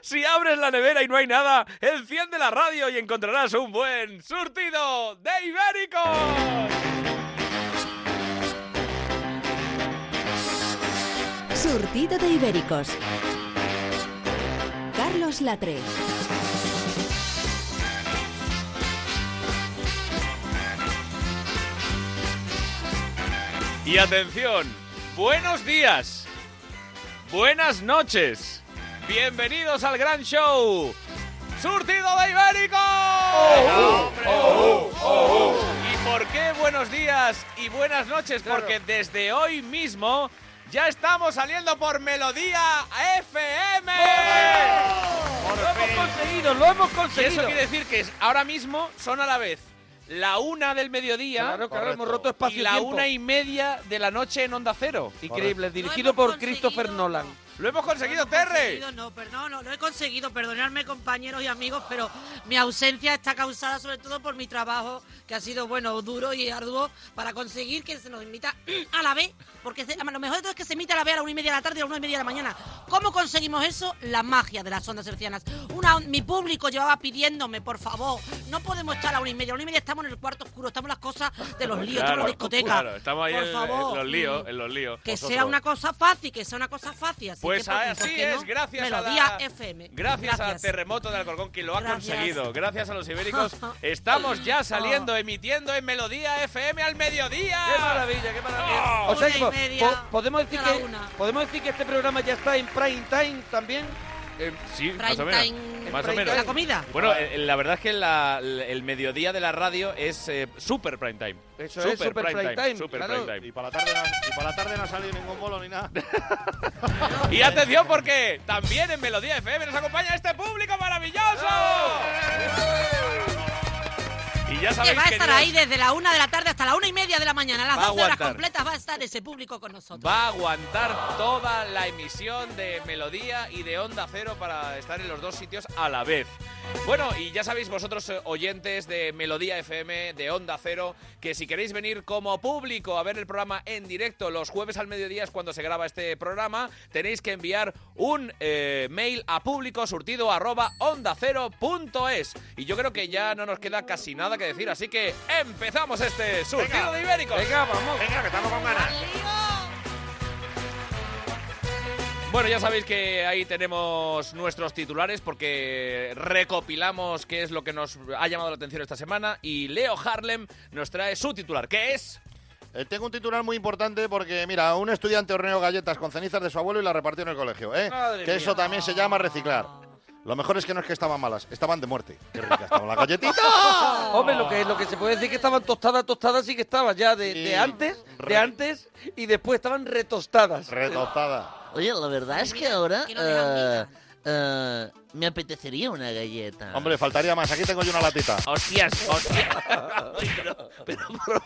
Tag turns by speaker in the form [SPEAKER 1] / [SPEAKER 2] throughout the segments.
[SPEAKER 1] Si abres la nevera y no hay nada, enciende la radio y encontrarás un buen surtido de ibéricos.
[SPEAKER 2] Surtido de Ibéricos. Carlos Latre.
[SPEAKER 1] Y atención, buenos días, buenas noches, bienvenidos al gran show. ¡Surtido de Ibérico! ¿Y por qué buenos días y buenas noches? Porque desde hoy mismo ya estamos saliendo por Melodía FM.
[SPEAKER 3] Lo hemos conseguido, lo hemos
[SPEAKER 1] Y
[SPEAKER 3] conseguido.
[SPEAKER 1] eso quiere decir que es- ahora mismo son a la vez la una del mediodía
[SPEAKER 3] Claro, claro, hemos roto
[SPEAKER 1] y la
[SPEAKER 3] espacio-tiempo.
[SPEAKER 1] una y media de la noche en Onda Cero.
[SPEAKER 3] Increíble, dirigido por Christopher Nolan.
[SPEAKER 1] ¡Lo hemos conseguido,
[SPEAKER 4] No he
[SPEAKER 1] Terry!
[SPEAKER 4] conseguido, No, perdón, no, no he conseguido, perdonadme compañeros y amigos, pero mi ausencia está causada sobre todo por mi trabajo, que ha sido, bueno, duro y arduo para conseguir que se nos emita a la vez, porque se- lo mejor de todo es que se emita a la vez a la una y media de la tarde y a la una y media de la mañana. ¿Cómo conseguimos eso? La magia de las ondas hercianas. Una, on- mi público llevaba pidiéndome, por favor, no podemos estar a la una y media, a la una y media estamos en el cuarto oscuro, estamos en las cosas de los líos, estamos en la discoteca.
[SPEAKER 1] claro, estamos ahí
[SPEAKER 4] por
[SPEAKER 1] en,
[SPEAKER 4] favor.
[SPEAKER 1] en los líos, en los líos.
[SPEAKER 4] Que
[SPEAKER 1] Vosotros.
[SPEAKER 4] sea una cosa fácil, que sea una cosa fácil. Así
[SPEAKER 1] Pues
[SPEAKER 4] que, por-
[SPEAKER 1] así
[SPEAKER 4] ¿por qué
[SPEAKER 1] es,
[SPEAKER 4] no?
[SPEAKER 1] gracias
[SPEAKER 4] Melodía
[SPEAKER 1] a la-
[SPEAKER 4] FM.
[SPEAKER 1] Gracias, a
[SPEAKER 4] Gracias.
[SPEAKER 1] Terremoto de Alcorcón que lo ha
[SPEAKER 4] Gracias. Oh.
[SPEAKER 1] conseguido. Gracias a los ibéricos estamos ya saliendo, emitiendo en Melodía FM al mediodía.
[SPEAKER 3] ¡Qué maravilla, qué maravilla!
[SPEAKER 1] Oh.
[SPEAKER 3] O sea
[SPEAKER 4] Una
[SPEAKER 3] que
[SPEAKER 4] y
[SPEAKER 3] po-
[SPEAKER 4] media,
[SPEAKER 3] po- podemos decir
[SPEAKER 4] cada
[SPEAKER 3] que
[SPEAKER 4] una.
[SPEAKER 3] podemos decir que este programa ya está en prime time también.
[SPEAKER 1] Eh, sí, más
[SPEAKER 4] Prime
[SPEAKER 1] o menos.
[SPEAKER 4] time.
[SPEAKER 1] Más o
[SPEAKER 3] Prime
[SPEAKER 1] menos.
[SPEAKER 4] ¿La comida?
[SPEAKER 1] Bueno, eh, la verdad es que la- el mediodía de la radio es eh, super prime time.
[SPEAKER 3] Eso es, super prime time,
[SPEAKER 1] super
[SPEAKER 3] claro.
[SPEAKER 1] prime time.
[SPEAKER 5] Y para la tarde no, y para la tarde no ha salido ningún bolo ni nada.
[SPEAKER 1] Y atención porque también en Melodía FM nos acompaña este público maravilloso. Y ya
[SPEAKER 4] ¡Eh! Que
[SPEAKER 1] sabéis
[SPEAKER 4] va a
[SPEAKER 1] que
[SPEAKER 4] estar
[SPEAKER 1] nos-
[SPEAKER 4] ahí desde la una de la tarde hasta la una y media de la mañana.
[SPEAKER 1] Va
[SPEAKER 4] A las
[SPEAKER 1] a
[SPEAKER 4] 12 horas
[SPEAKER 1] aguantar.
[SPEAKER 4] completas va a estar ese público con nosotros.
[SPEAKER 1] va a aguantar toda la emisión de Melodía y de Onda Cero para estar en los dos sitios a la vez. Bueno, y ya sabéis vosotros eh, oyentes de Melodía FM, de Onda Cero, que si queréis venir como público a ver el programa en directo los jueves al mediodía es cuando se graba este programa, tenéis que enviar un eh, mail a público surtido arroba ondacero.es. Y yo creo que ya no nos queda casi nada que decir, así que empezamos este surtido
[SPEAKER 5] Venga.
[SPEAKER 1] de ibéricos.
[SPEAKER 3] Venga, vamos.
[SPEAKER 5] Venga, que estamos con ganas.
[SPEAKER 1] Bueno, ya sabéis que ahí tenemos nuestros titulares porque recopilamos qué es lo que nos ha llamado la atención esta semana y Leo Harlem nos trae su titular, que es...
[SPEAKER 5] Eh, tengo un titular muy importante porque, mira, un estudiante horneó galletas con cenizas de su abuelo y las repartió en el colegio, ¿eh?
[SPEAKER 3] Madre
[SPEAKER 5] que eso
[SPEAKER 3] mía.
[SPEAKER 5] también se llama reciclar. Lo mejor es que no es que estaban malas, estaban de muerte. Qué ricas estaban las galletitas.
[SPEAKER 3] Hombre, lo que, lo que se puede decir que estaban tostadas, tostadas sí que estaban ya de, de
[SPEAKER 5] Y
[SPEAKER 3] antes, de
[SPEAKER 5] re-
[SPEAKER 3] antes y después estaban retostadas.
[SPEAKER 5] Retostadas.
[SPEAKER 6] Oye, la verdad es que ahora
[SPEAKER 4] que no me la
[SPEAKER 6] eh, eh, me apetecería una galleta.
[SPEAKER 5] Hombre, faltaría más. Aquí tengo yo una latita.
[SPEAKER 1] Hostias, hostias. Ay, pero, pero, pero-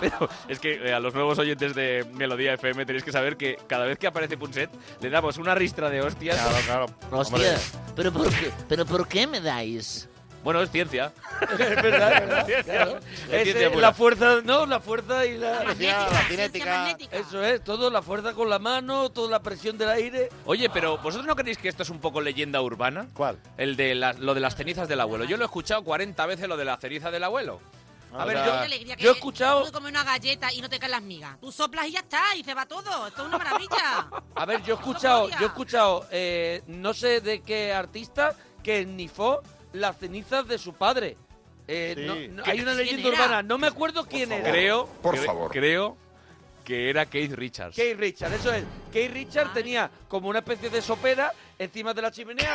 [SPEAKER 1] pero es que eh, a los nuevos oyentes de Melodía FM tenéis que saber que cada vez que aparece Punset le damos una ristra de hostias.
[SPEAKER 5] Claro, claro. Hombre,
[SPEAKER 6] Hostia, pero por, qué, pero ¿por qué me dais?
[SPEAKER 1] Bueno, es ciencia.
[SPEAKER 3] Es verdad, es verdad.
[SPEAKER 1] Ciencia,
[SPEAKER 3] claro.
[SPEAKER 1] es
[SPEAKER 3] Es,
[SPEAKER 1] ciencia
[SPEAKER 3] eh,
[SPEAKER 1] pura.
[SPEAKER 3] la fuerza, no, la fuerza y la...
[SPEAKER 5] Magnética,
[SPEAKER 4] Magnética,
[SPEAKER 5] cinética.
[SPEAKER 4] ciencia magnética.
[SPEAKER 3] Eso es, todo, la fuerza con la mano, toda la presión del aire.
[SPEAKER 1] Oye, pero ¿vosotros no creéis que esto es un poco leyenda urbana?
[SPEAKER 5] ¿Cuál?
[SPEAKER 1] El de las- lo de
[SPEAKER 4] Ah,
[SPEAKER 1] las cenizas del abuelo. Yo lo he escuchado 40 veces lo de la ceniza del abuelo.
[SPEAKER 5] A
[SPEAKER 3] ver,
[SPEAKER 4] Qué alegría que
[SPEAKER 3] yo he
[SPEAKER 4] es.
[SPEAKER 3] escuchado-
[SPEAKER 4] Tú te comes una galleta y no te caen las migas. Tú soplas y ya está, y se va todo. Esto es una maravilla.
[SPEAKER 3] A ver, yo he escuchado, yo he escuchado, eh, no sé de qué artista, que nifó las cenizas de su padre. Eh,
[SPEAKER 5] Sí.
[SPEAKER 3] no- no-
[SPEAKER 4] ¿Qué-
[SPEAKER 3] hay una
[SPEAKER 4] quién
[SPEAKER 3] leyenda
[SPEAKER 4] era?
[SPEAKER 3] urbana, no me acuerdo quién era.
[SPEAKER 1] Creo,
[SPEAKER 7] Por
[SPEAKER 1] cre-
[SPEAKER 7] favor.
[SPEAKER 1] Creo que era Keith Richards.
[SPEAKER 3] Kate Richard, eso es. Kate Richard
[SPEAKER 4] Ay.
[SPEAKER 3] tenía como una especie de sopera encima de la chimenea,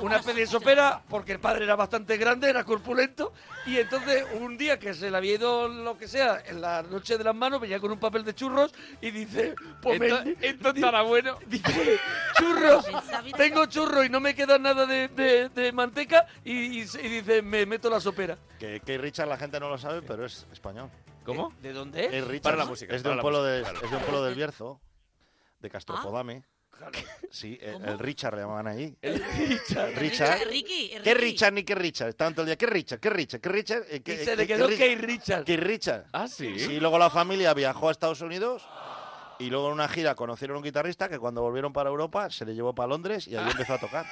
[SPEAKER 3] una especie de sopera, porque el padre era bastante grande, era corpulento, y entonces un día que se le había ido lo que sea en la noche de las manos, venía con un papel de churros y dice, pues me-
[SPEAKER 1] Esto, esto estará bueno.
[SPEAKER 3] Dice, churros,
[SPEAKER 4] Pensaba-
[SPEAKER 3] tengo churros y no me queda nada de, de- de manteca y, y se- y dice, me meto la sopera.
[SPEAKER 5] Que, que Richard la gente no lo sabe, pero es español.
[SPEAKER 1] ¿Cómo?
[SPEAKER 3] ¿De dónde es?
[SPEAKER 5] Kate Richards
[SPEAKER 1] Para la música,
[SPEAKER 5] Es de,
[SPEAKER 1] para
[SPEAKER 5] un
[SPEAKER 1] la
[SPEAKER 5] pueblo de,
[SPEAKER 1] música, claro.
[SPEAKER 5] es de un pueblo del Bierzo, de Castropodame. Sí, el, el Richard le llamaban allí.
[SPEAKER 3] El Richard.
[SPEAKER 5] Richard.
[SPEAKER 4] Es Ricky, es
[SPEAKER 5] ¿Qué
[SPEAKER 4] Ricky.
[SPEAKER 5] Richard ni qué Richard? Estaban todo el día, ¿qué Richard? ¿Qué Richard? ¿Qué Richard? Eh,
[SPEAKER 3] Y
[SPEAKER 5] ¿qué-
[SPEAKER 3] se
[SPEAKER 5] qué-
[SPEAKER 3] le
[SPEAKER 5] qué
[SPEAKER 3] quedó
[SPEAKER 5] Ri-
[SPEAKER 3] Kate Richard.
[SPEAKER 5] ¿Qué Richard?
[SPEAKER 1] Ah, sí.
[SPEAKER 5] Sí, luego la familia viajó a Estados Unidos Y luego en una gira conocieron a un guitarrista que cuando volvieron para Europa se le llevó para Londres y allí empezó a tocar.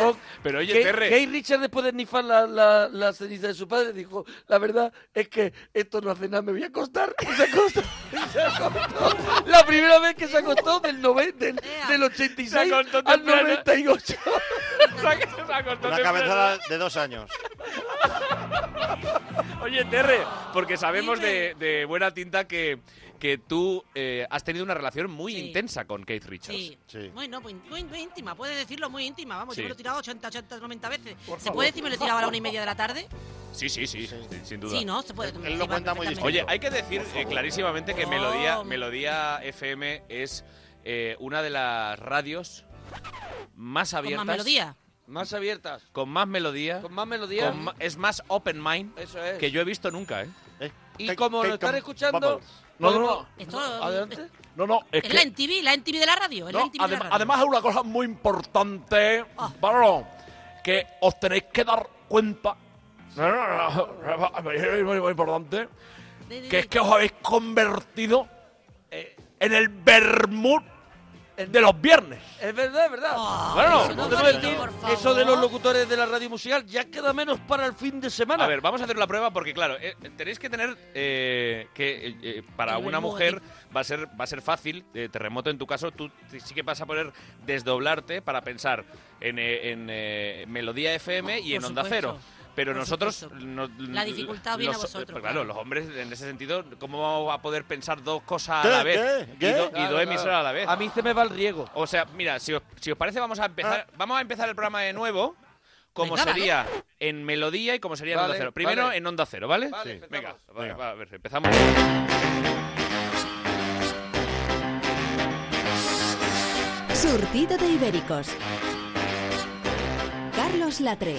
[SPEAKER 3] Oh,
[SPEAKER 1] Pero oye,
[SPEAKER 3] Gay,
[SPEAKER 1] Terry.
[SPEAKER 3] Gay Richard, después de nifar la, la, la ceniza de su padre, dijo: La verdad es que esto no hace nada, me voy a acostar. Y se acostó. y se acostó. La primera vez que se acostó del, noven- del, del 86
[SPEAKER 1] Se acostó
[SPEAKER 3] al
[SPEAKER 1] temprano.
[SPEAKER 3] 98.
[SPEAKER 5] Una cabezada de dos años.
[SPEAKER 1] Oye, Terre, porque sabemos de, de buena tinta que, que tú eh, has tenido una relación muy
[SPEAKER 4] Sí.
[SPEAKER 1] intensa con Keith Richards.
[SPEAKER 4] Sí.
[SPEAKER 5] Sí.
[SPEAKER 4] Muy, no, muy, muy- muy íntima, puedes decirlo muy íntima, vamos,
[SPEAKER 1] Sí.
[SPEAKER 4] yo me lo he tirado 80, 80, 90 veces.
[SPEAKER 3] Por
[SPEAKER 4] ¿Se
[SPEAKER 3] favor.
[SPEAKER 4] puede decir me lo tiraba a la una y media de la tarde?
[SPEAKER 1] Sí, sí, sí, sin- sin duda.
[SPEAKER 4] Sí, ¿no? Se puede.
[SPEAKER 5] Él-
[SPEAKER 4] me
[SPEAKER 5] él lo
[SPEAKER 4] iba
[SPEAKER 5] cuenta muy
[SPEAKER 4] perfectamente.
[SPEAKER 1] Oye, hay que decir eh, clarísimamente que
[SPEAKER 4] Oh.
[SPEAKER 1] Melodía, Melodía FM es eh, una de las radios más
[SPEAKER 4] Con
[SPEAKER 1] abiertas.
[SPEAKER 4] más melodía.
[SPEAKER 3] Más abiertas,
[SPEAKER 1] Con más melodía.
[SPEAKER 3] con más melodía.
[SPEAKER 1] con ma- es más open mind
[SPEAKER 3] Eso es.
[SPEAKER 1] que yo he visto nunca, ¿eh?
[SPEAKER 5] Eh,
[SPEAKER 3] y
[SPEAKER 5] take-
[SPEAKER 3] como
[SPEAKER 5] take
[SPEAKER 3] lo están
[SPEAKER 5] them
[SPEAKER 3] escuchando.
[SPEAKER 5] bubbles.
[SPEAKER 1] No, no, no.
[SPEAKER 3] podemos-
[SPEAKER 4] Esto-
[SPEAKER 3] Adelante.
[SPEAKER 1] No, no,
[SPEAKER 4] Es la NTV, la NTV de la radio. Es la
[SPEAKER 1] No,
[SPEAKER 4] NTV de la
[SPEAKER 1] adem-
[SPEAKER 4] radio.
[SPEAKER 1] además es una cosa muy importante,
[SPEAKER 4] Ah.
[SPEAKER 1] varón, que os tenéis que dar cuenta. No, no, no, es muy, muy importante.
[SPEAKER 4] De- de-
[SPEAKER 1] Que es que os habéis convertido eh, en el vermut de los viernes.
[SPEAKER 3] Es verdad, es verdad.
[SPEAKER 4] Ah,
[SPEAKER 1] Bueno,
[SPEAKER 4] eso no
[SPEAKER 3] Podemos
[SPEAKER 4] bonito,
[SPEAKER 3] decir
[SPEAKER 4] por
[SPEAKER 3] que eso de los
[SPEAKER 4] favor.
[SPEAKER 3] locutores de la radio musical ya queda menos para el fin de semana.
[SPEAKER 1] A ver, vamos a hacer la prueba porque, claro, eh, tenéis que tener eh, que eh, eh, para
[SPEAKER 4] El
[SPEAKER 1] una
[SPEAKER 4] vermut.
[SPEAKER 1] mujer va a ser va a ser fácil. eh, terremoto en tu caso, tú t- sí que vas a poner desdoblarte para pensar en, eh, en, eh, melodía FM y
[SPEAKER 4] Por
[SPEAKER 1] en onda
[SPEAKER 4] supuesto.
[SPEAKER 1] cero. Pero
[SPEAKER 4] Por
[SPEAKER 1] nosotros,
[SPEAKER 4] supuesto.
[SPEAKER 1] no-
[SPEAKER 4] La dificultad viene a
[SPEAKER 1] los-
[SPEAKER 4] vosotros,
[SPEAKER 1] pues claro,
[SPEAKER 4] claro.
[SPEAKER 1] los hombres en ese sentido, ¿cómo vamos a poder pensar dos cosas
[SPEAKER 5] ¿Qué?
[SPEAKER 1] a la vez
[SPEAKER 5] ¿Qué?
[SPEAKER 1] y, do- y
[SPEAKER 5] ¿Qué?
[SPEAKER 1] dos emisoras a la vez?
[SPEAKER 3] A mí se me va el riego. Ah.
[SPEAKER 1] O sea, mira, si os, si os parece, vamos a empezar. Vamos a empezar el programa de nuevo. Como
[SPEAKER 4] Venga, vale.
[SPEAKER 1] sería en melodía y como sería en
[SPEAKER 3] Vale,
[SPEAKER 1] onda cero. Primero
[SPEAKER 3] vale.
[SPEAKER 1] en onda cero, ¿vale?
[SPEAKER 3] Vale, empezamos.
[SPEAKER 1] Venga, va-
[SPEAKER 5] Venga.
[SPEAKER 1] va, a ver, empezamos.
[SPEAKER 2] Surtido de Ibéricos. Carlos Latre.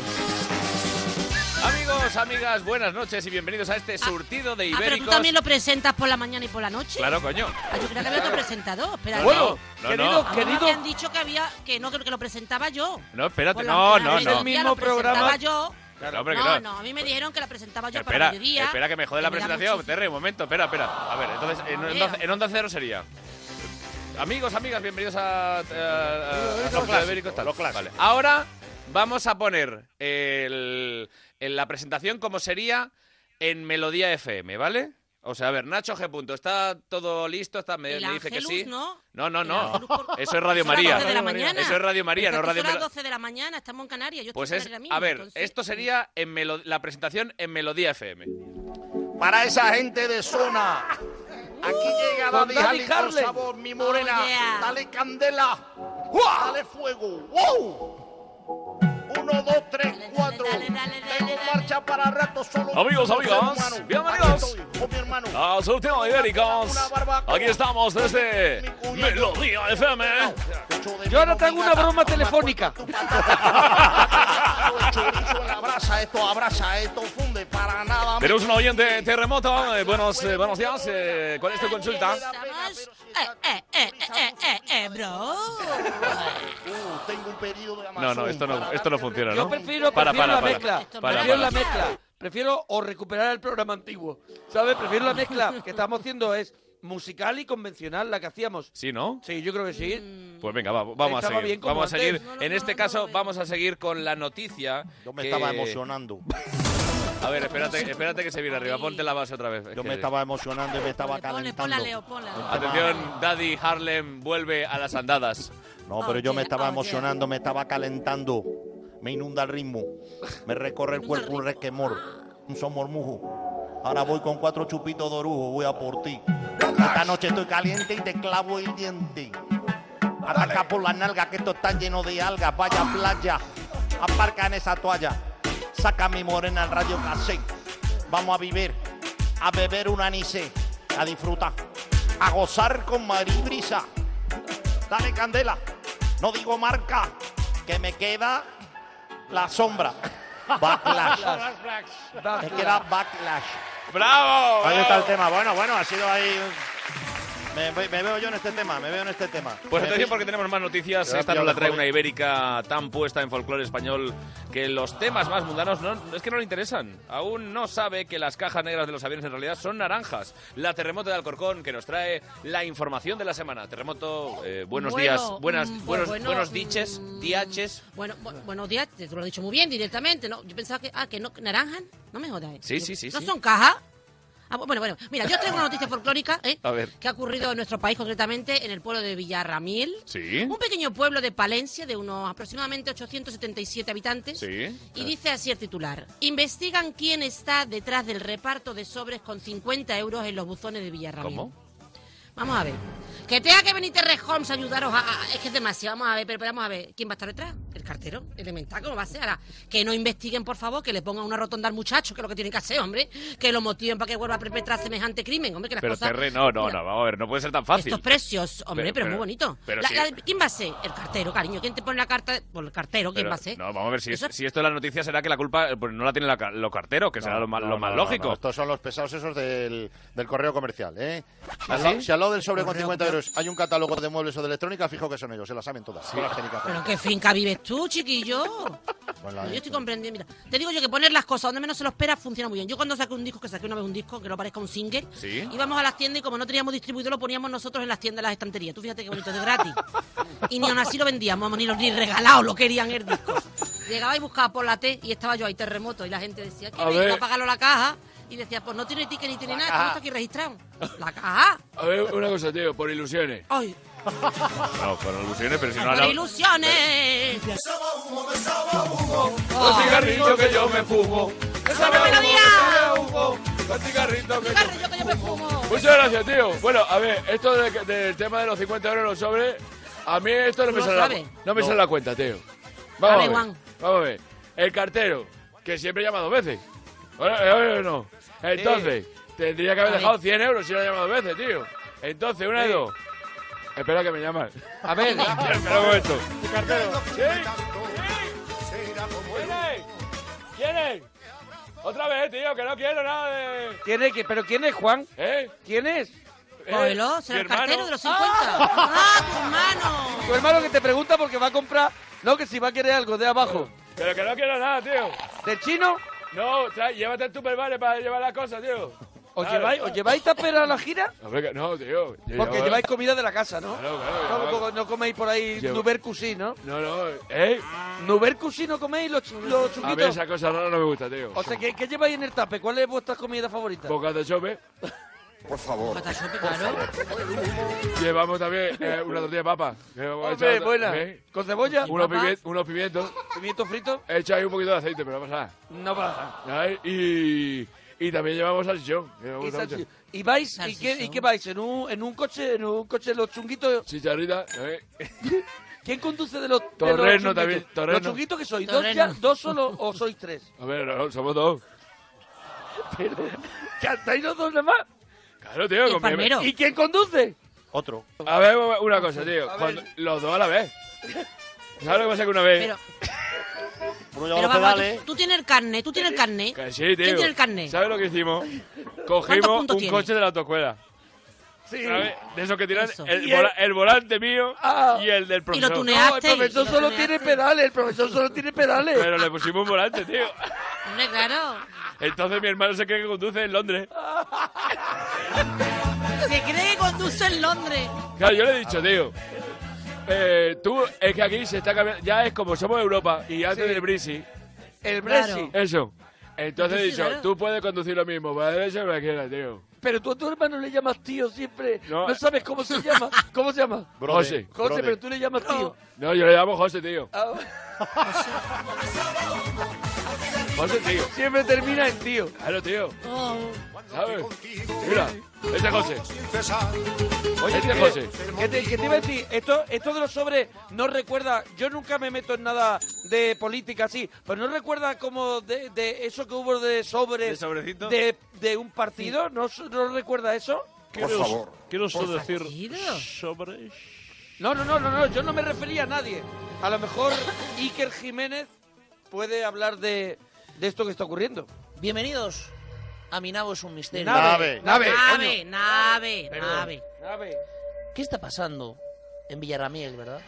[SPEAKER 1] Amigos, amigas, buenas noches y bienvenidos a este surtido de
[SPEAKER 4] Ah, pero tú
[SPEAKER 1] ibéricos.
[SPEAKER 4] también lo presentas por la mañana y por la noche.
[SPEAKER 1] Claro, coño.
[SPEAKER 4] Ah, yo creo que había otro presentador. Espérate.
[SPEAKER 3] Bueno,
[SPEAKER 1] no,
[SPEAKER 3] querido,
[SPEAKER 4] Ah,
[SPEAKER 3] querido.
[SPEAKER 4] me han dicho que había que no que lo presentaba yo.
[SPEAKER 1] No, espérate,
[SPEAKER 4] Por la
[SPEAKER 1] no,
[SPEAKER 4] mañana,
[SPEAKER 1] no,
[SPEAKER 4] al
[SPEAKER 1] no.
[SPEAKER 4] mediodía
[SPEAKER 3] Mismo
[SPEAKER 4] lo presentaba
[SPEAKER 3] programa.
[SPEAKER 4] yo.
[SPEAKER 1] Claro, hombre, que
[SPEAKER 4] no,
[SPEAKER 1] no.
[SPEAKER 4] no, a mí me dijeron que la presentaba yo para
[SPEAKER 1] Espera,
[SPEAKER 4] el mediodía.
[SPEAKER 1] espera que me jode la
[SPEAKER 4] me da
[SPEAKER 1] presentación,
[SPEAKER 4] muchísimo-
[SPEAKER 1] Terry, un momento, espera, espera. A ver, entonces en
[SPEAKER 4] Hombre.
[SPEAKER 1] onda, en onda cero sería. Amigos, amigas, bienvenidos a, a- a- a- a-
[SPEAKER 5] Lo
[SPEAKER 1] a-
[SPEAKER 5] clásico,
[SPEAKER 1] tal.
[SPEAKER 5] lo clásico.
[SPEAKER 1] Vale, Ahora vamos a poner el- en la presentación como sería en Melodía FM, ¿vale? O sea, a ver, Nacho G. Punto, ¿está todo listo? Está, me,
[SPEAKER 4] El
[SPEAKER 1] me dice que sí.
[SPEAKER 4] Ángelus,
[SPEAKER 1] no,
[SPEAKER 4] ¿no?
[SPEAKER 1] no.
[SPEAKER 4] El
[SPEAKER 1] no.
[SPEAKER 4] Ángelus por-
[SPEAKER 1] Eso es Radio
[SPEAKER 4] Son las
[SPEAKER 1] María.
[SPEAKER 4] 12 de la mañana.
[SPEAKER 1] Eso es Radio María,
[SPEAKER 4] Pero
[SPEAKER 1] no
[SPEAKER 4] es que
[SPEAKER 1] Radio
[SPEAKER 4] Son las
[SPEAKER 1] Melo-
[SPEAKER 4] 12 de la mañana, estamos en Canarias. Yo estoy
[SPEAKER 1] Pues
[SPEAKER 4] en
[SPEAKER 1] es,
[SPEAKER 4] Canarias mismo,
[SPEAKER 1] a ver,
[SPEAKER 4] entonces-
[SPEAKER 1] esto sería en melo- la presentación en Melodía FM.
[SPEAKER 5] Para esa gente de zona. Aquí llega la
[SPEAKER 3] Con Dani
[SPEAKER 5] dijalí con
[SPEAKER 3] Harlem.
[SPEAKER 5] sabor, mi morena.
[SPEAKER 4] Oh, yeah.
[SPEAKER 5] Dale candela. Dale fuego. ¡Wow! Uno, dos, tres,
[SPEAKER 4] Dale, dale,
[SPEAKER 5] cuatro.
[SPEAKER 4] dale, dale, dale,
[SPEAKER 5] Tengo
[SPEAKER 4] dale.
[SPEAKER 5] marcha para rato solo.
[SPEAKER 1] Amigos,
[SPEAKER 5] yo, ser
[SPEAKER 1] amigas,
[SPEAKER 5] humano.
[SPEAKER 1] bienvenidos. Ah,
[SPEAKER 5] Aquí estoy, con mi hermano.
[SPEAKER 1] A su tema ibéricos. Aquí estamos desde ¿eh? Melodía FM.
[SPEAKER 3] Yo ahora tengo una broma telefónica.
[SPEAKER 5] Chorizo en la brasa, esto abraza, esto funde para nada.
[SPEAKER 1] Tenemos un oyente terremoto. Eh, buenos, eh, buenos días. Eh, ¿Cuál es tu consulta?
[SPEAKER 4] Estamos- Eh, eh, eh, eh, eh, eh, eh, bro.
[SPEAKER 5] Uh, tengo un pedido de Amazon
[SPEAKER 1] No, no, esto no,
[SPEAKER 5] para
[SPEAKER 1] esto no
[SPEAKER 5] darte
[SPEAKER 1] funciona,
[SPEAKER 3] Yo
[SPEAKER 1] ¿no?
[SPEAKER 3] prefiero,
[SPEAKER 1] Para,
[SPEAKER 3] prefiero
[SPEAKER 1] para,
[SPEAKER 3] la
[SPEAKER 1] para.
[SPEAKER 3] mezcla.
[SPEAKER 4] Esto es
[SPEAKER 1] Para,
[SPEAKER 3] prefiero
[SPEAKER 1] para.
[SPEAKER 3] la mezcla. Prefiero o recuperar el programa antiguo. ¿Sabes? Prefiero la mezcla que estamos haciendo es musical y convencional, la que hacíamos.
[SPEAKER 1] Sí, ¿no?
[SPEAKER 3] Sí, yo creo que sí.
[SPEAKER 1] Pues venga, va- vamos a
[SPEAKER 3] Estaba
[SPEAKER 1] seguir.
[SPEAKER 3] bien como
[SPEAKER 1] Vamos a seguir.
[SPEAKER 3] antes.
[SPEAKER 4] No, no,
[SPEAKER 1] En
[SPEAKER 4] no,
[SPEAKER 1] este
[SPEAKER 4] no,
[SPEAKER 1] caso,
[SPEAKER 4] no.
[SPEAKER 1] vamos a seguir con la noticia.
[SPEAKER 5] Yo me
[SPEAKER 1] que-
[SPEAKER 5] estaba emocionando.
[SPEAKER 1] A ver, espérate, espérate que se viene arriba. Ponte la base otra vez. Es
[SPEAKER 5] Yo me
[SPEAKER 1] que-
[SPEAKER 5] estaba emocionando y me estaba
[SPEAKER 4] Ponle, ponle,
[SPEAKER 5] calentando.
[SPEAKER 4] ponla, Leo, ponla.
[SPEAKER 5] Un tema-
[SPEAKER 1] Atención, Daddy Harlem vuelve a las andadas.
[SPEAKER 5] No, pero yo me
[SPEAKER 4] Oye,
[SPEAKER 5] estaba
[SPEAKER 4] oye.
[SPEAKER 5] emocionando, me estaba calentando. Me inunda el ritmo. Me recorre el
[SPEAKER 4] Inunda el
[SPEAKER 5] cuerpo un
[SPEAKER 4] ritmo.
[SPEAKER 5] resquemor. Un somormujo. Ahora voy con cuatro chupitos de orujo, voy a por ti. Esta noche estoy caliente y te clavo el diente. Ataca por la nalga, que esto está lleno de algas. Vaya playa, aparca en esa toalla. Saca mi morena al radio cassette. Vamos a vivir, a beber un anisé, a disfrutar, a gozar con maribrisa. Dale candela, no digo marca, que me queda la sombra. Backlash.
[SPEAKER 3] Va,
[SPEAKER 5] Me queda backlash.
[SPEAKER 1] ¡Bravo!
[SPEAKER 5] Ahí está el
[SPEAKER 1] bravo!
[SPEAKER 5] tema. Bueno, bueno, ha sido ahí. un-
[SPEAKER 8] Me, voy- me veo yo en este tema, me veo en este tema.
[SPEAKER 1] Pues
[SPEAKER 8] Me
[SPEAKER 1] atención
[SPEAKER 8] pi-
[SPEAKER 1] porque tenemos más noticias.
[SPEAKER 8] Ya,
[SPEAKER 1] Esta
[SPEAKER 8] ya
[SPEAKER 1] nos la
[SPEAKER 8] lo
[SPEAKER 1] trae
[SPEAKER 8] jodí.
[SPEAKER 1] una ibérica tan puesta en folclore español que los temas más mundanos no, es que no le interesan. Aún no sabe que las cajas negras de los aviones en realidad son naranjas. La terremoto de Alcorcón que nos trae la información de la semana. Terremoto, eh, buenos
[SPEAKER 4] Bueno,
[SPEAKER 1] días, buenas,
[SPEAKER 4] mm, pues
[SPEAKER 1] buenos,
[SPEAKER 4] bueno,
[SPEAKER 1] buenos diches,
[SPEAKER 4] mm,
[SPEAKER 1] diaches.
[SPEAKER 4] Bueno, bu- buenos días, te tú lo has dicho muy bien directamente, ¿no? Yo pensaba que, ah, que no, naranjas, no me jodas. eh.
[SPEAKER 1] Sí,
[SPEAKER 4] Yo-
[SPEAKER 1] sí, sí,
[SPEAKER 4] ¿No
[SPEAKER 1] sí.
[SPEAKER 4] son cajas? Ah, bu- bueno, bueno, mira, yo tengo una noticia folclórica, ¿eh?
[SPEAKER 1] A ver.
[SPEAKER 4] Que ha ocurrido en nuestro país, concretamente en el pueblo de Villarramil.
[SPEAKER 1] Sí,
[SPEAKER 4] Un pequeño pueblo de Palencia de unos aproximadamente 877 habitantes.
[SPEAKER 1] sí.
[SPEAKER 4] Y dice así el titular. Investigan quién está detrás del reparto de sobres con 50 euros en los buzones de Villarramil.
[SPEAKER 1] ¿Cómo?
[SPEAKER 4] Vamos a ver. Que tenga que venir Terre Holmes a ayudaros a, a- Es que es demasiado. Vamos a ver, pero, pero vamos a ver. ¿Quién va a estar detrás? El cartero. Elemental, ¿cómo va a ser? Ahora, que no investiguen, por favor, que le pongan una rotonda al muchacho, que es lo que tienen que hacer, hombre. Que lo motiven para que vuelva a perpetrar semejante crimen, hombre. Que las
[SPEAKER 1] Pero
[SPEAKER 4] cosas...
[SPEAKER 1] Terre, no, no,
[SPEAKER 4] Mira,
[SPEAKER 1] no, vamos a ver, no puede ser tan fácil.
[SPEAKER 4] Esto es precioso, hombre,
[SPEAKER 1] Pero-
[SPEAKER 4] pero,
[SPEAKER 1] pero-
[SPEAKER 4] es muy bonito.
[SPEAKER 1] pero
[SPEAKER 4] La-
[SPEAKER 1] sí.
[SPEAKER 4] la- ¿Quién va a ser? El cartero, cariño. ¿Quién te pone la carta? Por el cartero, ¿quién
[SPEAKER 1] Pero-
[SPEAKER 4] va a ser?
[SPEAKER 1] No, vamos a ver, si,
[SPEAKER 4] Eso
[SPEAKER 1] es- si esto es la noticia será que la culpa eh, pues, no la tienen la ca- los carteros, que será lo más,
[SPEAKER 8] No,
[SPEAKER 1] lo
[SPEAKER 8] no,
[SPEAKER 1] más
[SPEAKER 8] no,
[SPEAKER 1] lógico.
[SPEAKER 8] no, Estos son los pesados esos del, del correo comercial, ¿eh? Al lado- Si al lado del sobre con 50 euros hay un catálogo de muebles o de electrónica, fijo que son ellos, se las saben todas. todas las técnicas.
[SPEAKER 4] Pero en qué finca vives tú, chiquillo.
[SPEAKER 8] Bueno,
[SPEAKER 4] yo
[SPEAKER 8] ahí
[SPEAKER 4] estoy
[SPEAKER 8] está.
[SPEAKER 4] comprendiendo. Mira, te digo yo que poner las cosas donde menos se lo espera funciona muy bien. Yo cuando saqué un disco, que saqué una vez un disco, que no parezca un single,
[SPEAKER 1] Sí.
[SPEAKER 4] íbamos a las tiendas y como no teníamos distribuidor, lo poníamos nosotros en las tiendas de las estanterías. Tú fíjate qué bonito, de gratis. Y ni aún así lo vendíamos, ni, lo- ni regalado, lo querían el disco. Llegaba y buscaba por la T y estaba yo ahí terremoto y la gente decía, que
[SPEAKER 9] A
[SPEAKER 4] vengo
[SPEAKER 9] ver.
[SPEAKER 4] a pagarlo a la caja. Y decía, pues no tiene ticket ni tiene nada, esto no está aquí registrado. La caja.
[SPEAKER 9] A ver, una cosa, tío, por ilusiones.
[SPEAKER 4] Ay,
[SPEAKER 1] No, con ilusiones, pero si no...
[SPEAKER 4] por
[SPEAKER 1] la-
[SPEAKER 4] ilusiones.
[SPEAKER 9] Los
[SPEAKER 10] Ah,
[SPEAKER 9] cigarrillos que yo me fumo.
[SPEAKER 4] ¡Suena melodía!
[SPEAKER 9] Los cigarritos que yo...
[SPEAKER 4] Cigarrillo que yo me fumo.
[SPEAKER 9] Muchas gracias, tío. Bueno, a ver, esto de- del tema de los 50 euros en los sobres, a mí esto no
[SPEAKER 4] Tú
[SPEAKER 9] me
[SPEAKER 4] lo
[SPEAKER 9] sale la,
[SPEAKER 4] sabes.
[SPEAKER 9] no me
[SPEAKER 8] No.
[SPEAKER 9] sale la cuenta, tío. Vamos a
[SPEAKER 4] ver,
[SPEAKER 9] ver,
[SPEAKER 4] Juan.
[SPEAKER 9] vamos a ver. El cartero, que siempre llama dos veces. Ahora, eh, ahora no. Entonces, tendría que haber
[SPEAKER 4] A ver.
[SPEAKER 9] dejado 100 euros si lo ha llamado dos veces, tío. Entonces, una de dos. Espera que me llaman.
[SPEAKER 10] A ver,
[SPEAKER 9] Espera un momento. ¿Sí? ¿Quién es? ¿Quién es? Otra vez, tío, que no quiero nada de...
[SPEAKER 3] ¿Quién es? ¿Pero quién es, Juan?
[SPEAKER 9] ¿Eh?
[SPEAKER 3] ¿Quién es?
[SPEAKER 9] ¿Eh?
[SPEAKER 4] Cógelo,
[SPEAKER 9] Mi
[SPEAKER 4] será el
[SPEAKER 9] hermano.
[SPEAKER 4] cartero de los 50. ¡Ah, tu hermano!
[SPEAKER 3] Tu hermano que te pregunta porque va a comprar... No, que si va a querer algo de abajo.
[SPEAKER 9] Pero que no quiero nada, tío.
[SPEAKER 3] ¿Del chino?
[SPEAKER 9] No, trae, llévate el Tupperware para llevar las cosas, tío.
[SPEAKER 3] ¿Os
[SPEAKER 9] Claro.
[SPEAKER 3] lleváis, ¿os lleváis tapera a la gira?
[SPEAKER 9] Hombre, que- no, tío.
[SPEAKER 3] Porque
[SPEAKER 9] Lleva-
[SPEAKER 3] lleváis comida de la casa, ¿no?
[SPEAKER 9] Claro, claro,
[SPEAKER 3] No,
[SPEAKER 9] llevaba-
[SPEAKER 3] no- no coméis por ahí
[SPEAKER 9] Llevo-
[SPEAKER 3] nubercusí, ¿no?
[SPEAKER 9] No, no, eh.
[SPEAKER 3] Nubercusí no coméis los, chu- los
[SPEAKER 9] A mí
[SPEAKER 3] chunguitos.
[SPEAKER 9] esa cosa rara no me gusta, tío.
[SPEAKER 3] O sea, ¿qué, qué lleváis en el tape? ¿Cuál es vuestra comida favorita?
[SPEAKER 9] Bocas de chope.
[SPEAKER 4] Patachope, claro.
[SPEAKER 9] Llevamos también eh, una tortilla de papa. que vamos a
[SPEAKER 3] Hombre,
[SPEAKER 9] echar-
[SPEAKER 3] buena.
[SPEAKER 9] ¿eh?
[SPEAKER 3] ¿Con cebolla?
[SPEAKER 9] Unos,
[SPEAKER 4] ¿Papa?
[SPEAKER 9] pimien- unos pimientos.
[SPEAKER 3] ¿Pimiento frito?
[SPEAKER 9] Echa ahí un poquito de aceite, pero no pasa nada.
[SPEAKER 3] No pasa.
[SPEAKER 9] ¿Sabes? Y, y también llevamos salchichón. que me
[SPEAKER 3] Y,
[SPEAKER 9] gusta
[SPEAKER 3] salchi-
[SPEAKER 9] mucho.
[SPEAKER 3] ¿Y vais? ¿Y qué,
[SPEAKER 4] Salchichón.
[SPEAKER 3] y qué vais? ¿En un, en un coche? ¿En un coche los chunguitos?
[SPEAKER 9] Chicharrita, ¿eh?
[SPEAKER 3] ¿Quién conduce de los de los
[SPEAKER 9] Torreno
[SPEAKER 3] chunguitos?
[SPEAKER 9] también, torreno.
[SPEAKER 3] ¿Los chunguitos que sois? ¿Dos,
[SPEAKER 4] Torreno.
[SPEAKER 3] ya- dos solo o sois tres?
[SPEAKER 9] A ver, no, somos dos.
[SPEAKER 3] ¿Cantáis los dos demás?
[SPEAKER 9] Claro, tío.
[SPEAKER 4] el
[SPEAKER 9] con mi-
[SPEAKER 4] palmero.
[SPEAKER 3] ¿Y quién conduce?
[SPEAKER 8] Otro.
[SPEAKER 9] A ver, una cosa, tío.
[SPEAKER 3] A ver.
[SPEAKER 9] Cuando- los dos a la vez. ¿Sabes lo que pasa que una vez?
[SPEAKER 4] Pero,
[SPEAKER 8] Uno lleva
[SPEAKER 4] pero
[SPEAKER 8] los
[SPEAKER 4] vamos,
[SPEAKER 8] pedales.
[SPEAKER 4] tú, tú tienes el carnet, tú tienes el carnet.
[SPEAKER 9] Que Eh, sí, tío.
[SPEAKER 4] ¿Quién tiene el carnet?
[SPEAKER 9] ¿Sabes lo que hicimos?
[SPEAKER 4] ¿Cuántos
[SPEAKER 9] Cogimos un
[SPEAKER 4] puntos tiene?
[SPEAKER 9] coche de la autoescuela.
[SPEAKER 3] Sí.
[SPEAKER 9] ¿Sabes? De esos que tiran
[SPEAKER 4] Eso.
[SPEAKER 9] el,
[SPEAKER 3] Y el-
[SPEAKER 9] vola- el volante mío
[SPEAKER 3] Ah.
[SPEAKER 9] y el del
[SPEAKER 4] Y lo
[SPEAKER 9] profesor.
[SPEAKER 4] tunea.
[SPEAKER 3] No, el profesor
[SPEAKER 4] Y lo
[SPEAKER 3] solo
[SPEAKER 4] tuneaste.
[SPEAKER 3] tiene pedales, el profesor solo tiene pedales.
[SPEAKER 9] Pero le pusimos un volante, tío.
[SPEAKER 4] Hombre, claro.
[SPEAKER 9] Entonces mi hermano se cree que conduce en Londres.
[SPEAKER 4] Se cree que conduce en Londres.
[SPEAKER 9] Claro, yo le he dicho, tío. eh, tú, es que aquí se está cambiando. Ya es como somos Europa y antes
[SPEAKER 3] Sí.
[SPEAKER 9] del Brisi.
[SPEAKER 3] el
[SPEAKER 4] Claro.
[SPEAKER 3] Brexit.
[SPEAKER 9] Eso. Entonces he
[SPEAKER 4] Sí,
[SPEAKER 9] dicho,
[SPEAKER 4] claro.
[SPEAKER 9] tú puedes conducir lo mismo, para la derecha o para la izquierda, tío.
[SPEAKER 3] Pero tú a tu hermano le llamas tío siempre.
[SPEAKER 9] No,
[SPEAKER 3] No,
[SPEAKER 9] eh.
[SPEAKER 3] sabes cómo se llama. ¿Cómo se llama?
[SPEAKER 8] Brother,
[SPEAKER 9] José.
[SPEAKER 3] José,
[SPEAKER 8] brother.
[SPEAKER 3] pero tú le llamas tío.
[SPEAKER 9] No, yo le llamo José, tío.
[SPEAKER 3] Ah,
[SPEAKER 9] José, tío.
[SPEAKER 3] siempre termina en tío.
[SPEAKER 9] Claro, tío.
[SPEAKER 4] Oh,
[SPEAKER 9] ¿Sabes? Mira, este es José. Oye, este es José.
[SPEAKER 3] ¿Qué te, qué te iba a decir? Esto, esto de los sobres no recuerda. Yo nunca me meto en nada de política así, pero no recuerda como de, de eso que hubo de
[SPEAKER 1] ¿De
[SPEAKER 3] sobres
[SPEAKER 1] sobrecito?
[SPEAKER 3] de, de un partido. ¿No, so- no recuerda eso?
[SPEAKER 11] Quiero solo decir
[SPEAKER 4] partido.
[SPEAKER 11] sobre...
[SPEAKER 3] No, no, no, no, no, yo no me refería a nadie. A lo mejor Iker Jiménez puede hablar de, de esto que está ocurriendo.
[SPEAKER 12] Bienvenidos a mi nabo es un misterio.
[SPEAKER 8] Nave.
[SPEAKER 3] Nave.
[SPEAKER 4] Nave, nave,
[SPEAKER 12] Perdón.
[SPEAKER 4] nave.
[SPEAKER 3] Nave.
[SPEAKER 12] ¿Qué está pasando en Villarramiel, verdad?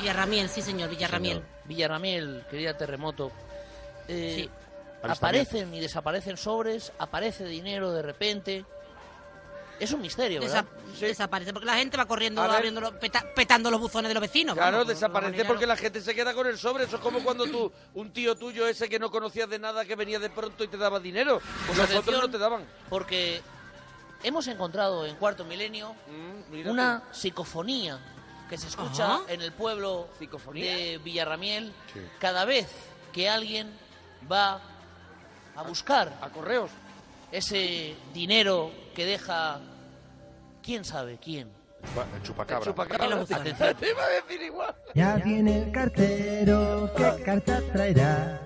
[SPEAKER 4] Villarramiel, sí, señor, Villarramiel.
[SPEAKER 12] Villarramiel, querida terremoto. Eh,
[SPEAKER 4] Sí.
[SPEAKER 12] Aparecen y desaparecen sobres, aparece dinero de repente. Es un misterio, ¿verdad?
[SPEAKER 4] Desa- Desaparece, porque la gente va corriendo,
[SPEAKER 3] A ver.
[SPEAKER 4] abriendo los- peta- petando los buzones de los vecinos.
[SPEAKER 3] Claro,
[SPEAKER 4] vamos, de alguna
[SPEAKER 3] desaparece
[SPEAKER 4] manera,
[SPEAKER 3] porque
[SPEAKER 4] ¿no?
[SPEAKER 3] la gente se queda con el sobre. Eso es como cuando tú, un tío tuyo ese que no conocías de nada, que venía de pronto y te daba dinero. Pues los otros
[SPEAKER 12] Atención,
[SPEAKER 3] no te daban.
[SPEAKER 12] Porque hemos encontrado en Cuarto Milenio
[SPEAKER 3] Mm, mira
[SPEAKER 12] una psicofonía que se escucha
[SPEAKER 4] Ajá.
[SPEAKER 12] en el pueblo
[SPEAKER 3] ¿Psicofonía?
[SPEAKER 12] de Villarramiel cada vez que alguien va a buscar
[SPEAKER 3] tú, A correos.
[SPEAKER 12] ese dinero que deja quién sabe quién.
[SPEAKER 13] Va, el chupacabra.
[SPEAKER 3] Chupacabra.
[SPEAKER 4] En los buzones.
[SPEAKER 3] Te te iba a decir igual.
[SPEAKER 14] Ya viene el cartero, qué carta traerá.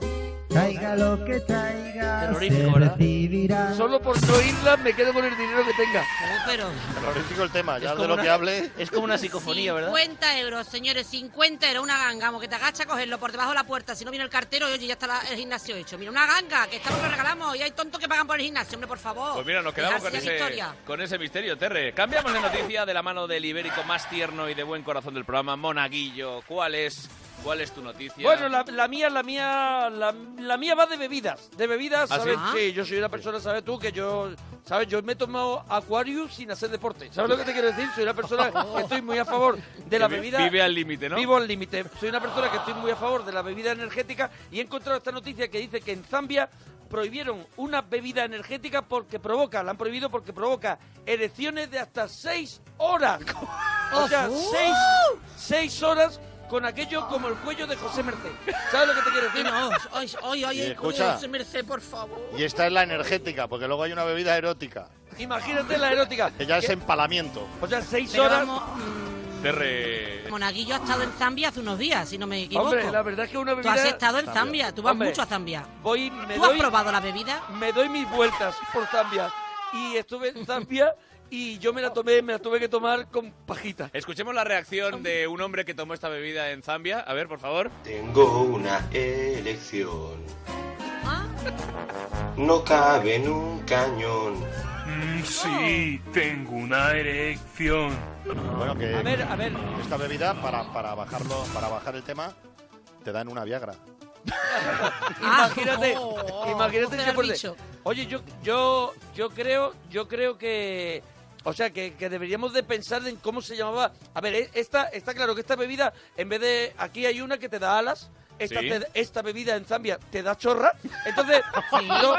[SPEAKER 14] Traiga lo que traiga,
[SPEAKER 12] Terrorífico,
[SPEAKER 14] se
[SPEAKER 12] ¿verdad?
[SPEAKER 14] recibirá.
[SPEAKER 3] Solo por no irla me quedo con el dinero que tenga.
[SPEAKER 4] Oh, Pero
[SPEAKER 8] Terrorífico el tema, ya
[SPEAKER 12] como
[SPEAKER 8] de lo
[SPEAKER 12] una-
[SPEAKER 8] que hable.
[SPEAKER 12] Es como una psicofonía, ¿verdad?
[SPEAKER 4] 50 euros, señores, 50 euros, una ganga, vamos, que te agacha a cogerlo por debajo de la puerta, si no viene el cartero y oye, ya está la- el gimnasio hecho. Mira, una ganga, que estamos lo regalamos y hay tontos que pagan por el gimnasio, hombre, por favor.
[SPEAKER 1] Pues mira, nos quedamos con
[SPEAKER 4] Dejarse de
[SPEAKER 1] ese,
[SPEAKER 4] historia.
[SPEAKER 1] con ese misterio, Terre. Cambiamos de noticia de la mano del ibérico más tierno y de buen corazón del programa, Monaguillo. ¿Cuál es, cuál es tu noticia?
[SPEAKER 3] Bueno, la, la mía, la mía, la, la mía va de bebidas. De bebidas,
[SPEAKER 1] ¿Ah, sí?
[SPEAKER 3] ¿sabes? Sí, yo soy una persona, ¿sabes tú? Que yo, ¿sabes? Yo me he tomado Aquarius sin hacer deporte. ¿Sabes lo que te quiero decir? Soy una persona que estoy muy a favor de la
[SPEAKER 1] Que vi-
[SPEAKER 3] bebida.
[SPEAKER 1] Vive al límite, ¿no?
[SPEAKER 3] Vivo al límite. Soy una persona que estoy muy a favor de la bebida energética y he encontrado esta noticia que dice que en Zambia prohibieron una bebida energética porque provoca, la han prohibido porque provoca erecciones de hasta seis horas. O sea,
[SPEAKER 4] ¡Oh!
[SPEAKER 3] seis, seis horas con aquello como el cuello de José Merced. ¿Sabes lo que te quiero
[SPEAKER 4] Y
[SPEAKER 3] decir?
[SPEAKER 4] no, hoy, hoy, hoy,
[SPEAKER 8] Y
[SPEAKER 12] eh,
[SPEAKER 8] escucha.
[SPEAKER 4] uy, Merced, por favor.
[SPEAKER 8] Y esta es la energética, porque luego hay una bebida erótica,
[SPEAKER 3] Imagínate la erótica.
[SPEAKER 8] que ya es
[SPEAKER 3] Que-
[SPEAKER 8] empalamiento.
[SPEAKER 3] O sea, seis
[SPEAKER 4] Pero
[SPEAKER 3] horas.
[SPEAKER 4] vamos,
[SPEAKER 1] Terre.
[SPEAKER 4] mm, Monaguillo ha estado en Zambia hace unos días, si no me equivoco.
[SPEAKER 3] Hombre, la verdad es que una
[SPEAKER 4] Tú
[SPEAKER 3] bebida.
[SPEAKER 4] has estado en Zambia, tú vas
[SPEAKER 3] Hombre,
[SPEAKER 4] mucho a Zambia.
[SPEAKER 3] Voy, me
[SPEAKER 4] ¿Tú has
[SPEAKER 3] doy-
[SPEAKER 4] probado la bebida?
[SPEAKER 3] me doy mis vueltas por Zambia. Y estuve en Zambia y yo me la tomé, me la tuve que tomar con pajita.
[SPEAKER 1] Escuchemos la reacción de un hombre que tomó esta bebida en Zambia. A ver, por favor.
[SPEAKER 15] Tengo una elección.
[SPEAKER 4] ¿Ah?
[SPEAKER 15] No cabe en un cañón.
[SPEAKER 16] Mm, sí, tengo una erección.
[SPEAKER 8] Bueno, que
[SPEAKER 3] A ver, a ver.
[SPEAKER 8] esta bebida, para, para, bajarlo, para bajar el tema, te dan una Viagra.
[SPEAKER 3] Imagínate,
[SPEAKER 4] Ah, oh,
[SPEAKER 3] imagínate
[SPEAKER 4] oh,
[SPEAKER 3] qué fuerte.
[SPEAKER 4] bicho.
[SPEAKER 3] Oye, yo, yo, yo creo, yo creo que, o sea, que, que deberíamos de pensar en cómo se llamaba. A ver, e- esta, está claro que esta bebida, en vez de, aquí hay una que te da alas. Esta,
[SPEAKER 1] Sí.
[SPEAKER 3] te- esta bebida en Zambia te da chorra. Entonces, yo,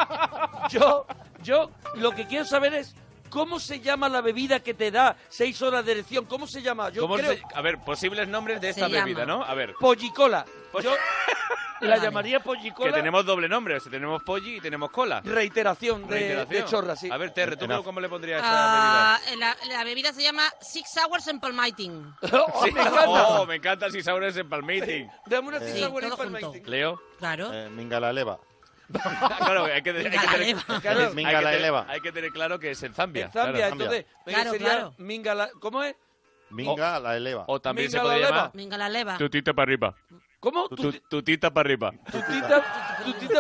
[SPEAKER 3] yo, yo lo que quiero saber es cómo se llama la bebida que te da seis horas de erección. ¿Cómo se llama? Yo
[SPEAKER 1] ¿Cómo
[SPEAKER 3] creo
[SPEAKER 1] se- a ver, posibles nombres de
[SPEAKER 4] Se
[SPEAKER 1] esta
[SPEAKER 4] llama-
[SPEAKER 1] bebida, ¿no? A ver.
[SPEAKER 3] pollicola.
[SPEAKER 1] Pues-
[SPEAKER 3] Yo la
[SPEAKER 4] Vale.
[SPEAKER 3] llamaría pollicola.
[SPEAKER 1] Que tenemos doble nombre. o sea, tenemos polli y tenemos cola.
[SPEAKER 3] Reiteración de,
[SPEAKER 1] Reiteración.
[SPEAKER 3] de chorra, sí.
[SPEAKER 1] A ver, Terre, ¿tú
[SPEAKER 8] Enough.
[SPEAKER 1] cómo le pondrías a
[SPEAKER 4] Ah, la, la bebida se llama Six Hours en Palmiting.
[SPEAKER 1] esta bebida?
[SPEAKER 3] Oh, me encanta.
[SPEAKER 1] Oh, me encanta si sabores en Palmiting.
[SPEAKER 3] Dame una
[SPEAKER 4] Sí,
[SPEAKER 3] cinta buena
[SPEAKER 4] todo
[SPEAKER 3] para el
[SPEAKER 4] junto.
[SPEAKER 3] mating.
[SPEAKER 1] Leo.
[SPEAKER 4] Claro.
[SPEAKER 8] Eh, minga la leva.
[SPEAKER 1] claro, hay que, hay que
[SPEAKER 4] Venga, la
[SPEAKER 1] tener,
[SPEAKER 4] leva.
[SPEAKER 3] Claro,
[SPEAKER 1] hay que
[SPEAKER 8] Minga la
[SPEAKER 1] tener-
[SPEAKER 8] eleva.
[SPEAKER 1] hay que tener claro que es en Zambia.
[SPEAKER 3] En Zambia,
[SPEAKER 1] claro.
[SPEAKER 8] Zambia.
[SPEAKER 3] entonces,
[SPEAKER 4] Claro,
[SPEAKER 3] sería
[SPEAKER 4] claro.
[SPEAKER 3] minga la- ¿Cómo es?
[SPEAKER 8] Minga la eleva.
[SPEAKER 1] Oh. O también se
[SPEAKER 3] Minga la
[SPEAKER 1] podría
[SPEAKER 3] leva.
[SPEAKER 1] llamar
[SPEAKER 4] Venga, la leva.
[SPEAKER 1] tutita para arriba.
[SPEAKER 3] ¿Cómo?
[SPEAKER 1] Tu-
[SPEAKER 3] ¿Tutita
[SPEAKER 1] Tutita para arriba.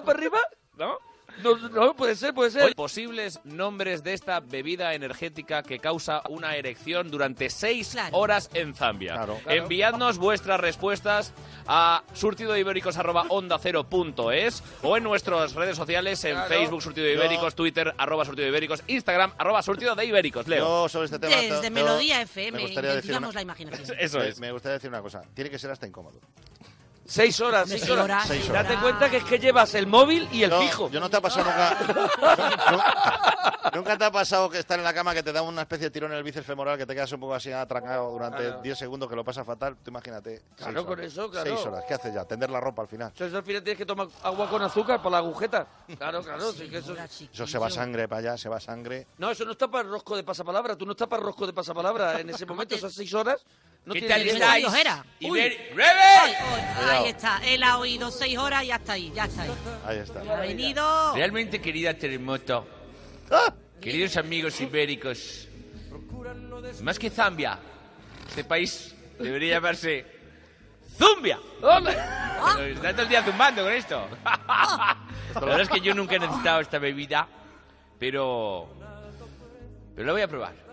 [SPEAKER 3] para arriba?
[SPEAKER 1] ¿No?
[SPEAKER 3] No, no, puede ser, puede ser.
[SPEAKER 1] Oye, posibles nombres de esta bebida energética que causa una erección durante seis
[SPEAKER 4] Claro.
[SPEAKER 1] horas en Zambia.
[SPEAKER 8] Claro.
[SPEAKER 1] Claro. Enviadnos vuestras respuestas a surtidoibéricos.onda0.es o en nuestras redes sociales en
[SPEAKER 3] Claro.
[SPEAKER 1] Facebook Surtido de Ibéricos, Twitter arroba Surtido de Ibéricos, Instagram arroba Surtido de Ibéricos. Oh, Leo.
[SPEAKER 8] Yo sobre este tema. te-
[SPEAKER 4] Desde
[SPEAKER 8] te-
[SPEAKER 4] Melodía FM,
[SPEAKER 8] me gustaría decir
[SPEAKER 4] incentivamos
[SPEAKER 8] una- Eh,
[SPEAKER 4] la imaginación.
[SPEAKER 1] Eso
[SPEAKER 8] me-
[SPEAKER 1] es.
[SPEAKER 8] Me gustaría decir una cosa. Tiene que ser hasta incómodo.
[SPEAKER 3] Seis horas,
[SPEAKER 4] Seis
[SPEAKER 3] seis horas.
[SPEAKER 4] horas,
[SPEAKER 8] seis
[SPEAKER 4] seis
[SPEAKER 3] Date
[SPEAKER 4] horas.
[SPEAKER 3] cuenta que es que llevas el móvil y el
[SPEAKER 8] Yo-
[SPEAKER 3] fijo.
[SPEAKER 8] Yo no te ha pasado nunca. nunca- nunca te ha pasado que estar en la cama que te da una especie de tirón en el bíceps femoral que te quedas un poco así atracado durante 10 segundos que lo pasas fatal. Tú imagínate. seis
[SPEAKER 3] Claro, con
[SPEAKER 8] horas.
[SPEAKER 3] eso, claro.
[SPEAKER 8] Seis horas. ¿Qué haces ya? Tender la ropa al final.
[SPEAKER 3] Entonces al final tienes que tomar agua con azúcar por la agujeta. Claro, claro. sí que eso...
[SPEAKER 4] Señora,
[SPEAKER 8] Eso se va
[SPEAKER 4] chiquillo.
[SPEAKER 8] sangre para allá, se va sangre.
[SPEAKER 3] No, eso no está para rosco de pasapalabra. Tú no estás para rosco de pasapalabra en ese momento. Esas seis horas no
[SPEAKER 1] ¿Qué
[SPEAKER 3] tienes
[SPEAKER 1] tal
[SPEAKER 3] ni idea.
[SPEAKER 1] estáis?
[SPEAKER 4] Ojera. Uy.
[SPEAKER 1] Iberi-
[SPEAKER 4] Ay,
[SPEAKER 1] ¡Rebel!
[SPEAKER 4] ay,
[SPEAKER 8] Cuidado.
[SPEAKER 4] ahí está, él ha oído seis horas y ya está ahí, ya está ahí.
[SPEAKER 8] Ahí está.
[SPEAKER 4] Ha venido.
[SPEAKER 1] Realmente querida terremoto,
[SPEAKER 8] ¡Ah!
[SPEAKER 1] queridos amigos ibéricos, más que Zambia, este país debería llamarse Zumbia. Pero Está todo el día zumbando con esto. La verdad es que yo nunca he necesitado esta bebida Pero. Pero la voy a probar.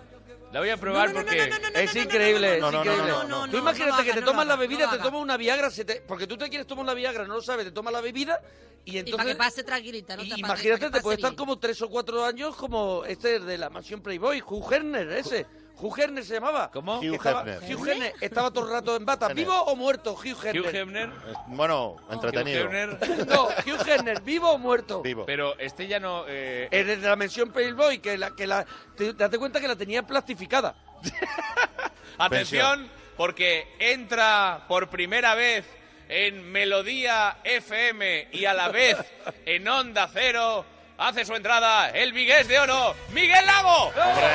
[SPEAKER 1] La voy a probar
[SPEAKER 3] no, no,
[SPEAKER 1] porque.
[SPEAKER 3] no, no, no, Es no, no, increíble, no, no, es no, no, increíble. no, no,
[SPEAKER 1] Tú
[SPEAKER 3] Tú
[SPEAKER 1] ima-
[SPEAKER 3] imagínate que te
[SPEAKER 4] haga, no lo
[SPEAKER 3] tomas la
[SPEAKER 4] haga, no
[SPEAKER 3] bebida,
[SPEAKER 4] lo
[SPEAKER 3] te
[SPEAKER 4] haga.
[SPEAKER 3] tomas una Viagra, se te- porque tú te quieres tomar una Viagra, no lo sabes, te tomas la bebida y
[SPEAKER 4] Y para
[SPEAKER 3] entonces...
[SPEAKER 4] que pase tranquilita, ¿no?
[SPEAKER 3] y
[SPEAKER 4] Pa' que- pa'
[SPEAKER 3] imagínate,
[SPEAKER 4] que
[SPEAKER 3] te puede
[SPEAKER 4] pase
[SPEAKER 3] estar
[SPEAKER 4] bien.
[SPEAKER 3] como tres o cuatro años como este de la mansión Playboy, Hugh Herner, ese. Hugh Herner se llamaba.
[SPEAKER 1] ¿Cómo?
[SPEAKER 3] Que
[SPEAKER 5] Hugh
[SPEAKER 3] estaba-
[SPEAKER 5] Hefner.
[SPEAKER 3] Hugh Hefner estaba todo el rato en bata.
[SPEAKER 5] Hefner.
[SPEAKER 3] ¿Vivo o muerto, Hugh
[SPEAKER 1] Hugh
[SPEAKER 3] Hefner?
[SPEAKER 1] Hefner.
[SPEAKER 5] Es- Bueno, entretenido.
[SPEAKER 1] Hugh Hefner.
[SPEAKER 3] No, Hugh Hefner, ¿vivo o muerto?
[SPEAKER 5] Vivo.
[SPEAKER 1] Pero este ya no. eh,
[SPEAKER 3] El de la mansión Playboy, que la... Que la te- date cuenta que la tenía plastificada.
[SPEAKER 1] Atención, porque entra por primera vez en Melodía FM y a la vez en Onda Cero. Hace su entrada el Vigués de Oro, Miguel Lago.
[SPEAKER 5] Hombre,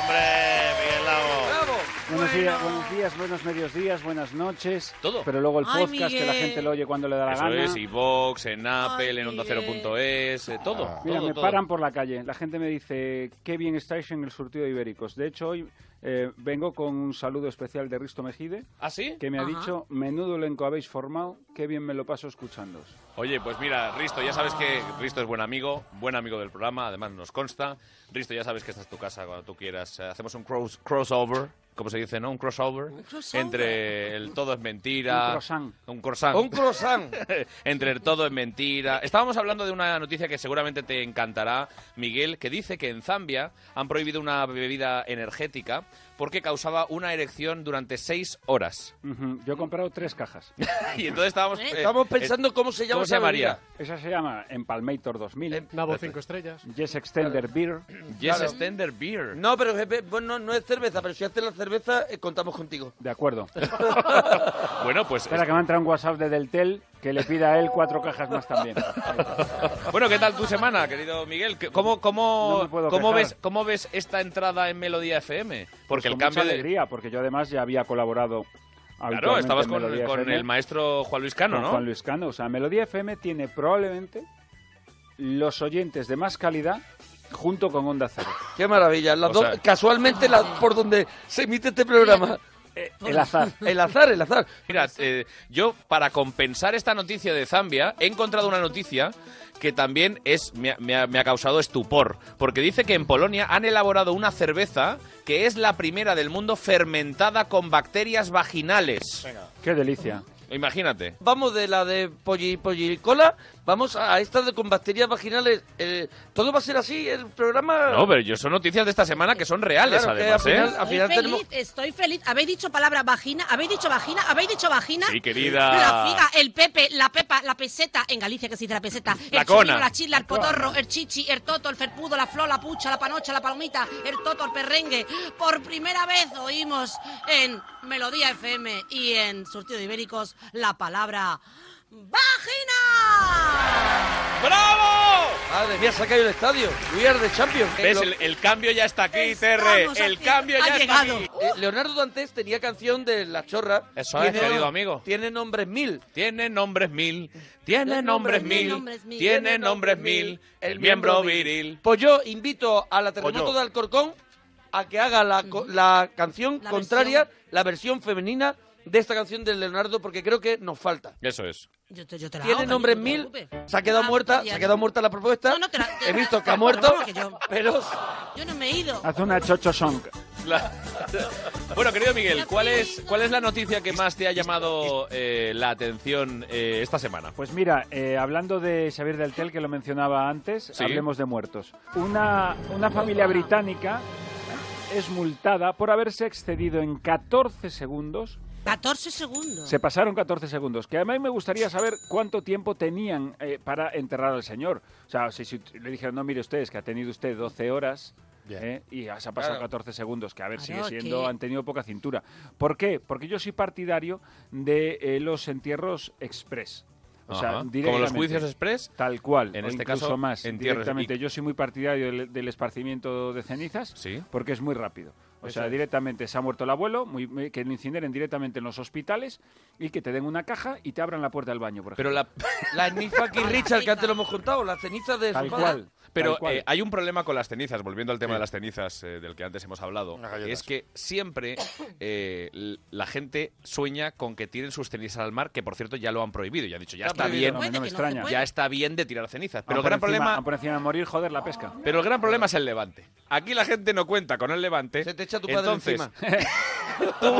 [SPEAKER 5] hombre, Miguel Lago.
[SPEAKER 3] ¡Bravo!
[SPEAKER 7] Buenos, días, buenos días, buenos mediodías, buenas noches.
[SPEAKER 1] Todo.
[SPEAKER 7] Pero luego el
[SPEAKER 4] Ay,
[SPEAKER 7] podcast que la
[SPEAKER 4] Miguel.
[SPEAKER 7] gente lo oye cuando le da la
[SPEAKER 1] Eso
[SPEAKER 7] gana.
[SPEAKER 1] es, Evox, en Apple, en Onda
[SPEAKER 4] Miguel.
[SPEAKER 1] Cero.es, eh, todo.
[SPEAKER 7] Ah. Mira,
[SPEAKER 1] todo,
[SPEAKER 7] me
[SPEAKER 1] todo.
[SPEAKER 7] paran por la calle. La gente me dice, qué bien estáis en el surtido de ibéricos. De hecho, hoy eh, vengo con un saludo especial de Risto Mejide,
[SPEAKER 1] ¿Ah, sí?
[SPEAKER 7] que me ha
[SPEAKER 4] Ajá.
[SPEAKER 7] dicho, menudo elenco habéis formado, qué bien me lo paso escuchándoos.
[SPEAKER 1] Oye, pues mira, Risto, ya sabes que Risto es buen amigo, buen amigo del programa, además nos consta. Risto, ya sabes que esta es tu casa cuando tú quieras. Eh, Hacemos un cross, crossover, ¿cómo se dice, no? Un crossover.
[SPEAKER 4] crossover.
[SPEAKER 1] Entre el todo es mentira.
[SPEAKER 7] Un croissant.
[SPEAKER 1] Un croissant.
[SPEAKER 3] Un croissant.
[SPEAKER 1] Entre el todo es mentira. Estábamos hablando de una noticia que seguramente te encantará, Miguel, que dice que en Zambia han prohibido una bebida energética porque causaba una erección durante seis horas.
[SPEAKER 7] Ujú.
[SPEAKER 4] Mm.
[SPEAKER 7] Yo he comprado tres cajas.
[SPEAKER 1] y entonces estábamos... eh,
[SPEAKER 3] Estamos pensando cómo se
[SPEAKER 1] eh,
[SPEAKER 3] llama
[SPEAKER 1] ¿Cómo se
[SPEAKER 3] esa bebida.
[SPEAKER 1] llamaría?
[SPEAKER 7] Esa se llama Empalmator 2000,
[SPEAKER 10] Eh, Nabo 5 estrellas.
[SPEAKER 7] Yes Extender Beer.
[SPEAKER 1] Yes,
[SPEAKER 3] Claro.
[SPEAKER 1] Extender Beer.
[SPEAKER 3] No, pero jefe, bueno, no es cerveza, pero si haces la cerveza, eh, contamos contigo.
[SPEAKER 7] De acuerdo.
[SPEAKER 1] Bueno, pues...
[SPEAKER 7] Espera que me ha entrado un WhatsApp de Deltel que le pida a él cuatro cajas más también.
[SPEAKER 1] Bueno, ¿qué tal tu semana, querido Miguel? ¿Qué- ¿Cómo, cómo,
[SPEAKER 7] No me puedo
[SPEAKER 1] cómo,
[SPEAKER 7] quejar.
[SPEAKER 1] ves, cómo ves esta entrada en Melodía FM? Porque
[SPEAKER 7] Pues
[SPEAKER 1] el
[SPEAKER 7] con
[SPEAKER 1] cambio
[SPEAKER 7] mucha
[SPEAKER 1] de...
[SPEAKER 7] alegría, porque yo además ya había colaborado.
[SPEAKER 1] Claro,
[SPEAKER 7] habitualmente
[SPEAKER 1] estabas
[SPEAKER 7] en
[SPEAKER 1] con,
[SPEAKER 7] Melodía
[SPEAKER 1] con
[SPEAKER 7] FM,
[SPEAKER 1] el maestro Juan Luis Cano,
[SPEAKER 7] con
[SPEAKER 1] ¿no?
[SPEAKER 7] Juan Luis Cano. O sea, Melodía FM tiene probablemente los oyentes de más calidad junto con Onda Cero.
[SPEAKER 3] Qué maravilla. Las
[SPEAKER 1] O
[SPEAKER 3] dos-
[SPEAKER 1] sea-
[SPEAKER 3] casualmente, la- por donde se emite este programa.
[SPEAKER 7] El azar.
[SPEAKER 3] El azar, el azar.
[SPEAKER 1] Mira, eh, yo para compensar esta noticia de Zambia he encontrado una noticia que también es me, ha- me ha, me ha causado estupor, porque dice que en Polonia han elaborado una cerveza que es la primera del mundo fermentada con bacterias vaginales.
[SPEAKER 7] Qué delicia.
[SPEAKER 1] Imagínate.
[SPEAKER 3] Vamos de la de polli, pollicola, vamos a esta de con bacterias vaginales. Eh, Todo va a ser así, el programa...
[SPEAKER 1] No, pero yo son noticias de esta semana que son reales,
[SPEAKER 3] Claro, que
[SPEAKER 1] además,
[SPEAKER 3] al
[SPEAKER 1] ¿eh?
[SPEAKER 3] final- al
[SPEAKER 4] Estoy
[SPEAKER 3] final
[SPEAKER 4] feliz,
[SPEAKER 3] tenemos...
[SPEAKER 4] estoy feliz. Habéis dicho palabra vagina, habéis dicho vagina, habéis dicho vagina.
[SPEAKER 1] Sí, querida.
[SPEAKER 4] La figa, el pepe, la pepa, la peseta. En Galicia que se dice la peseta.
[SPEAKER 1] La
[SPEAKER 4] el
[SPEAKER 1] cona.
[SPEAKER 4] churrino, la chila, el potorro, el chichi, el toto, el ferpudo, la flor, la pucha, la panocha, la palomita, el toto, el perrengue. Por primera vez oímos en Melodía FM y en Surtido de Ibéricos la palabra vagina.
[SPEAKER 1] ¡Bravo!
[SPEAKER 3] Madre mía, se ha caído el estadio. We are the champions. Eh,
[SPEAKER 1] ¿Ves?
[SPEAKER 3] lo-
[SPEAKER 1] El, el cambio ya está aquí, Terre.
[SPEAKER 4] Estamos
[SPEAKER 1] El
[SPEAKER 4] aquí,
[SPEAKER 1] cambio
[SPEAKER 4] ha
[SPEAKER 1] ya está
[SPEAKER 4] llegado.
[SPEAKER 1] aquí.
[SPEAKER 3] eh, Leonardo Dantes tenía canción de La Chorra.
[SPEAKER 1] Eso es, querido amigo.
[SPEAKER 3] Tiene nombres mil.
[SPEAKER 1] Tiene nombres mil, tiene nombres mil,
[SPEAKER 4] nombres mil,
[SPEAKER 1] tiene nombres mil, el miembro viril.
[SPEAKER 3] Pues yo invito a la terremoto
[SPEAKER 5] Pollo.
[SPEAKER 3] de Alcorcón a que haga la, co- la canción
[SPEAKER 4] La
[SPEAKER 3] contraria,
[SPEAKER 4] versión.
[SPEAKER 3] la versión femenina de esta canción de Leonardo, porque creo que nos falta.
[SPEAKER 1] Eso es.
[SPEAKER 4] Yo te- yo te la hago,
[SPEAKER 3] Tiene
[SPEAKER 4] Dani,
[SPEAKER 3] nombres
[SPEAKER 4] no te
[SPEAKER 3] mil,
[SPEAKER 4] preocupes.
[SPEAKER 3] se ha quedado
[SPEAKER 4] Ah,
[SPEAKER 3] muerta,
[SPEAKER 4] ya.
[SPEAKER 3] se ha quedado muerta la propuesta.
[SPEAKER 4] No, no, te la- te
[SPEAKER 3] He
[SPEAKER 4] la-
[SPEAKER 3] visto que ha
[SPEAKER 4] no,
[SPEAKER 3] muerto,
[SPEAKER 4] que yo-
[SPEAKER 3] pero
[SPEAKER 4] Yo no me he ido.
[SPEAKER 7] Haz una chocho song.
[SPEAKER 1] La- Bueno, querido Miguel, ¿cuál es, ¿cuál es la noticia que más te ha llamado eh, la atención eh, esta semana?
[SPEAKER 7] Pues mira, eh, hablando de Xavier Deltel, que lo mencionaba antes,
[SPEAKER 1] Sí.
[SPEAKER 7] hablemos de muertos. Una, una familia británica es multada por haberse excedido en 14 segundos
[SPEAKER 4] 14 segundos.
[SPEAKER 7] Se pasaron 14 segundos. Que además me gustaría saber cuánto tiempo tenían eh, para enterrar al señor. O sea, si, si le dijeron, no, mire ustedes, que ha tenido usted 12 horas
[SPEAKER 5] Bien.
[SPEAKER 7] ¿eh? y ya se ha pasado
[SPEAKER 3] Claro.
[SPEAKER 7] 14 segundos, que a ver,
[SPEAKER 4] Claro,
[SPEAKER 7] sigue siendo,
[SPEAKER 4] que-
[SPEAKER 7] han tenido poca cintura. ¿Por qué? Porque yo soy partidario de eh, los entierros express. O sea,
[SPEAKER 1] Ajá. Como los
[SPEAKER 7] directamente.
[SPEAKER 1] juicios express.
[SPEAKER 7] Tal cual.
[SPEAKER 1] En
[SPEAKER 7] o
[SPEAKER 1] este
[SPEAKER 7] incluso
[SPEAKER 1] caso,
[SPEAKER 7] más
[SPEAKER 1] entierros
[SPEAKER 7] directamente. Yo soy muy partidario del, del esparcimiento de cenizas
[SPEAKER 1] Sí.
[SPEAKER 7] porque es muy rápido. O
[SPEAKER 12] Eso
[SPEAKER 7] sea,
[SPEAKER 12] es.
[SPEAKER 7] directamente se ha muerto el abuelo, muy- muy- que lo incineren directamente en los hospitales y que te den una caja y te abran la puerta del baño, por
[SPEAKER 1] Pero
[SPEAKER 7] ejemplo.
[SPEAKER 1] la...
[SPEAKER 3] La Nifa y Richard, que antes lo hemos contado, la ceniza de
[SPEAKER 7] Tal
[SPEAKER 3] su
[SPEAKER 7] cual.
[SPEAKER 1] Pero
[SPEAKER 7] Tal cual.
[SPEAKER 1] eh, hay un problema con las cenizas, volviendo al tema de las cenizas eh, del que antes hemos hablado, es que siempre eh, l- la gente sueña con que tiren sus cenizas al mar, que por cierto ya lo han prohibido, ya han dicho, ya
[SPEAKER 7] Está
[SPEAKER 1] está
[SPEAKER 7] prohibido.
[SPEAKER 1] bien,
[SPEAKER 7] No, no me No extraña. puede.
[SPEAKER 1] ya está bien de tirar cenizas.
[SPEAKER 7] Van
[SPEAKER 1] Pero el
[SPEAKER 7] por
[SPEAKER 1] gran
[SPEAKER 7] encima-
[SPEAKER 1] problema,
[SPEAKER 7] van por encima de morir, joder, la pesca.
[SPEAKER 1] pero el gran problema es el levante. Aquí la gente no cuenta con el levante. Se te echa
[SPEAKER 3] tu padre
[SPEAKER 1] tú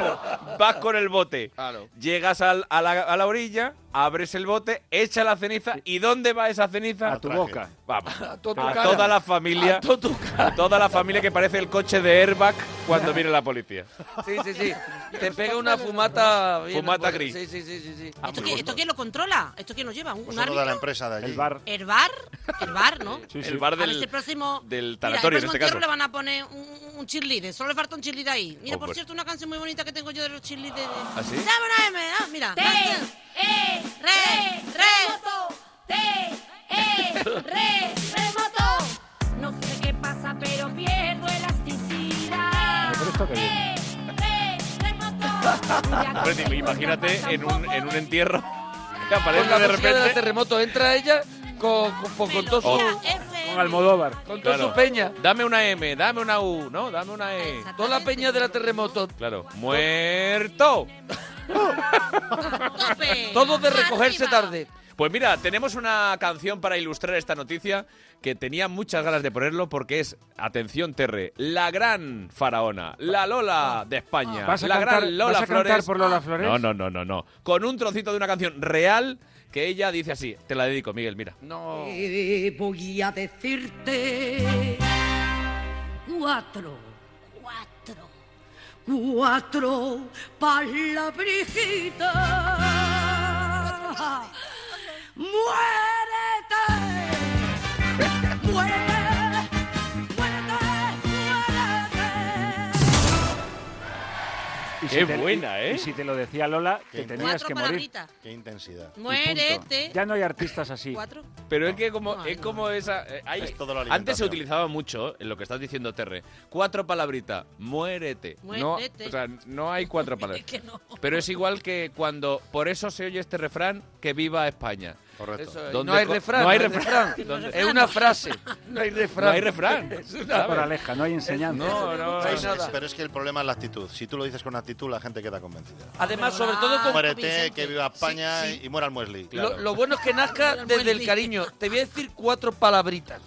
[SPEAKER 1] vas con el bote, llegas al- a, la, a la orilla, abres el bote, echa la ceniza y ¿dónde va esa ceniza?
[SPEAKER 7] A tu boca.
[SPEAKER 1] Vamos. A,
[SPEAKER 3] tu cara.
[SPEAKER 1] toda la familia.
[SPEAKER 3] A to- tu
[SPEAKER 1] a toda la familia que parece el coche de airbag cuando viene la policía.
[SPEAKER 3] Sí, sí, sí. Te pega una fumata. bien- pues,
[SPEAKER 1] Fumata gris.
[SPEAKER 3] Sí, sí, sí. sí, sí.
[SPEAKER 4] ¿Esto, qui- esto quién lo controla? ¿Esto quién lo lleva?
[SPEAKER 3] Pues
[SPEAKER 4] ¿Un, un
[SPEAKER 5] Vosotros de la
[SPEAKER 4] árbitro?
[SPEAKER 5] empresa de allí.
[SPEAKER 7] El bar.
[SPEAKER 4] ¿El bar? ¿El bar, no?
[SPEAKER 7] Sí, sí.
[SPEAKER 1] El bar
[SPEAKER 4] a ver si
[SPEAKER 1] del,
[SPEAKER 4] el próximo...
[SPEAKER 1] del
[SPEAKER 4] Mira, el
[SPEAKER 1] tanatorio en
[SPEAKER 4] próximo
[SPEAKER 1] este caso.
[SPEAKER 4] entierro le van a poner un, un cheerleader. Solo le falta un cheerleader ahí. Mira, por
[SPEAKER 1] Hombre.
[SPEAKER 4] cierto, una canción muy bonita que tengo yo de los cheerleaders.
[SPEAKER 1] ¿Ah, sí?
[SPEAKER 4] Dame una M, ah, mira.
[SPEAKER 10] ¡Eh!
[SPEAKER 4] ¡Re! ¡Re!
[SPEAKER 10] ¡Remoto! ¡Te! ¡Eh! ¡Re! ¡Remoto! No sé qué pasa, pero pierdo elasticidad.
[SPEAKER 1] Pero esto qué
[SPEAKER 10] ¡Eh! ¡Re! ¡Remoto!
[SPEAKER 1] Hombre, digo, imagínate en un, en un entierro que
[SPEAKER 3] Con
[SPEAKER 1] aparece
[SPEAKER 3] la
[SPEAKER 1] de
[SPEAKER 3] música del
[SPEAKER 1] repente.
[SPEAKER 3] terremoto entra ella con, con, con- con todo su.
[SPEAKER 1] Oh.
[SPEAKER 7] Con Almodóvar.
[SPEAKER 3] Con toda
[SPEAKER 1] Claro.
[SPEAKER 3] su peña.
[SPEAKER 1] Dame una M, dame una U, ¿no? Dame una E.
[SPEAKER 3] Toda la peña de la terremoto.
[SPEAKER 1] Claro. Muerto.
[SPEAKER 3] Todo de recogerse tarde.
[SPEAKER 1] Pues mira, tenemos una canción para ilustrar esta noticia que tenía muchas ganas de ponerlo porque es, atención Terre, la gran faraona, la Lola de España,
[SPEAKER 7] ¿Vas a
[SPEAKER 1] la
[SPEAKER 7] cantar-
[SPEAKER 1] gran Lola
[SPEAKER 7] vas a cantar
[SPEAKER 1] Flores.
[SPEAKER 7] por Lola Flores?
[SPEAKER 1] No, no, no, no, no. Con un trocito de una canción real que ella dice así. Te la dedico, Miguel, mira.
[SPEAKER 3] No.
[SPEAKER 10] Eh, voy a decirte cuatro, cuatro, cuatro palabrijitas. Muérete, muérete,
[SPEAKER 7] Y
[SPEAKER 1] Qué buena,
[SPEAKER 7] y-
[SPEAKER 1] ¿eh?
[SPEAKER 7] Y si te lo decía Lola, te tenías
[SPEAKER 4] Cuatro
[SPEAKER 7] que morir.
[SPEAKER 4] palabritas.
[SPEAKER 5] Qué intensidad.
[SPEAKER 7] Y punto.
[SPEAKER 4] Muérete.
[SPEAKER 7] Ya no hay artistas así.
[SPEAKER 4] Cuatro.
[SPEAKER 1] Pero es que como, es como esa... eh, hay-
[SPEAKER 5] Es todo la
[SPEAKER 1] antes se
[SPEAKER 5] alimentación.
[SPEAKER 1] utilizaba mucho, en lo que estás diciendo Terre, cuatro palabritas, muérete. No,
[SPEAKER 4] Muérete.
[SPEAKER 1] o sea, no hay cuatro palabras.
[SPEAKER 4] Es que no.
[SPEAKER 1] Pero es igual que cuando por eso se oye este refrán que viva España.
[SPEAKER 5] Correcto.
[SPEAKER 3] Eso es.
[SPEAKER 1] ¿Dónde
[SPEAKER 3] No hay
[SPEAKER 1] co-
[SPEAKER 3] refrán.
[SPEAKER 1] no hay
[SPEAKER 3] refrán.
[SPEAKER 1] ¿Dónde-
[SPEAKER 3] Es una frase. No hay refrán.
[SPEAKER 1] No hay refrán.
[SPEAKER 3] Es una-
[SPEAKER 7] Por Aleja, no hay enseñanza.
[SPEAKER 1] No, no.
[SPEAKER 5] Pero
[SPEAKER 3] hay
[SPEAKER 5] es-
[SPEAKER 3] nada.
[SPEAKER 5] Pero es que el problema es la actitud. Si tú lo dices con actitud, la gente queda convencida.
[SPEAKER 3] Además, sobre todo con.
[SPEAKER 5] Muérete, que viva España
[SPEAKER 3] Sí,
[SPEAKER 5] y muera el Muesli.
[SPEAKER 3] Lo, lo bueno es que nazca desde el cariño. Te voy a decir cuatro palabritas.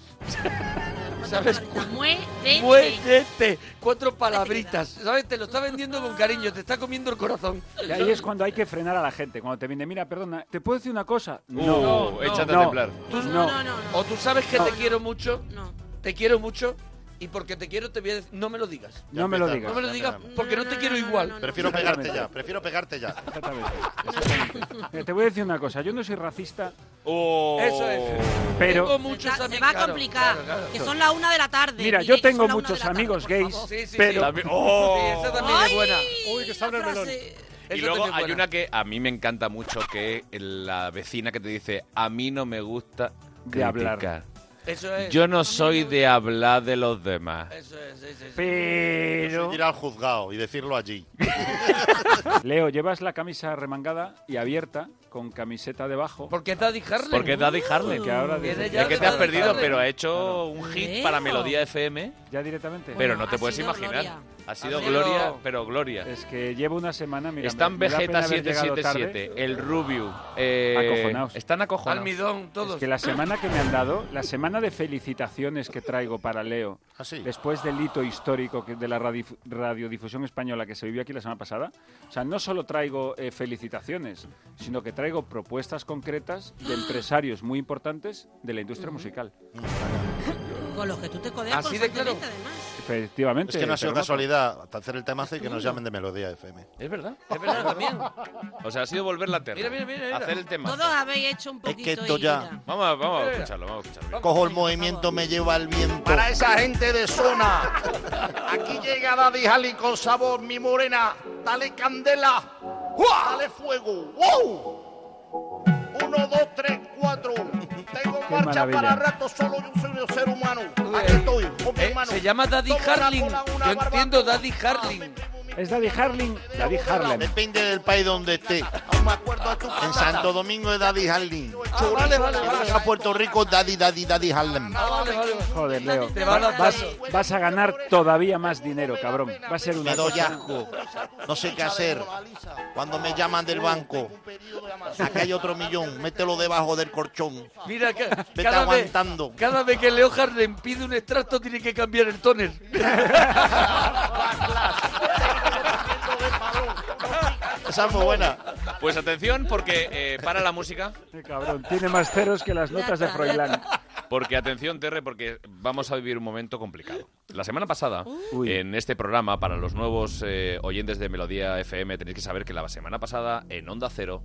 [SPEAKER 3] ¿Sabes?
[SPEAKER 4] Muérete.
[SPEAKER 1] Pues, eh,
[SPEAKER 3] Muérete. Cuatro palabritas. ¿Sabes? Te lo está vendiendo con cariño. Te está comiendo el corazón.
[SPEAKER 7] Y ahí es cuando hay que frenar a la gente. Cuando te viene, mira, perdona, ¿te puedo decir una cosa?
[SPEAKER 1] Uh,
[SPEAKER 7] no,
[SPEAKER 3] no,
[SPEAKER 1] échate
[SPEAKER 7] no.
[SPEAKER 1] a temblar.
[SPEAKER 3] Tú-
[SPEAKER 4] No,
[SPEAKER 7] No.
[SPEAKER 4] no, no.
[SPEAKER 3] O tú sabes que te quiero mucho.
[SPEAKER 4] No.
[SPEAKER 3] Te quiero mucho. Y porque te quiero, te voy a decir. No me lo digas.
[SPEAKER 7] no me lo digas.
[SPEAKER 3] No me lo
[SPEAKER 5] Ya
[SPEAKER 3] digas
[SPEAKER 5] empezamos.
[SPEAKER 3] porque no te quiero igual.
[SPEAKER 5] Prefiero
[SPEAKER 7] Exactamente.
[SPEAKER 5] pegarte ya, prefiero pegarte ya.
[SPEAKER 7] Exactamente. exactamente. Mira, te voy a decir una cosa. Yo no soy racista,
[SPEAKER 1] Oh.
[SPEAKER 3] Eso es.
[SPEAKER 7] pero...
[SPEAKER 3] Tengo
[SPEAKER 4] Se
[SPEAKER 3] muchos
[SPEAKER 4] va- se
[SPEAKER 3] amigos-
[SPEAKER 4] va a
[SPEAKER 3] claro,
[SPEAKER 4] complicar,
[SPEAKER 3] claro, claro.
[SPEAKER 4] que son las una de la tarde.
[SPEAKER 7] Mira,
[SPEAKER 4] Miguel,
[SPEAKER 7] yo
[SPEAKER 4] que son
[SPEAKER 7] tengo
[SPEAKER 4] la una
[SPEAKER 7] muchos
[SPEAKER 4] de la tarde,
[SPEAKER 7] amigos
[SPEAKER 4] por
[SPEAKER 7] gays,
[SPEAKER 4] favor.
[SPEAKER 3] Sí, sí,
[SPEAKER 7] pero...
[SPEAKER 3] sí.
[SPEAKER 1] También- oh.
[SPEAKER 3] Sí, esa también es
[SPEAKER 4] ¡Ay!
[SPEAKER 3] buena.
[SPEAKER 4] Uy, que sabe el melón.
[SPEAKER 1] Y luego hay una que a mí me encanta mucho, que es la vecina que te dice, a mí no me gusta
[SPEAKER 7] De hablar.
[SPEAKER 1] criticar.
[SPEAKER 3] Eso es.
[SPEAKER 1] Yo no soy de hablar de los demás.
[SPEAKER 3] Eso es, sí, sí, sí.
[SPEAKER 7] Pero...
[SPEAKER 5] Ir al juzgado y decirlo allí.
[SPEAKER 7] Leo, llevas la camisa remangada y abierta, con camiseta debajo.
[SPEAKER 3] Porque es Daddy Harlem.
[SPEAKER 1] Porque es Daddy Harlem.
[SPEAKER 7] Porque ahora
[SPEAKER 3] Viene
[SPEAKER 7] dice-
[SPEAKER 3] ya
[SPEAKER 1] Es que te has perdido, pero ha hecho un
[SPEAKER 4] Leo.
[SPEAKER 1] hit para Melodía FM,
[SPEAKER 7] Ya directamente.
[SPEAKER 1] pero
[SPEAKER 4] Bueno,
[SPEAKER 1] no te
[SPEAKER 4] ha
[SPEAKER 1] puedes
[SPEAKER 4] sido
[SPEAKER 1] imaginar.
[SPEAKER 4] Gloria.
[SPEAKER 1] Ha sido
[SPEAKER 3] Amigo.
[SPEAKER 1] Gloria, pero Gloria.
[SPEAKER 7] Es que llevo una semana, mira...
[SPEAKER 1] Están
[SPEAKER 7] me- me da pena haber llegado
[SPEAKER 1] Vegeta777,
[SPEAKER 7] tarde.
[SPEAKER 1] el Rubius. eh,
[SPEAKER 7] Acojonaos.
[SPEAKER 1] Están acojonados.
[SPEAKER 3] Almidón, todos.
[SPEAKER 7] Es que la semana que me han dado, la semana de felicitaciones que traigo para Leo,
[SPEAKER 5] Así.
[SPEAKER 7] después del hito histórico que- de la radif- radiodifusión española que se vivió aquí la semana pasada, o sea, no solo traigo eh, felicitaciones, sino que traigo propuestas concretas de empresarios muy importantes de la industria musical.
[SPEAKER 4] Con los que tú te codeas
[SPEAKER 3] Así de claro.
[SPEAKER 4] constantemente, además.
[SPEAKER 7] Efectivamente.
[SPEAKER 5] Es que no ha sido
[SPEAKER 7] Terremoto.
[SPEAKER 5] casualidad hasta hacer el temazo y que nos llamen de Melodía FM.
[SPEAKER 1] Es verdad.
[SPEAKER 3] Mm. Es verdad, también.
[SPEAKER 1] O sea, ha sido volver la terra.
[SPEAKER 3] Mira, mira, mira, mira.
[SPEAKER 1] Hacer el tema. Ah,
[SPEAKER 4] Todos habéis hecho un
[SPEAKER 5] que
[SPEAKER 4] poquito
[SPEAKER 5] esto
[SPEAKER 4] y
[SPEAKER 5] ya-
[SPEAKER 4] mira.
[SPEAKER 1] Vamos, a- vamos a escucharlo, vamos a escucharlo.
[SPEAKER 5] Cojo el movimiento, me lleva el viento.
[SPEAKER 8] Para esa gente de zona, aquí llega Daddy Jali con sabor, mi morena. Dale candela, ¡Uah! dale fuego. ¡Wow! Uno, dos, tres, cuatro. Tengo no marcha
[SPEAKER 7] maravilla.
[SPEAKER 8] para rato, solo yo soy un ser humano. Aquí estoy, con mi
[SPEAKER 3] Eh,
[SPEAKER 8] hermano.
[SPEAKER 3] se llama Daddy
[SPEAKER 8] Tomo una
[SPEAKER 3] Harling.
[SPEAKER 8] cola, una
[SPEAKER 3] Yo
[SPEAKER 8] barbacoa.
[SPEAKER 3] entiendo Daddy Harling.
[SPEAKER 7] Es Daddy Harling. Daddy Harlem.
[SPEAKER 5] Depende del país donde esté. En Santo Domingo es Daddy Harlem.
[SPEAKER 8] vale, vale,
[SPEAKER 5] Si vas a Puerto Rico, Daddy, Daddy, Daddy Harlem.
[SPEAKER 7] Joder, Leo.
[SPEAKER 5] Te van a-
[SPEAKER 7] Vas, vas a ganar todavía más dinero, cabrón. Va a ser una
[SPEAKER 5] Me doy
[SPEAKER 7] cosa-
[SPEAKER 5] asco. No sé qué hacer. Cuando me llaman del banco, acá hay otro millón. Mételo debajo del corchón.
[SPEAKER 3] Mira, ca-
[SPEAKER 5] Vete
[SPEAKER 3] cada, vez,
[SPEAKER 5] aguantando.
[SPEAKER 3] cada vez que Leo Harlem pide un extracto, tiene que cambiar el tóner.
[SPEAKER 5] Esa es muy buena.
[SPEAKER 1] Pues atención, porque eh, para la música.
[SPEAKER 7] Qué cabrón. Tiene más ceros que las notas de Froilán.
[SPEAKER 1] Porque atención, Terre, porque vamos a vivir un momento complicado. La semana pasada,
[SPEAKER 4] Uh.
[SPEAKER 1] en este programa, para los nuevos eh, oyentes de Melodía FM, tenéis que saber que la semana pasada, en Onda Cero,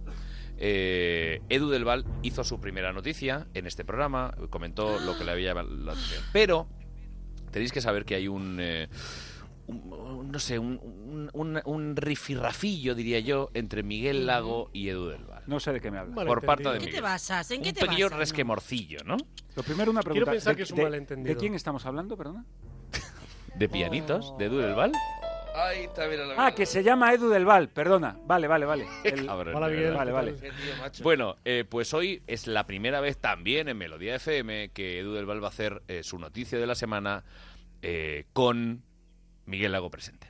[SPEAKER 1] eh, Edu Del Val hizo su primera noticia en este programa, comentó lo que le había llamado la atención. Pero tenéis que saber que hay un... eh, un- no sé, un, un, un- un rifirrafillo, diría yo, entre Miguel Lago y Edu Del Val.
[SPEAKER 7] No sé de qué me hablas.
[SPEAKER 1] Por parte de
[SPEAKER 4] ¿En qué
[SPEAKER 1] Miguel.
[SPEAKER 4] te basas? ¿En qué
[SPEAKER 1] un
[SPEAKER 4] te
[SPEAKER 1] pequeño
[SPEAKER 4] basas?
[SPEAKER 1] resquemorcillo, ¿no?
[SPEAKER 7] Lo primero, una
[SPEAKER 1] Quiero
[SPEAKER 7] pregunta.
[SPEAKER 1] pensar
[SPEAKER 7] ¿De-
[SPEAKER 1] que es un
[SPEAKER 7] de-
[SPEAKER 1] malentendido.
[SPEAKER 7] ¿De quién estamos hablando, perdona?
[SPEAKER 1] De pianitos, de Edu Del Val.
[SPEAKER 3] Ahí está, mira la
[SPEAKER 7] Ah, que se llama Edu del Val, perdona. Vale, vale, vale. El-
[SPEAKER 1] Cabrón,
[SPEAKER 7] Hola,
[SPEAKER 1] de
[SPEAKER 7] Miguel,
[SPEAKER 1] verdad.
[SPEAKER 7] Vale, vale.
[SPEAKER 1] Bueno, eh, pues hoy es la primera vez también en Melodía FM que Edu del Val va a hacer eh, su noticia de la semana eh, con Miguel Lago presente.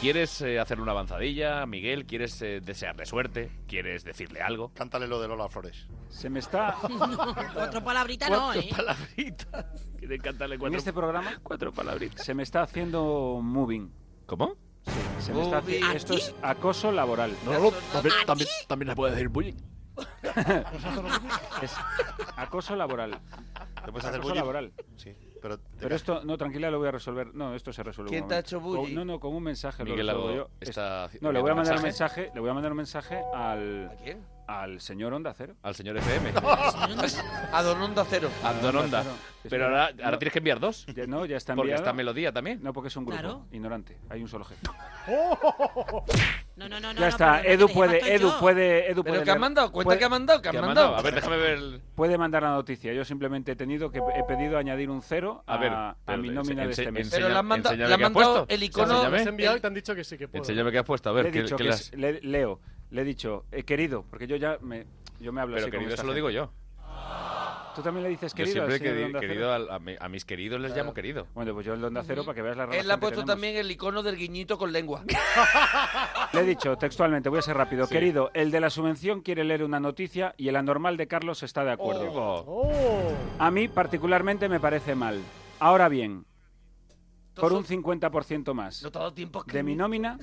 [SPEAKER 1] ¿Quieres eh, hacerle una avanzadilla, Miguel? ¿Quieres eh, desearle suerte? ¿Quieres decirle algo?
[SPEAKER 5] Cántale lo de Lola Flores.
[SPEAKER 7] Se me está...
[SPEAKER 4] Cuatro palabritas no,
[SPEAKER 7] Cuatro
[SPEAKER 4] ¿eh?
[SPEAKER 1] palabritas. Quieren cantarle
[SPEAKER 7] En
[SPEAKER 1] cuatro-
[SPEAKER 7] este programa
[SPEAKER 1] Cuatro palabritas.
[SPEAKER 7] se me está haciendo moving.
[SPEAKER 1] ¿Cómo?
[SPEAKER 7] Sí, se me está haciendo...
[SPEAKER 1] Moving.
[SPEAKER 7] Esto es acoso laboral.
[SPEAKER 1] también, también, también se puede decir bullying.
[SPEAKER 7] Es acoso laboral.
[SPEAKER 5] ¿Te puedes hacer
[SPEAKER 7] Acoso
[SPEAKER 5] bullying?
[SPEAKER 7] laboral.
[SPEAKER 5] Sí, pero...
[SPEAKER 7] Pero esto, no, tranquila, lo voy a resolver. No, esto se resuelve.
[SPEAKER 5] ¿Quién
[SPEAKER 7] un
[SPEAKER 5] te ha
[SPEAKER 7] momento.
[SPEAKER 5] hecho bullying?
[SPEAKER 7] Con- No, no, con un mensaje lo
[SPEAKER 1] Miguel
[SPEAKER 7] resuelvo
[SPEAKER 1] Lago
[SPEAKER 7] yo. Es-
[SPEAKER 1] está
[SPEAKER 7] No, le voy a
[SPEAKER 1] enviando
[SPEAKER 7] mandar un
[SPEAKER 1] mensaje.
[SPEAKER 7] mensaje, le voy a mandar un mensaje al...
[SPEAKER 3] quién?
[SPEAKER 7] Al señor Onda Cero.
[SPEAKER 1] Al señor FM.
[SPEAKER 3] A Don Onda Cero.
[SPEAKER 1] A Don Onda. Pero ahora, ahora tienes que enviar dos.
[SPEAKER 7] Ya, no, ya está
[SPEAKER 1] Porque
[SPEAKER 7] enviado.
[SPEAKER 1] está Melodía también.
[SPEAKER 7] No, porque es un grupo
[SPEAKER 1] Claro.
[SPEAKER 7] ignorante. Hay un solo jefe.
[SPEAKER 4] No, no, no. no,
[SPEAKER 7] ya está.
[SPEAKER 4] pero no, que
[SPEAKER 7] Edu
[SPEAKER 4] te
[SPEAKER 7] puede,
[SPEAKER 4] mato
[SPEAKER 7] Edu
[SPEAKER 4] yo.
[SPEAKER 7] puede, Edu
[SPEAKER 3] Pero
[SPEAKER 7] puede.
[SPEAKER 3] que ha
[SPEAKER 7] leer-
[SPEAKER 3] mandado, cuenta que ha mandado, que ha ¿Que ha mandado. mandado? A ver, déjame ver el-
[SPEAKER 7] Puede mandar la noticia. Yo simplemente he tenido que he pedido añadir un cero a,
[SPEAKER 1] A ver,
[SPEAKER 7] a
[SPEAKER 1] pero
[SPEAKER 7] mi nómina
[SPEAKER 1] ense-
[SPEAKER 7] de este mes.
[SPEAKER 1] enseña- Pero le han manda- enséñame le han qué ha mandado puesto. el icono- Enséñame. Has enviado y te han dicho que sí que puedo. Enséñame qué has puesto, a ver,
[SPEAKER 7] Le he
[SPEAKER 1] ¿qué-
[SPEAKER 7] dicho
[SPEAKER 1] qué
[SPEAKER 7] que
[SPEAKER 1] le
[SPEAKER 7] es-
[SPEAKER 1] has-
[SPEAKER 7] le- Leo, le he dicho, eh, querido, porque yo ya me, yo me hablo
[SPEAKER 1] Pero
[SPEAKER 7] así con
[SPEAKER 1] querido,
[SPEAKER 7] esta
[SPEAKER 1] eso lo digo
[SPEAKER 7] gente.
[SPEAKER 1] yo.
[SPEAKER 7] Tú también le dices
[SPEAKER 1] Yo
[SPEAKER 7] querido. al
[SPEAKER 1] siempre
[SPEAKER 7] señor
[SPEAKER 1] que
[SPEAKER 7] de
[SPEAKER 1] di-
[SPEAKER 7] Onda Cero?
[SPEAKER 1] querido al- a, mi- a mis queridos les
[SPEAKER 7] Claro.
[SPEAKER 1] llamo querido.
[SPEAKER 7] Bueno, pues yo el de
[SPEAKER 1] Mm.
[SPEAKER 7] Onda Cero para que veas la relación
[SPEAKER 3] Él ha
[SPEAKER 7] que
[SPEAKER 3] puesto
[SPEAKER 7] tenemos.
[SPEAKER 3] también el icono del guiñito con lengua.
[SPEAKER 7] Le he dicho textualmente, voy a ser rápido.
[SPEAKER 3] Sí.
[SPEAKER 7] Querido, el de la subvención quiere leer una noticia y el anormal de Carlos está de acuerdo.
[SPEAKER 17] Oh.
[SPEAKER 7] A mí particularmente me parece mal. Ahora bien, por un 50% más
[SPEAKER 3] No te ha dado tiempo a
[SPEAKER 7] de mi nómina,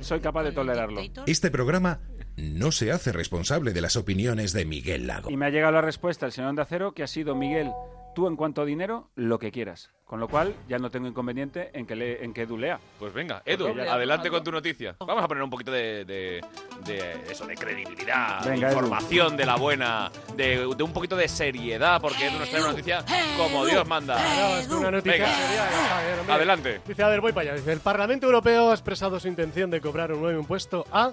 [SPEAKER 7] soy capaz de tolerarlo.
[SPEAKER 18] Este programa no se hace responsable de las opiniones de Miguel Lago.
[SPEAKER 7] Y me ha llegado la respuesta del señor Onda Cero que ha sido, Miguel, tú en cuanto a dinero, lo que quieras. Con lo cual, ya no tengo inconveniente en que, le, en que dulea.
[SPEAKER 1] Pues venga, Edu,
[SPEAKER 7] Porque ya-
[SPEAKER 1] adelante con tu noticia. Vamos a poner un poquito de, de- de eso, de credibilidad, de
[SPEAKER 7] Venga, Edu.
[SPEAKER 1] información de la buena, de, de un poquito de seriedad, porque Edu nos trae una noticia como Dios manda.
[SPEAKER 17] No, es una noticia
[SPEAKER 1] Venga,
[SPEAKER 17] seria, eh, compañero, mira.
[SPEAKER 1] adelante.
[SPEAKER 17] Dice, a ver, voy para allá. Dice, el Parlamento Europeo ha expresado su intención de cobrar un nuevo impuesto a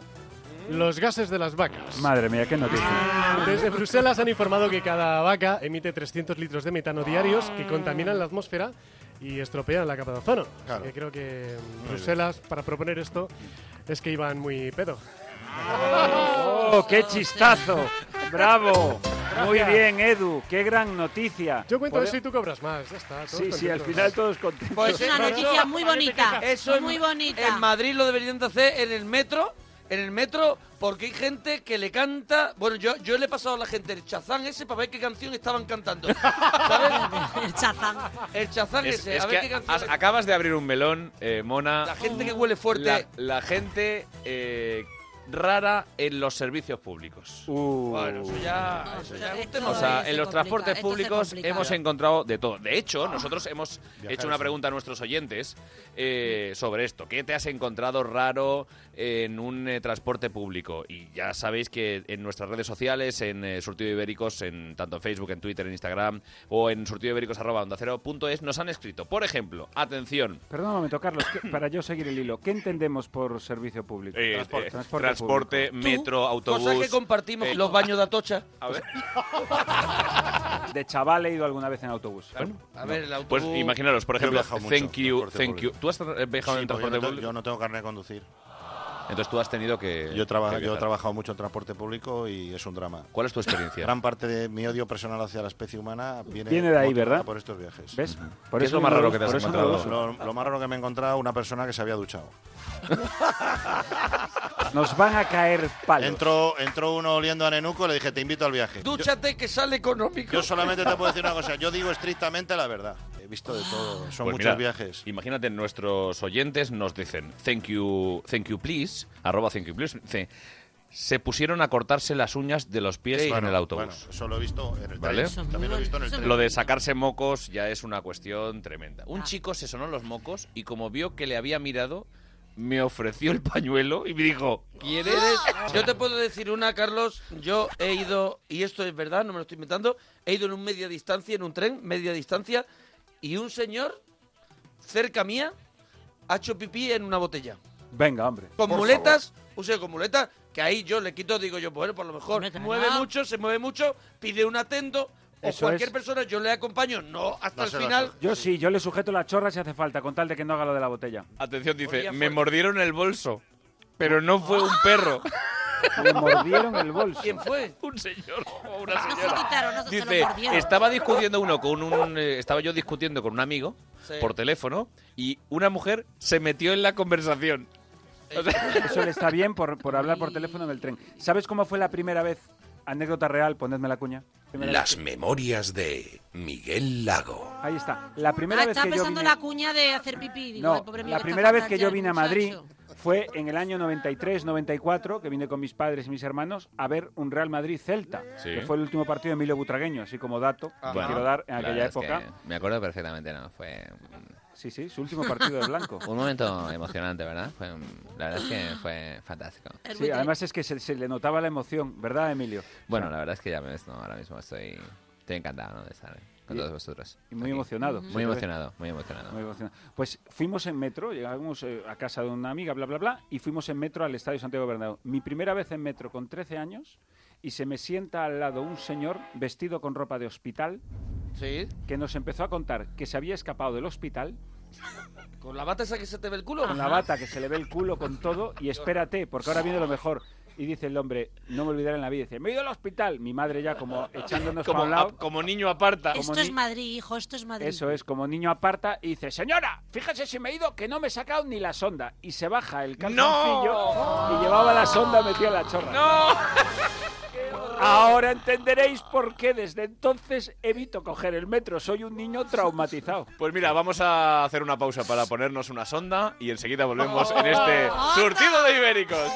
[SPEAKER 17] los gases de las vacas.
[SPEAKER 7] Madre mía, qué noticia.
[SPEAKER 17] Desde Bruselas han informado que cada vaca emite 300 litros de metano diarios que contaminan la atmósfera y estropean la capa de ozono.
[SPEAKER 18] Claro.
[SPEAKER 17] Que creo que mm, Bruselas, para proponer esto, es que iban muy pedo.
[SPEAKER 7] ¡Oh, qué chistazo! ¡Bravo! Muy
[SPEAKER 17] Gracias.
[SPEAKER 7] bien, Edu. ¡Qué gran noticia!
[SPEAKER 17] Yo cuento
[SPEAKER 7] Pode-
[SPEAKER 17] eso y tú cobras más, ya
[SPEAKER 1] Ah,
[SPEAKER 17] está. todos
[SPEAKER 7] Sí, sí, al
[SPEAKER 17] contentos.
[SPEAKER 7] final todos contentos.
[SPEAKER 4] Es
[SPEAKER 3] Pues
[SPEAKER 4] una
[SPEAKER 3] eso-
[SPEAKER 4] noticia muy bonita.
[SPEAKER 3] Eso en-
[SPEAKER 4] muy bonita.
[SPEAKER 3] En Madrid lo deberían de hacer en el metro, en el metro, porque hay gente que le canta. Bueno, yo, yo le he pasado a la gente el chazán ese para ver qué canción estaban cantando. ¿Sabes?
[SPEAKER 4] el chazán.
[SPEAKER 3] El chazán
[SPEAKER 1] Es,
[SPEAKER 3] ese,
[SPEAKER 1] es
[SPEAKER 3] a ver
[SPEAKER 1] que
[SPEAKER 3] qué canción.
[SPEAKER 1] has- acabas de abrir un melón, eh, Mona. La
[SPEAKER 3] gente que huele fuerte.
[SPEAKER 1] La, gente eh, rara en los servicios públicos.
[SPEAKER 17] Uh.
[SPEAKER 3] Bueno, eso ya. Eso ya es un tema
[SPEAKER 1] O sea,
[SPEAKER 3] de-
[SPEAKER 1] en los transportes
[SPEAKER 3] esto se
[SPEAKER 1] públicos
[SPEAKER 3] complica.
[SPEAKER 1] hemos
[SPEAKER 3] Ya.
[SPEAKER 1] encontrado de todo. De hecho,
[SPEAKER 7] Ah,
[SPEAKER 1] nosotros hemos
[SPEAKER 3] Viajar
[SPEAKER 1] hecho
[SPEAKER 3] es
[SPEAKER 1] una
[SPEAKER 3] un-
[SPEAKER 1] pregunta a nuestros oyentes eh, sobre esto. ¿Qué te has encontrado raro en un eh, transporte público? Y ya sabéis que en nuestras redes sociales, en eh, Surtido Ibéricos, en, tanto en Facebook, en Twitter, en Instagram o en surtidoibéricos.es, nos han escrito, por ejemplo, atención,
[SPEAKER 7] Perdón un momento, Carlos, que- para yo seguir el hilo. ¿Qué entendemos por servicio público?
[SPEAKER 1] Eh, eh,
[SPEAKER 7] Transporte
[SPEAKER 1] transporte, metro, autobús.
[SPEAKER 3] Cosas que compartimos,
[SPEAKER 1] eh,
[SPEAKER 3] los baños de Atocha.
[SPEAKER 1] A ver.
[SPEAKER 7] De chaval he ido alguna vez en autobús.
[SPEAKER 3] A ver, el
[SPEAKER 1] Pues
[SPEAKER 3] autobús-
[SPEAKER 1] imaginaros, por
[SPEAKER 8] Yo he
[SPEAKER 1] ejemplo,
[SPEAKER 8] viajado mucho
[SPEAKER 1] thank
[SPEAKER 8] en
[SPEAKER 1] you,
[SPEAKER 8] transporte
[SPEAKER 1] thank you.
[SPEAKER 8] público.
[SPEAKER 1] ¿Tú has tra- eh, viajado en
[SPEAKER 8] Sí, porque yo no
[SPEAKER 1] transporte
[SPEAKER 8] tengo-
[SPEAKER 1] público?
[SPEAKER 8] Yo no tengo carnet de conducir.
[SPEAKER 1] Entonces tú has tenido que.
[SPEAKER 8] Yo, he traba-
[SPEAKER 1] que
[SPEAKER 8] yo he
[SPEAKER 1] viajar.
[SPEAKER 8] trabajado mucho en transporte público y es un drama.
[SPEAKER 1] ¿Cuál es tu experiencia?
[SPEAKER 8] Gran parte de mi odio personal hacia la especie humana viene,
[SPEAKER 7] Viene de ahí,
[SPEAKER 8] motivada
[SPEAKER 7] ¿verdad?
[SPEAKER 8] Por estos viajes.
[SPEAKER 7] ¿Ves?
[SPEAKER 1] Por ¿Qué es eso lo más no raro lo- que te has por eso no lo encontrado?
[SPEAKER 8] Lo, lo más raro que me he encontrado una persona que se había duchado.
[SPEAKER 7] Nos van a caer palos.
[SPEAKER 8] Entró, entró uno oliendo a Nenuco y le dije, te invito al viaje. Yo-
[SPEAKER 3] Dúchate que sale económico.
[SPEAKER 8] Yo solamente te puedo decir una cosa, yo digo estrictamente la verdad. He visto de todo, son
[SPEAKER 1] Pues
[SPEAKER 8] muchos
[SPEAKER 1] mira,
[SPEAKER 8] viajes.
[SPEAKER 1] Imagínate, nuestros oyentes nos dicen thank you, thank you please, arroba thank you please. dice, se pusieron a cortarse las uñas de los pies
[SPEAKER 8] Sí.
[SPEAKER 1] en
[SPEAKER 8] Bueno,
[SPEAKER 1] el autobús.
[SPEAKER 8] bueno, eso lo he visto en el
[SPEAKER 1] ¿Vale?
[SPEAKER 8] tren. También lo he visto en el tren.
[SPEAKER 1] Lo de sacarse mocos ya es una cuestión tremenda.
[SPEAKER 3] Ah.
[SPEAKER 1] Un chico se sonó los mocos y como vio que le había mirado, me ofreció el pañuelo y me dijo,
[SPEAKER 3] ¿Quieres? Ah. Yo te puedo decir una, Carlos. Yo he ido, y esto es verdad, no me lo estoy inventando, he ido en un media distancia, en un tren, media distancia, y un señor cerca mía ha hecho pipí en una botella.
[SPEAKER 7] Venga, hombre.
[SPEAKER 3] Con
[SPEAKER 7] Por
[SPEAKER 3] muletas, un señor con muletas, que ahí yo le quito, digo yo, bueno, por lo mejor mueve mucho, se mueve mucho, pide un atento, o
[SPEAKER 7] Eso
[SPEAKER 3] cualquier
[SPEAKER 7] es.
[SPEAKER 3] persona, yo le acompaño, no hasta el final.
[SPEAKER 7] Yo sí, yo le sujeto la chorra si hace falta, con tal de que no haga lo de la botella.
[SPEAKER 1] atención, dice,
[SPEAKER 3] pues-
[SPEAKER 1] me mordieron el bolso, pero no fue un perro.
[SPEAKER 7] Le mordieron el bolso.
[SPEAKER 3] ¿Quién fue?
[SPEAKER 1] Un señor o una
[SPEAKER 4] No se
[SPEAKER 1] señora.
[SPEAKER 4] quitaron, no se- se
[SPEAKER 1] Dice,
[SPEAKER 4] lo mordieron.
[SPEAKER 1] estaba discutiendo uno con un, eh, estaba yo discutiendo con un amigo
[SPEAKER 4] Sí.
[SPEAKER 1] por teléfono y una mujer se metió en la conversación. O sea,
[SPEAKER 7] Eso le está bien por, por hablar por teléfono en el tren. ¿Sabes cómo fue la primera vez? Anécdota real, ponedme la cuña. Primera
[SPEAKER 19] Las
[SPEAKER 7] vez
[SPEAKER 19] memorias de Miguel Lago.
[SPEAKER 7] que- Ahí está. La primera
[SPEAKER 4] Ah,
[SPEAKER 7] vez
[SPEAKER 4] estaba
[SPEAKER 7] que yo
[SPEAKER 4] pensando
[SPEAKER 7] vine...
[SPEAKER 4] en la cuña de hacer pipí. Digo, ay,
[SPEAKER 7] No,
[SPEAKER 4] pobre mío,
[SPEAKER 7] la
[SPEAKER 4] está
[SPEAKER 7] primera vez
[SPEAKER 4] fatal
[SPEAKER 7] que
[SPEAKER 4] ya
[SPEAKER 7] yo
[SPEAKER 4] el
[SPEAKER 7] vine a
[SPEAKER 4] muchacho.
[SPEAKER 7] Madrid fue en el año 93-94, que vine con mis padres y mis hermanos a ver un Real Madrid-Celta,
[SPEAKER 1] Sí.
[SPEAKER 7] que fue el último partido de Emilio Butragueño, así como dato que
[SPEAKER 1] Bueno,
[SPEAKER 7] quiero dar en
[SPEAKER 1] la
[SPEAKER 7] aquella
[SPEAKER 1] verdad es que
[SPEAKER 7] época.
[SPEAKER 1] me acuerdo perfectamente, ¿no? Fue
[SPEAKER 7] Sí, sí, su último partido de blanco.
[SPEAKER 1] un momento emocionante, ¿verdad? Fue un- la verdad es que fue fantástico.
[SPEAKER 7] Sí, además es que se, se le notaba la emoción, ¿verdad, Emilio?
[SPEAKER 1] Bueno, la verdad es que ya ves, ¿no? ahora mismo estoy, estoy encantado ¿no? de estar eh, con todos vosotros.
[SPEAKER 7] Y muy emocionado.
[SPEAKER 1] Muy emocionado, muy emocionado.
[SPEAKER 7] Muy emocionado. Pues fuimos en metro, llegamos eh, a casa de una amiga, bla, bla, bla, y fuimos en metro al Estadio Santiago Bernabéu. Mi primera vez en metro con 13 años y se me sienta al lado un señor vestido con ropa de hospital
[SPEAKER 3] Sí,
[SPEAKER 7] que nos empezó a contar que se había escapado del hospital
[SPEAKER 3] con la bata esa que se te ve el culo.
[SPEAKER 7] con la bata que se le ve el culo con todo y espérate, porque ahora viene lo mejor. Y dice el hombre, no me olvidaré en la vida. Dice, me he ido al hospital. Mi madre ya como echándonos
[SPEAKER 1] Como,
[SPEAKER 7] para un lado.
[SPEAKER 1] a- como niño aparta.
[SPEAKER 7] Como
[SPEAKER 4] Esto es
[SPEAKER 7] ni-
[SPEAKER 4] Madrid, hijo, esto es Madrid.
[SPEAKER 7] Eso es, como niño aparta y dice, señora, fíjese si me he ido que no me he sacado ni la sonda. Y se baja el calzoncillo y llevaba la sonda metida en la chorra. Ahora entenderéis por qué desde entonces evito coger el metro. Soy un niño traumatizado.
[SPEAKER 1] Pues mira, vamos a hacer una pausa para ponernos una sonda y enseguida volvemos en este
[SPEAKER 9] ¡Onda!
[SPEAKER 1] surtido de ibéricos.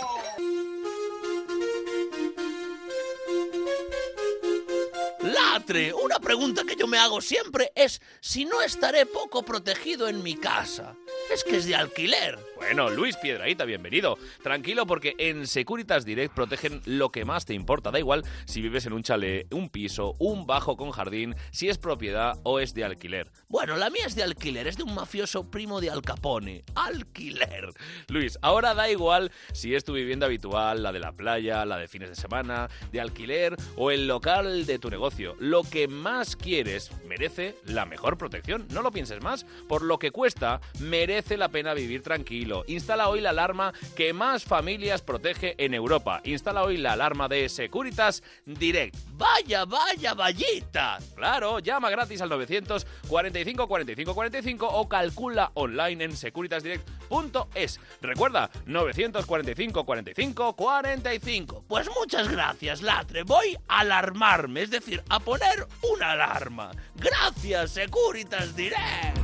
[SPEAKER 12] Latre, una pregunta que yo me hago siempre es si no estaré poco protegido en mi casa. Es que es de alquiler.
[SPEAKER 1] Bueno, Luis Piedraíta, bienvenido. Tranquilo porque en Securitas Direct protegen lo que más te importa. Da igual si vives en un chalet, un piso, un bajo con jardín, si es propiedad o es de alquiler.
[SPEAKER 12] Bueno, la mía es de alquiler, es de un mafioso primo de Al Capone. Alquiler.
[SPEAKER 1] Luis, ahora da igual si es tu vivienda habitual, la de la playa, la de fines de semana, de alquiler o el local de tu negocio. Lo que más quieres merece la mejor protección. No lo pienses más. Por lo que cuesta, merece la pena vivir tranquilo. Instala hoy la alarma que más familias protege en Europa. Instala hoy la alarma de Securitas Direct.
[SPEAKER 12] Vaya, vaya, vallita.
[SPEAKER 1] Claro, llama gratis al 900 45 45 45 o calcula online en securitasdirect.es. Recuerda, 945 45 45.
[SPEAKER 12] Pues muchas gracias, Latre. Voy a alarmarme, es decir, a poner una alarma. Gracias, Securitas Direct.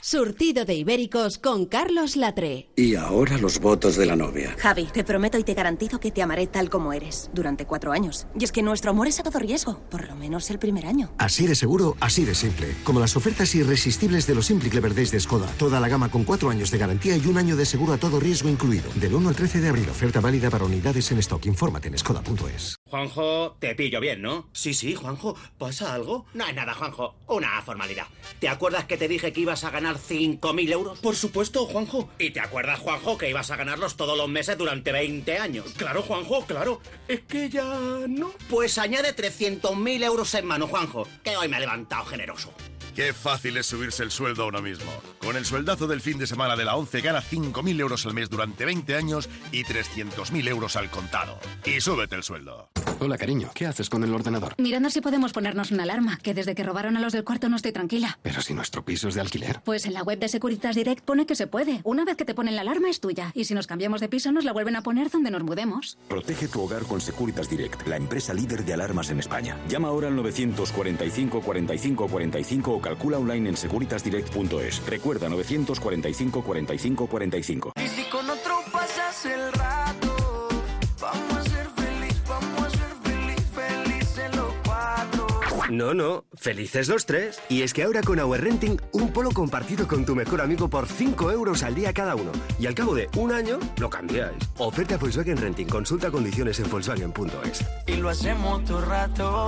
[SPEAKER 2] Surtido de Ibéricos con Carlos Latre.
[SPEAKER 20] Y ahora los votos de la novia.
[SPEAKER 21] Javi, te prometo y te garantizo que te amaré tal como eres durante cuatro años. Y es que nuestro amor es a todo riesgo, por lo menos el primer año.
[SPEAKER 15] Así de seguro, así de simple. Como las ofertas irresistibles de los Simply Clever Days de Skoda. Toda la gama con 4 años de garantía y un año de seguro a todo riesgo incluido. Del 1 al 13 de abril, oferta válida para unidades en stock. Infórmate en skoda.es.
[SPEAKER 14] Juanjo, te pillo bien, ¿no?
[SPEAKER 22] Sí, sí, Juanjo. ¿Pasa algo?
[SPEAKER 14] No es nada, Juanjo. Una formalidad. ¿Te acuerdas que te dije que ibas a ganar 5.000 euros?
[SPEAKER 22] Por supuesto, Juanjo.
[SPEAKER 14] ¿Y te acuerdas, Juanjo, que ibas a ganarlos todos los meses durante 20 años?
[SPEAKER 22] Claro, Juanjo, claro. Es que ya no.
[SPEAKER 14] Pues añade 300.000 euros en mano, Juanjo, que hoy me ha levantado generoso.
[SPEAKER 19] Qué fácil es subirse el sueldo a uno mismo. Con el sueldazo del fin de semana de la 11 gana 5.000 euros al mes durante 20 años y 300.000 euros al contado. Y súbete el sueldo.
[SPEAKER 23] Hola, cariño. ¿Qué haces con el ordenador?
[SPEAKER 24] Mirando si podemos ponernos una alarma, que desde que robaron a los del cuarto no estoy tranquila.
[SPEAKER 23] Pero si nuestro piso es de alquiler.
[SPEAKER 24] Pues en la web de Securitas Direct pone que se puede. Una vez que te ponen la alarma es tuya. Y si nos cambiamos de piso nos la vuelven a poner donde nos mudemos.
[SPEAKER 25] Protege tu hogar con Securitas Direct, la empresa líder de alarmas en España. Llama ahora al 945 45 45 o calcula online en securitasdirect.es. Recuerda 945 45 45.
[SPEAKER 26] Y si con otro pasas el rato, vamos a ser feliz, vamos a ser feliz, felices los cuatro.
[SPEAKER 15] No, no, felices los tres. Y es que ahora con Our Renting, un polo compartido con tu mejor amigo por 5 euros al día cada uno. Y al cabo de un año, lo cambiáis. Oferta Volkswagen Renting. Consulta condiciones en Volkswagen.es.
[SPEAKER 26] Y lo hacemos todo rato,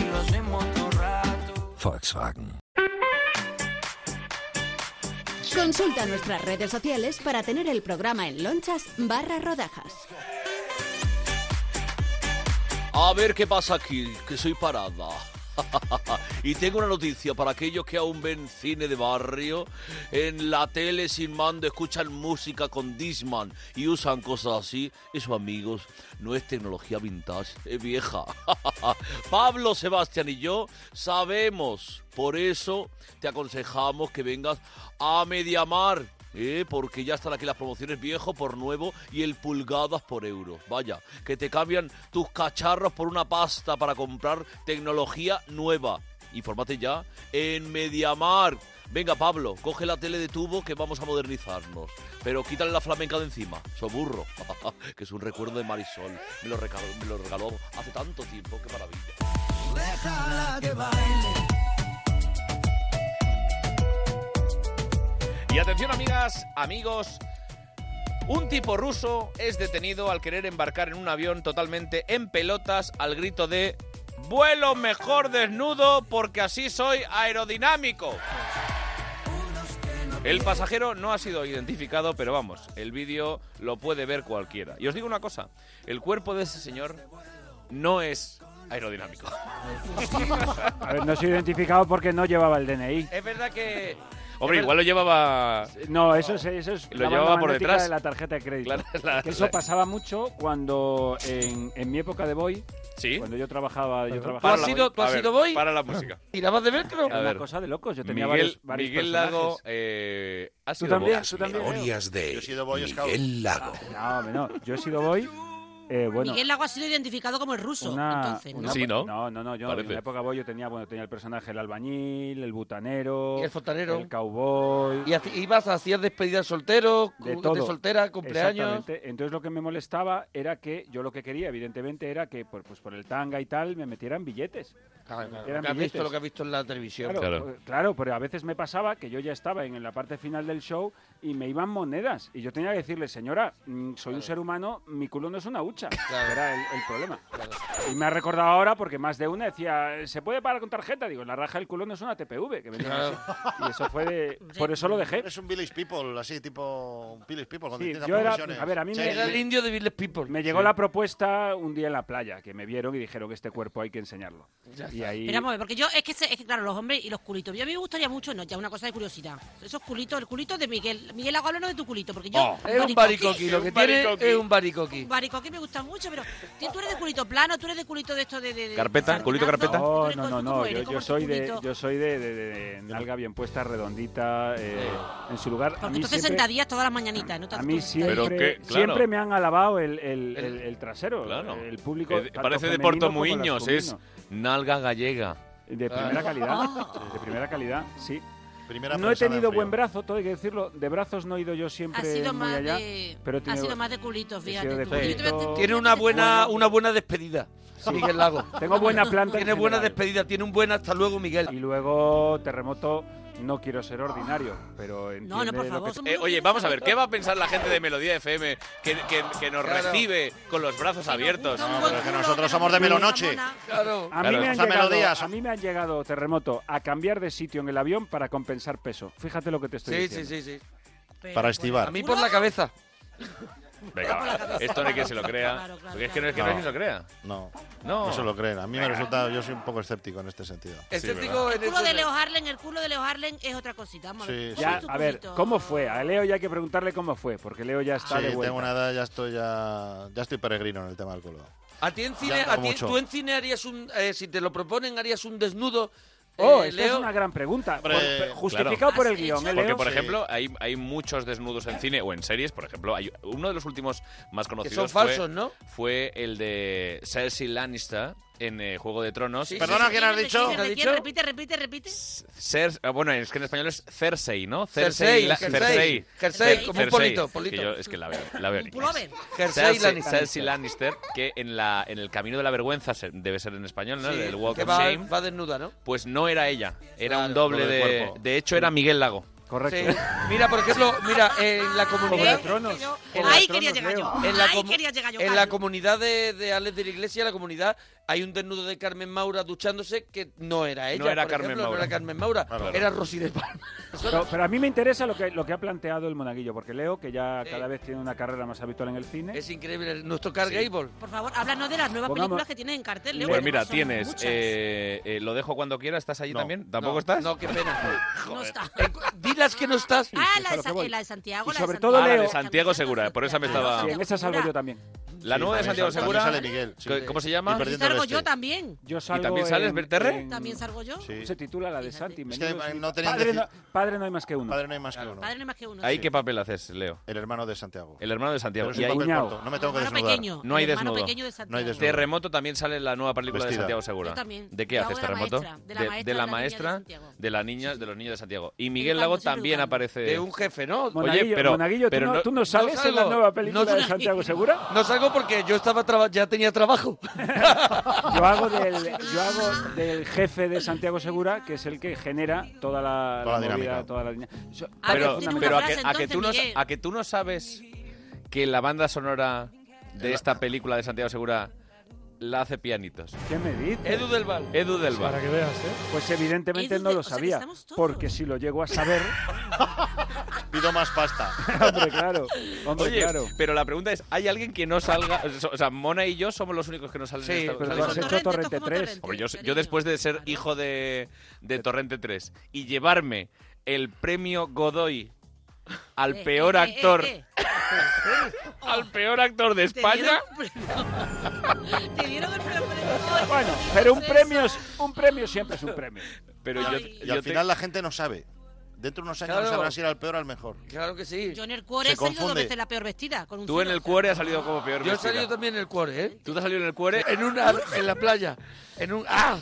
[SPEAKER 26] y lo hacemos todo rato.
[SPEAKER 15] Volkswagen.
[SPEAKER 2] Consulta nuestras redes sociales para tener el programa en lonchas barra rodajas.
[SPEAKER 6] A ver qué pasa aquí, que soy parada. y tengo una noticia para aquellos que aún ven cine de barrio. En la tele sin mando escuchan música con Disman y usan cosas así. Eso, amigos, no es tecnología vintage, es vieja. Pablo, Sebastián y yo sabemos. Por eso te aconsejamos que vengas a Mediamar. ¿eh? porque ya están aquí las promociones viejo por nuevo y el pulgadas por euro. Vaya, que te cambian tus cacharros por una pasta para comprar tecnología nueva. Infórmate ya en Mediamar. Venga, Pablo, coge la tele de tubo que vamos a modernizarnos. Pero quítale la flamenca de encima, soburro. que es un recuerdo de Marisol. Me lo, regaló, me lo regaló hace tanto tiempo, qué maravilla.
[SPEAKER 26] Déjala que baile.
[SPEAKER 1] Y atención amigas, amigos. Un tipo ruso es detenido al querer embarcar en un avión totalmente en pelotas al grito de vuelo mejor desnudo porque así soy aerodinámico. El pasajero no ha sido identificado, pero vamos, el vídeo lo puede ver cualquiera. Y os digo una cosa, el cuerpo de ese señor no es aerodinámico.
[SPEAKER 7] A ver, no soy identificado porque no llevaba el DNI.
[SPEAKER 3] Es verdad que
[SPEAKER 1] Hombre, igual lo llevaba...
[SPEAKER 7] No, eso es, eso es
[SPEAKER 1] Lo
[SPEAKER 7] la
[SPEAKER 1] llevaba
[SPEAKER 7] banda
[SPEAKER 1] por
[SPEAKER 7] magnética
[SPEAKER 1] detrás.
[SPEAKER 7] de la tarjeta de crédito.
[SPEAKER 1] Claro, la-
[SPEAKER 7] Que eso
[SPEAKER 1] la-
[SPEAKER 7] pasaba mucho cuando en, en mi época de boy,
[SPEAKER 1] ¿Sí?
[SPEAKER 7] cuando yo trabajaba, yo
[SPEAKER 1] ¿Tú
[SPEAKER 7] trabajaba
[SPEAKER 1] has sido- tú has A ver, sido boy? para la música.
[SPEAKER 7] ¿Tirabas de velcro?
[SPEAKER 1] A
[SPEAKER 7] Era una
[SPEAKER 1] ver.
[SPEAKER 7] cosa de locos, yo tenía
[SPEAKER 1] Miguel,
[SPEAKER 7] varios, varios
[SPEAKER 1] Miguel
[SPEAKER 7] personajes.
[SPEAKER 1] Lago, eh, ha
[SPEAKER 7] ¿Tú
[SPEAKER 1] sido
[SPEAKER 7] también?
[SPEAKER 1] voz.
[SPEAKER 7] ¿Tú también?
[SPEAKER 18] Memorias de Yo he sido Boy Scout.
[SPEAKER 1] Miguel
[SPEAKER 18] Lago.
[SPEAKER 7] Ah, No, hombre, no, yo he sido boy, eh, bueno...
[SPEAKER 4] Miguel Lago ha sido identificado como el ruso,
[SPEAKER 7] Una-
[SPEAKER 4] entonces, ¿no?
[SPEAKER 7] una- No, no, no, yo
[SPEAKER 1] Parece.
[SPEAKER 7] en la época boy yo tenía, bueno, tenía el personaje el albañil, el butanero...
[SPEAKER 3] Y el fontanero.
[SPEAKER 7] El cowboy...
[SPEAKER 3] Y haci- ibas, hacías despedidas solteros,
[SPEAKER 7] de
[SPEAKER 3] cu-
[SPEAKER 7] todo.
[SPEAKER 3] de soltera, cumpleaños.
[SPEAKER 7] Exactamente. Entonces lo que me molestaba era que yo lo que quería, evidentemente, era que por, pues, por el tanga y tal me metieran billetes.
[SPEAKER 3] Claro, claro,
[SPEAKER 7] Eran
[SPEAKER 3] lo que has visto,
[SPEAKER 7] billetes.
[SPEAKER 3] lo que has visto en la televisión.
[SPEAKER 7] Claro, pues, claro. pero a veces me pasaba que yo ya estaba en, en la parte final del show y me iban monedas. Y yo tenía que decirle, señora, mm, soy un ser humano, mi culo no es una hucha. Era el, el problema. Y me ha recordado ahora porque más de una decía, ¿se puede pagar con tarjeta? Digo, la raja del culo no es una TPV. que vendían
[SPEAKER 8] Claro.
[SPEAKER 7] así. Y eso fue de... Por eso lo dejé.
[SPEAKER 8] Es un village people, así, tipo un village people. Con
[SPEAKER 7] Sí,
[SPEAKER 8] distintas
[SPEAKER 7] yo era,
[SPEAKER 8] profesiones.
[SPEAKER 7] a ver, a mí
[SPEAKER 8] Sí.
[SPEAKER 7] me,
[SPEAKER 3] indio de People.
[SPEAKER 7] Me llegó
[SPEAKER 8] Sí.
[SPEAKER 7] la propuesta un día en la playa, que me vieron y dijeron que este cuerpo hay que enseñarlo. Y ahí,
[SPEAKER 4] Pero vamos a ver, porque yo, es que, se- es que, claro, los hombres y los culitos. Yo a mí me gustaría mucho, no, ya una cosa de curiosidad. Esos culitos, el culito de Miguel. Miguel, hago de tu culito, porque yo.
[SPEAKER 3] Oh,
[SPEAKER 7] Oh,
[SPEAKER 3] es un baricoqui, lo que tiene es un baricoqui.
[SPEAKER 4] Baricoqui me gusta mucho, pero ti- tú eres de culito plano, tú eres de culito de esto de... de- de-
[SPEAKER 1] Carpeta, culito carpeta.
[SPEAKER 7] No, no, no, no,
[SPEAKER 4] eres?
[SPEAKER 7] Yo,
[SPEAKER 4] ¿Cómo
[SPEAKER 7] yo
[SPEAKER 4] es tu
[SPEAKER 7] soy de,
[SPEAKER 4] culito?
[SPEAKER 7] yo soy de, de- de- de nalga bien puesta, redondita, eh, en su lugar. A mí
[SPEAKER 4] Tú haces
[SPEAKER 7] siempre,
[SPEAKER 4] sentadillas todas las mañanitas, ¿no? Te
[SPEAKER 7] a
[SPEAKER 4] haces
[SPEAKER 7] mí
[SPEAKER 4] tú
[SPEAKER 7] siempre,
[SPEAKER 4] sentadillas.
[SPEAKER 7] siempre me han alabado el, el- el- el trasero, el público.
[SPEAKER 1] Eh,
[SPEAKER 7] tanto
[SPEAKER 1] parece de
[SPEAKER 7] femenino
[SPEAKER 1] Porto
[SPEAKER 7] como
[SPEAKER 1] Muiños, es
[SPEAKER 7] masculino.
[SPEAKER 1] nalga gallega. Ah.
[SPEAKER 7] De primera calidad, de primera calidad, sí.
[SPEAKER 1] Primera
[SPEAKER 7] no he
[SPEAKER 1] prensada en
[SPEAKER 7] tenido
[SPEAKER 1] frío.
[SPEAKER 7] buen brazo, todo hay que decirlo. De brazos no he ido yo siempre
[SPEAKER 4] Ha sido
[SPEAKER 7] muy
[SPEAKER 4] más
[SPEAKER 7] allá.
[SPEAKER 4] de-
[SPEAKER 7] pero he
[SPEAKER 4] ha
[SPEAKER 7] tenido-
[SPEAKER 4] sido más de culitos,
[SPEAKER 7] he
[SPEAKER 4] fíjate.
[SPEAKER 7] sido de
[SPEAKER 4] tú. Yo te voy a-
[SPEAKER 7] culito.
[SPEAKER 3] Tiene una buena, una buena despedida.
[SPEAKER 7] Sí.
[SPEAKER 3] Miguel Lago.
[SPEAKER 7] Tengo buena planta en
[SPEAKER 3] Tiene buena
[SPEAKER 7] general.
[SPEAKER 3] despedida, tiene un buen hasta luego, Miguel.
[SPEAKER 7] Y luego Terremoto No quiero ser ordinario, pero
[SPEAKER 4] No, no, por
[SPEAKER 7] entiende lo
[SPEAKER 4] favor,
[SPEAKER 7] que-
[SPEAKER 1] Eh, oye, vamos a ver, ¿qué va a pensar la gente de Melodía FM que, que- que nos
[SPEAKER 5] Claro.
[SPEAKER 1] recibe con los brazos abiertos?
[SPEAKER 5] No, pero es que nosotros somos de Melonoche.
[SPEAKER 3] Claro.
[SPEAKER 7] A mí, me han
[SPEAKER 5] Esa
[SPEAKER 7] llegado,
[SPEAKER 5] melodía,
[SPEAKER 7] a mí me han llegado, terremoto, a cambiar de sitio en el avión para compensar peso. Fíjate lo que te estoy
[SPEAKER 3] Sí, sí,
[SPEAKER 7] diciendo.
[SPEAKER 3] sí, sí.
[SPEAKER 5] Para estivar.
[SPEAKER 3] A mí por la cabeza.
[SPEAKER 1] Venga, va, esto no hay quien se lo crea. porque es que no es que no hay quien se lo crea.
[SPEAKER 5] No.
[SPEAKER 1] No.
[SPEAKER 5] No. se lo creen. A mí me resulta, yo soy un poco escéptico en este sentido.
[SPEAKER 3] Escéptico en
[SPEAKER 4] El culo
[SPEAKER 3] ese-
[SPEAKER 4] de Leo Harlem, el culo de Leo Harlem es otra cosita. Vamos a ver.
[SPEAKER 5] Sí,
[SPEAKER 7] Ya,
[SPEAKER 5] sí.
[SPEAKER 7] a ver, ¿cómo fue? A Leo ya hay que preguntarle cómo fue, porque Leo ya
[SPEAKER 5] Sí,
[SPEAKER 7] está de vuelta.
[SPEAKER 5] tengo una edad, ya estoy ya, Ah, ya estoy peregrino en el tema del culo.
[SPEAKER 3] A ti en cine,
[SPEAKER 5] Ya
[SPEAKER 3] a
[SPEAKER 5] tengo
[SPEAKER 3] ti-
[SPEAKER 5] mucho.
[SPEAKER 3] tú en cine harías un. eh, si te lo proponen, harías un desnudo.
[SPEAKER 7] Oh,
[SPEAKER 3] eh,
[SPEAKER 7] esta es
[SPEAKER 3] Leo.
[SPEAKER 7] una gran pregunta.
[SPEAKER 5] Hombre,
[SPEAKER 7] Por- pe- justificado por el guión, ¿eh,
[SPEAKER 1] Eh, Porque,
[SPEAKER 7] Leo?
[SPEAKER 1] por ejemplo, hay, hay muchos desnudos en cine o en series, por ejemplo. Hay, uno de los últimos más conocidos
[SPEAKER 3] son
[SPEAKER 1] fue-
[SPEAKER 3] falsos, ¿no?
[SPEAKER 1] fue el de Cersei Lannister en eh, Juego de Tronos.
[SPEAKER 5] Perdona, ¿quién has
[SPEAKER 4] ¿De
[SPEAKER 5] dicho?
[SPEAKER 4] quién? ¿De quién? Repite, repite, repite.
[SPEAKER 1] Cer- ah, bueno, es que en español es Cersei, ¿no?
[SPEAKER 3] Cersei,
[SPEAKER 1] la-
[SPEAKER 3] jersey, jersey,
[SPEAKER 1] Cer-
[SPEAKER 3] como un
[SPEAKER 1] Cersei.
[SPEAKER 3] polito,
[SPEAKER 1] Es que
[SPEAKER 3] polito.
[SPEAKER 1] yo- es que la veo, la veo en inglés.
[SPEAKER 4] pullover.
[SPEAKER 3] Jersey
[SPEAKER 1] Cersei,
[SPEAKER 3] Lannister.
[SPEAKER 1] Cersei Lannister, que en, la, en el Camino de la Vergüenza se- debe ser en español, ¿no?
[SPEAKER 3] Sí,
[SPEAKER 1] el Walk
[SPEAKER 3] que
[SPEAKER 1] of
[SPEAKER 3] va,
[SPEAKER 1] Shame.
[SPEAKER 3] va desnuda, ¿no?
[SPEAKER 1] Pues no era ella, era un
[SPEAKER 3] Claro.
[SPEAKER 1] doble
[SPEAKER 3] Doble de
[SPEAKER 1] de...
[SPEAKER 3] cuerpo.
[SPEAKER 1] De hecho, era Miguel Lago.
[SPEAKER 3] Sí. Eh, Mira, por ejemplo, mira, en la comunidad. en la-
[SPEAKER 4] Ahí quería llegar yo.
[SPEAKER 3] En la,
[SPEAKER 4] Ahí
[SPEAKER 3] comu-
[SPEAKER 4] quería llegar yo.
[SPEAKER 3] en la
[SPEAKER 4] Carlos.
[SPEAKER 3] comunidad de, de Alex de la Iglesia, la comunidad, hay un desnudo de Carmen Maura duchándose que no era ella.
[SPEAKER 1] No era
[SPEAKER 3] por
[SPEAKER 1] Carmen
[SPEAKER 3] ejemplo,
[SPEAKER 1] Maura.
[SPEAKER 3] No era Carmen Maura,
[SPEAKER 1] Claro.
[SPEAKER 3] era Rosy de Palma.
[SPEAKER 7] Pero, pero a mí me interesa lo que, lo que ha planteado el monaguillo, porque Leo, que ya cada vez tiene una carrera más habitual en el cine.
[SPEAKER 3] Es increíble, el- nuestro Carl Gable.
[SPEAKER 4] Por favor, háblanos de las nuevas
[SPEAKER 7] Pongamos-
[SPEAKER 4] películas que tienes en cartel, Leo.
[SPEAKER 1] Pues
[SPEAKER 4] porque
[SPEAKER 1] mira,
[SPEAKER 4] son
[SPEAKER 1] tienes...
[SPEAKER 4] muchas.
[SPEAKER 1] eh, eh, lo dejo cuando quiera, ¿estás allí también? ¿Tampoco
[SPEAKER 3] no,
[SPEAKER 1] estás?
[SPEAKER 3] No, qué pena.
[SPEAKER 4] No está.
[SPEAKER 3] Dilas que no estás.
[SPEAKER 4] Ah, la de, Sa- la de Santiago,
[SPEAKER 7] Y
[SPEAKER 4] la de
[SPEAKER 7] sobre
[SPEAKER 4] Santiago.
[SPEAKER 7] todo
[SPEAKER 1] Ah, la
[SPEAKER 7] Leo-
[SPEAKER 1] de Santiago Segura, por esa me estaba...
[SPEAKER 7] Sí, en esa salgo yo también.
[SPEAKER 1] La
[SPEAKER 5] Sí,
[SPEAKER 1] nueva de
[SPEAKER 5] también
[SPEAKER 1] Santiago
[SPEAKER 5] sale-
[SPEAKER 1] Segura.
[SPEAKER 5] también sale Miguel, sí.
[SPEAKER 1] ¿Cómo- ¿Cómo se llama?
[SPEAKER 5] Y
[SPEAKER 4] Y
[SPEAKER 5] perdiendo el
[SPEAKER 4] salgo yo
[SPEAKER 5] este.
[SPEAKER 4] también.
[SPEAKER 7] Yo salgo
[SPEAKER 1] también sales,
[SPEAKER 7] en-
[SPEAKER 1] Berterre?
[SPEAKER 7] en-
[SPEAKER 4] También salgo yo.
[SPEAKER 5] Sí.
[SPEAKER 7] Se titula La de Santi.
[SPEAKER 5] Es
[SPEAKER 7] menudo
[SPEAKER 5] que
[SPEAKER 7] sí.
[SPEAKER 5] no tenían
[SPEAKER 7] padre,
[SPEAKER 5] deci-
[SPEAKER 7] no, padre no hay más que uno.
[SPEAKER 5] Padre no hay más que uno.
[SPEAKER 4] Padre no hay más que uno.
[SPEAKER 1] ¿Ahí
[SPEAKER 4] sí.
[SPEAKER 1] qué papel haces, Leo?
[SPEAKER 5] El hermano de Santiago.
[SPEAKER 1] El hermano de Santiago.
[SPEAKER 5] Pero es
[SPEAKER 1] Y
[SPEAKER 5] un
[SPEAKER 1] ahí-
[SPEAKER 5] papel
[SPEAKER 7] Cuñado.
[SPEAKER 5] corto, No me tengo que
[SPEAKER 4] Hermano
[SPEAKER 5] desnudar.
[SPEAKER 4] pequeño.
[SPEAKER 1] No hay
[SPEAKER 4] el hermano
[SPEAKER 1] desnudo.
[SPEAKER 4] pequeño de Santiago.
[SPEAKER 5] No hay desnudo.
[SPEAKER 1] Terremoto también sale en la nueva película de
[SPEAKER 5] Vestida.
[SPEAKER 1] Santiago Segura.
[SPEAKER 4] Yo también.
[SPEAKER 1] ¿De qué
[SPEAKER 4] Yo
[SPEAKER 1] haces,
[SPEAKER 4] hago la
[SPEAKER 1] Terremoto?
[SPEAKER 4] maestra, de la maestra,
[SPEAKER 1] la
[SPEAKER 4] de la niña de
[SPEAKER 1] maestra,
[SPEAKER 4] Santiago.
[SPEAKER 1] de la niña, de los niños de Santiago. Y Miguel
[SPEAKER 4] Educando,
[SPEAKER 1] Lago
[SPEAKER 4] sí,
[SPEAKER 1] también
[SPEAKER 4] educando.
[SPEAKER 1] aparece.
[SPEAKER 3] De un jefe, ¿no?
[SPEAKER 7] Monaguillo,
[SPEAKER 1] pero-
[SPEAKER 7] Monaguillo, ¿tú,
[SPEAKER 1] pero
[SPEAKER 7] no,
[SPEAKER 1] no-
[SPEAKER 7] tú no sales
[SPEAKER 3] no
[SPEAKER 7] en la
[SPEAKER 3] salgo.
[SPEAKER 7] nueva película
[SPEAKER 3] No
[SPEAKER 7] de
[SPEAKER 3] salgo.
[SPEAKER 7] Santiago Segura?
[SPEAKER 3] No salgo porque yo estaba traba- ya tenía trabajo.
[SPEAKER 7] Yo hago, del, yo hago del jefe de Santiago Segura, que es el que genera toda la,
[SPEAKER 5] Toda la
[SPEAKER 7] movida,
[SPEAKER 5] dinámica.
[SPEAKER 7] toda la línea. Yo-
[SPEAKER 4] Ah,
[SPEAKER 1] Pero,
[SPEAKER 4] tiene una
[SPEAKER 1] pero a, que,
[SPEAKER 4] frase,
[SPEAKER 1] a que tú no,
[SPEAKER 4] entonces,
[SPEAKER 1] a que tú no sabes que la banda sonora de esta película de Santiago Segura la hace pianitos.
[SPEAKER 7] ¿Qué me dices?
[SPEAKER 3] Edu del Val.
[SPEAKER 1] Edu del Val.
[SPEAKER 7] Pues evidentemente
[SPEAKER 4] Edu
[SPEAKER 7] no
[SPEAKER 4] de-
[SPEAKER 7] lo
[SPEAKER 4] o sea, que
[SPEAKER 7] sabía,
[SPEAKER 4] estamos todos.
[SPEAKER 7] porque si lo llego a saber,
[SPEAKER 5] Pido más pasta.
[SPEAKER 7] hombre, claro, hombre,
[SPEAKER 1] Oye,
[SPEAKER 7] claro.
[SPEAKER 1] pero la pregunta es, ¿hay alguien que no salga? O sea, o sea, Mona y yo somos los únicos que no salen.
[SPEAKER 3] Sí,
[SPEAKER 1] en esta-
[SPEAKER 7] Pero tú
[SPEAKER 1] ¿sabes?
[SPEAKER 7] has
[SPEAKER 4] Torrente, esto
[SPEAKER 7] hecho
[SPEAKER 4] es
[SPEAKER 7] Torrente
[SPEAKER 4] como
[SPEAKER 7] 3.
[SPEAKER 4] Torrente.
[SPEAKER 1] Hombre, yo,
[SPEAKER 4] cariño,
[SPEAKER 1] yo después de ser
[SPEAKER 4] claro.
[SPEAKER 1] hijo de, de Torrente 3 y llevarme el premio Godoy al
[SPEAKER 4] Eh,
[SPEAKER 1] peor
[SPEAKER 4] eh, eh,
[SPEAKER 1] actor,
[SPEAKER 4] eh,
[SPEAKER 1] al peor actor de
[SPEAKER 4] eh. Te dieron
[SPEAKER 1] España,
[SPEAKER 4] un premio. Te dieron el premio. Godoy.
[SPEAKER 7] Bueno, pero un
[SPEAKER 4] Eso.
[SPEAKER 7] premio, es- un premio siempre es un premio.
[SPEAKER 1] pero yo,
[SPEAKER 4] Ay.
[SPEAKER 5] Y
[SPEAKER 1] yo
[SPEAKER 5] al
[SPEAKER 1] te-
[SPEAKER 5] final la gente no sabe. Dentro de unos años
[SPEAKER 3] Claro.
[SPEAKER 5] no sabrán si era el peor o el mejor.
[SPEAKER 3] Claro que sí.
[SPEAKER 4] Yo
[SPEAKER 3] Yo,
[SPEAKER 4] en el cuore
[SPEAKER 5] Se
[SPEAKER 4] he salido dos
[SPEAKER 5] confunde.
[SPEAKER 4] veces la peor vestida. Con un
[SPEAKER 1] tú en
[SPEAKER 4] filo,
[SPEAKER 1] el
[SPEAKER 4] o sea.
[SPEAKER 1] cuore has salido como peor.
[SPEAKER 3] he
[SPEAKER 1] vestida.
[SPEAKER 3] salido también en el cuore, ¿eh?
[SPEAKER 1] Tú te has salido en el cuore.
[SPEAKER 3] En una en la playa. En un ¡Ah!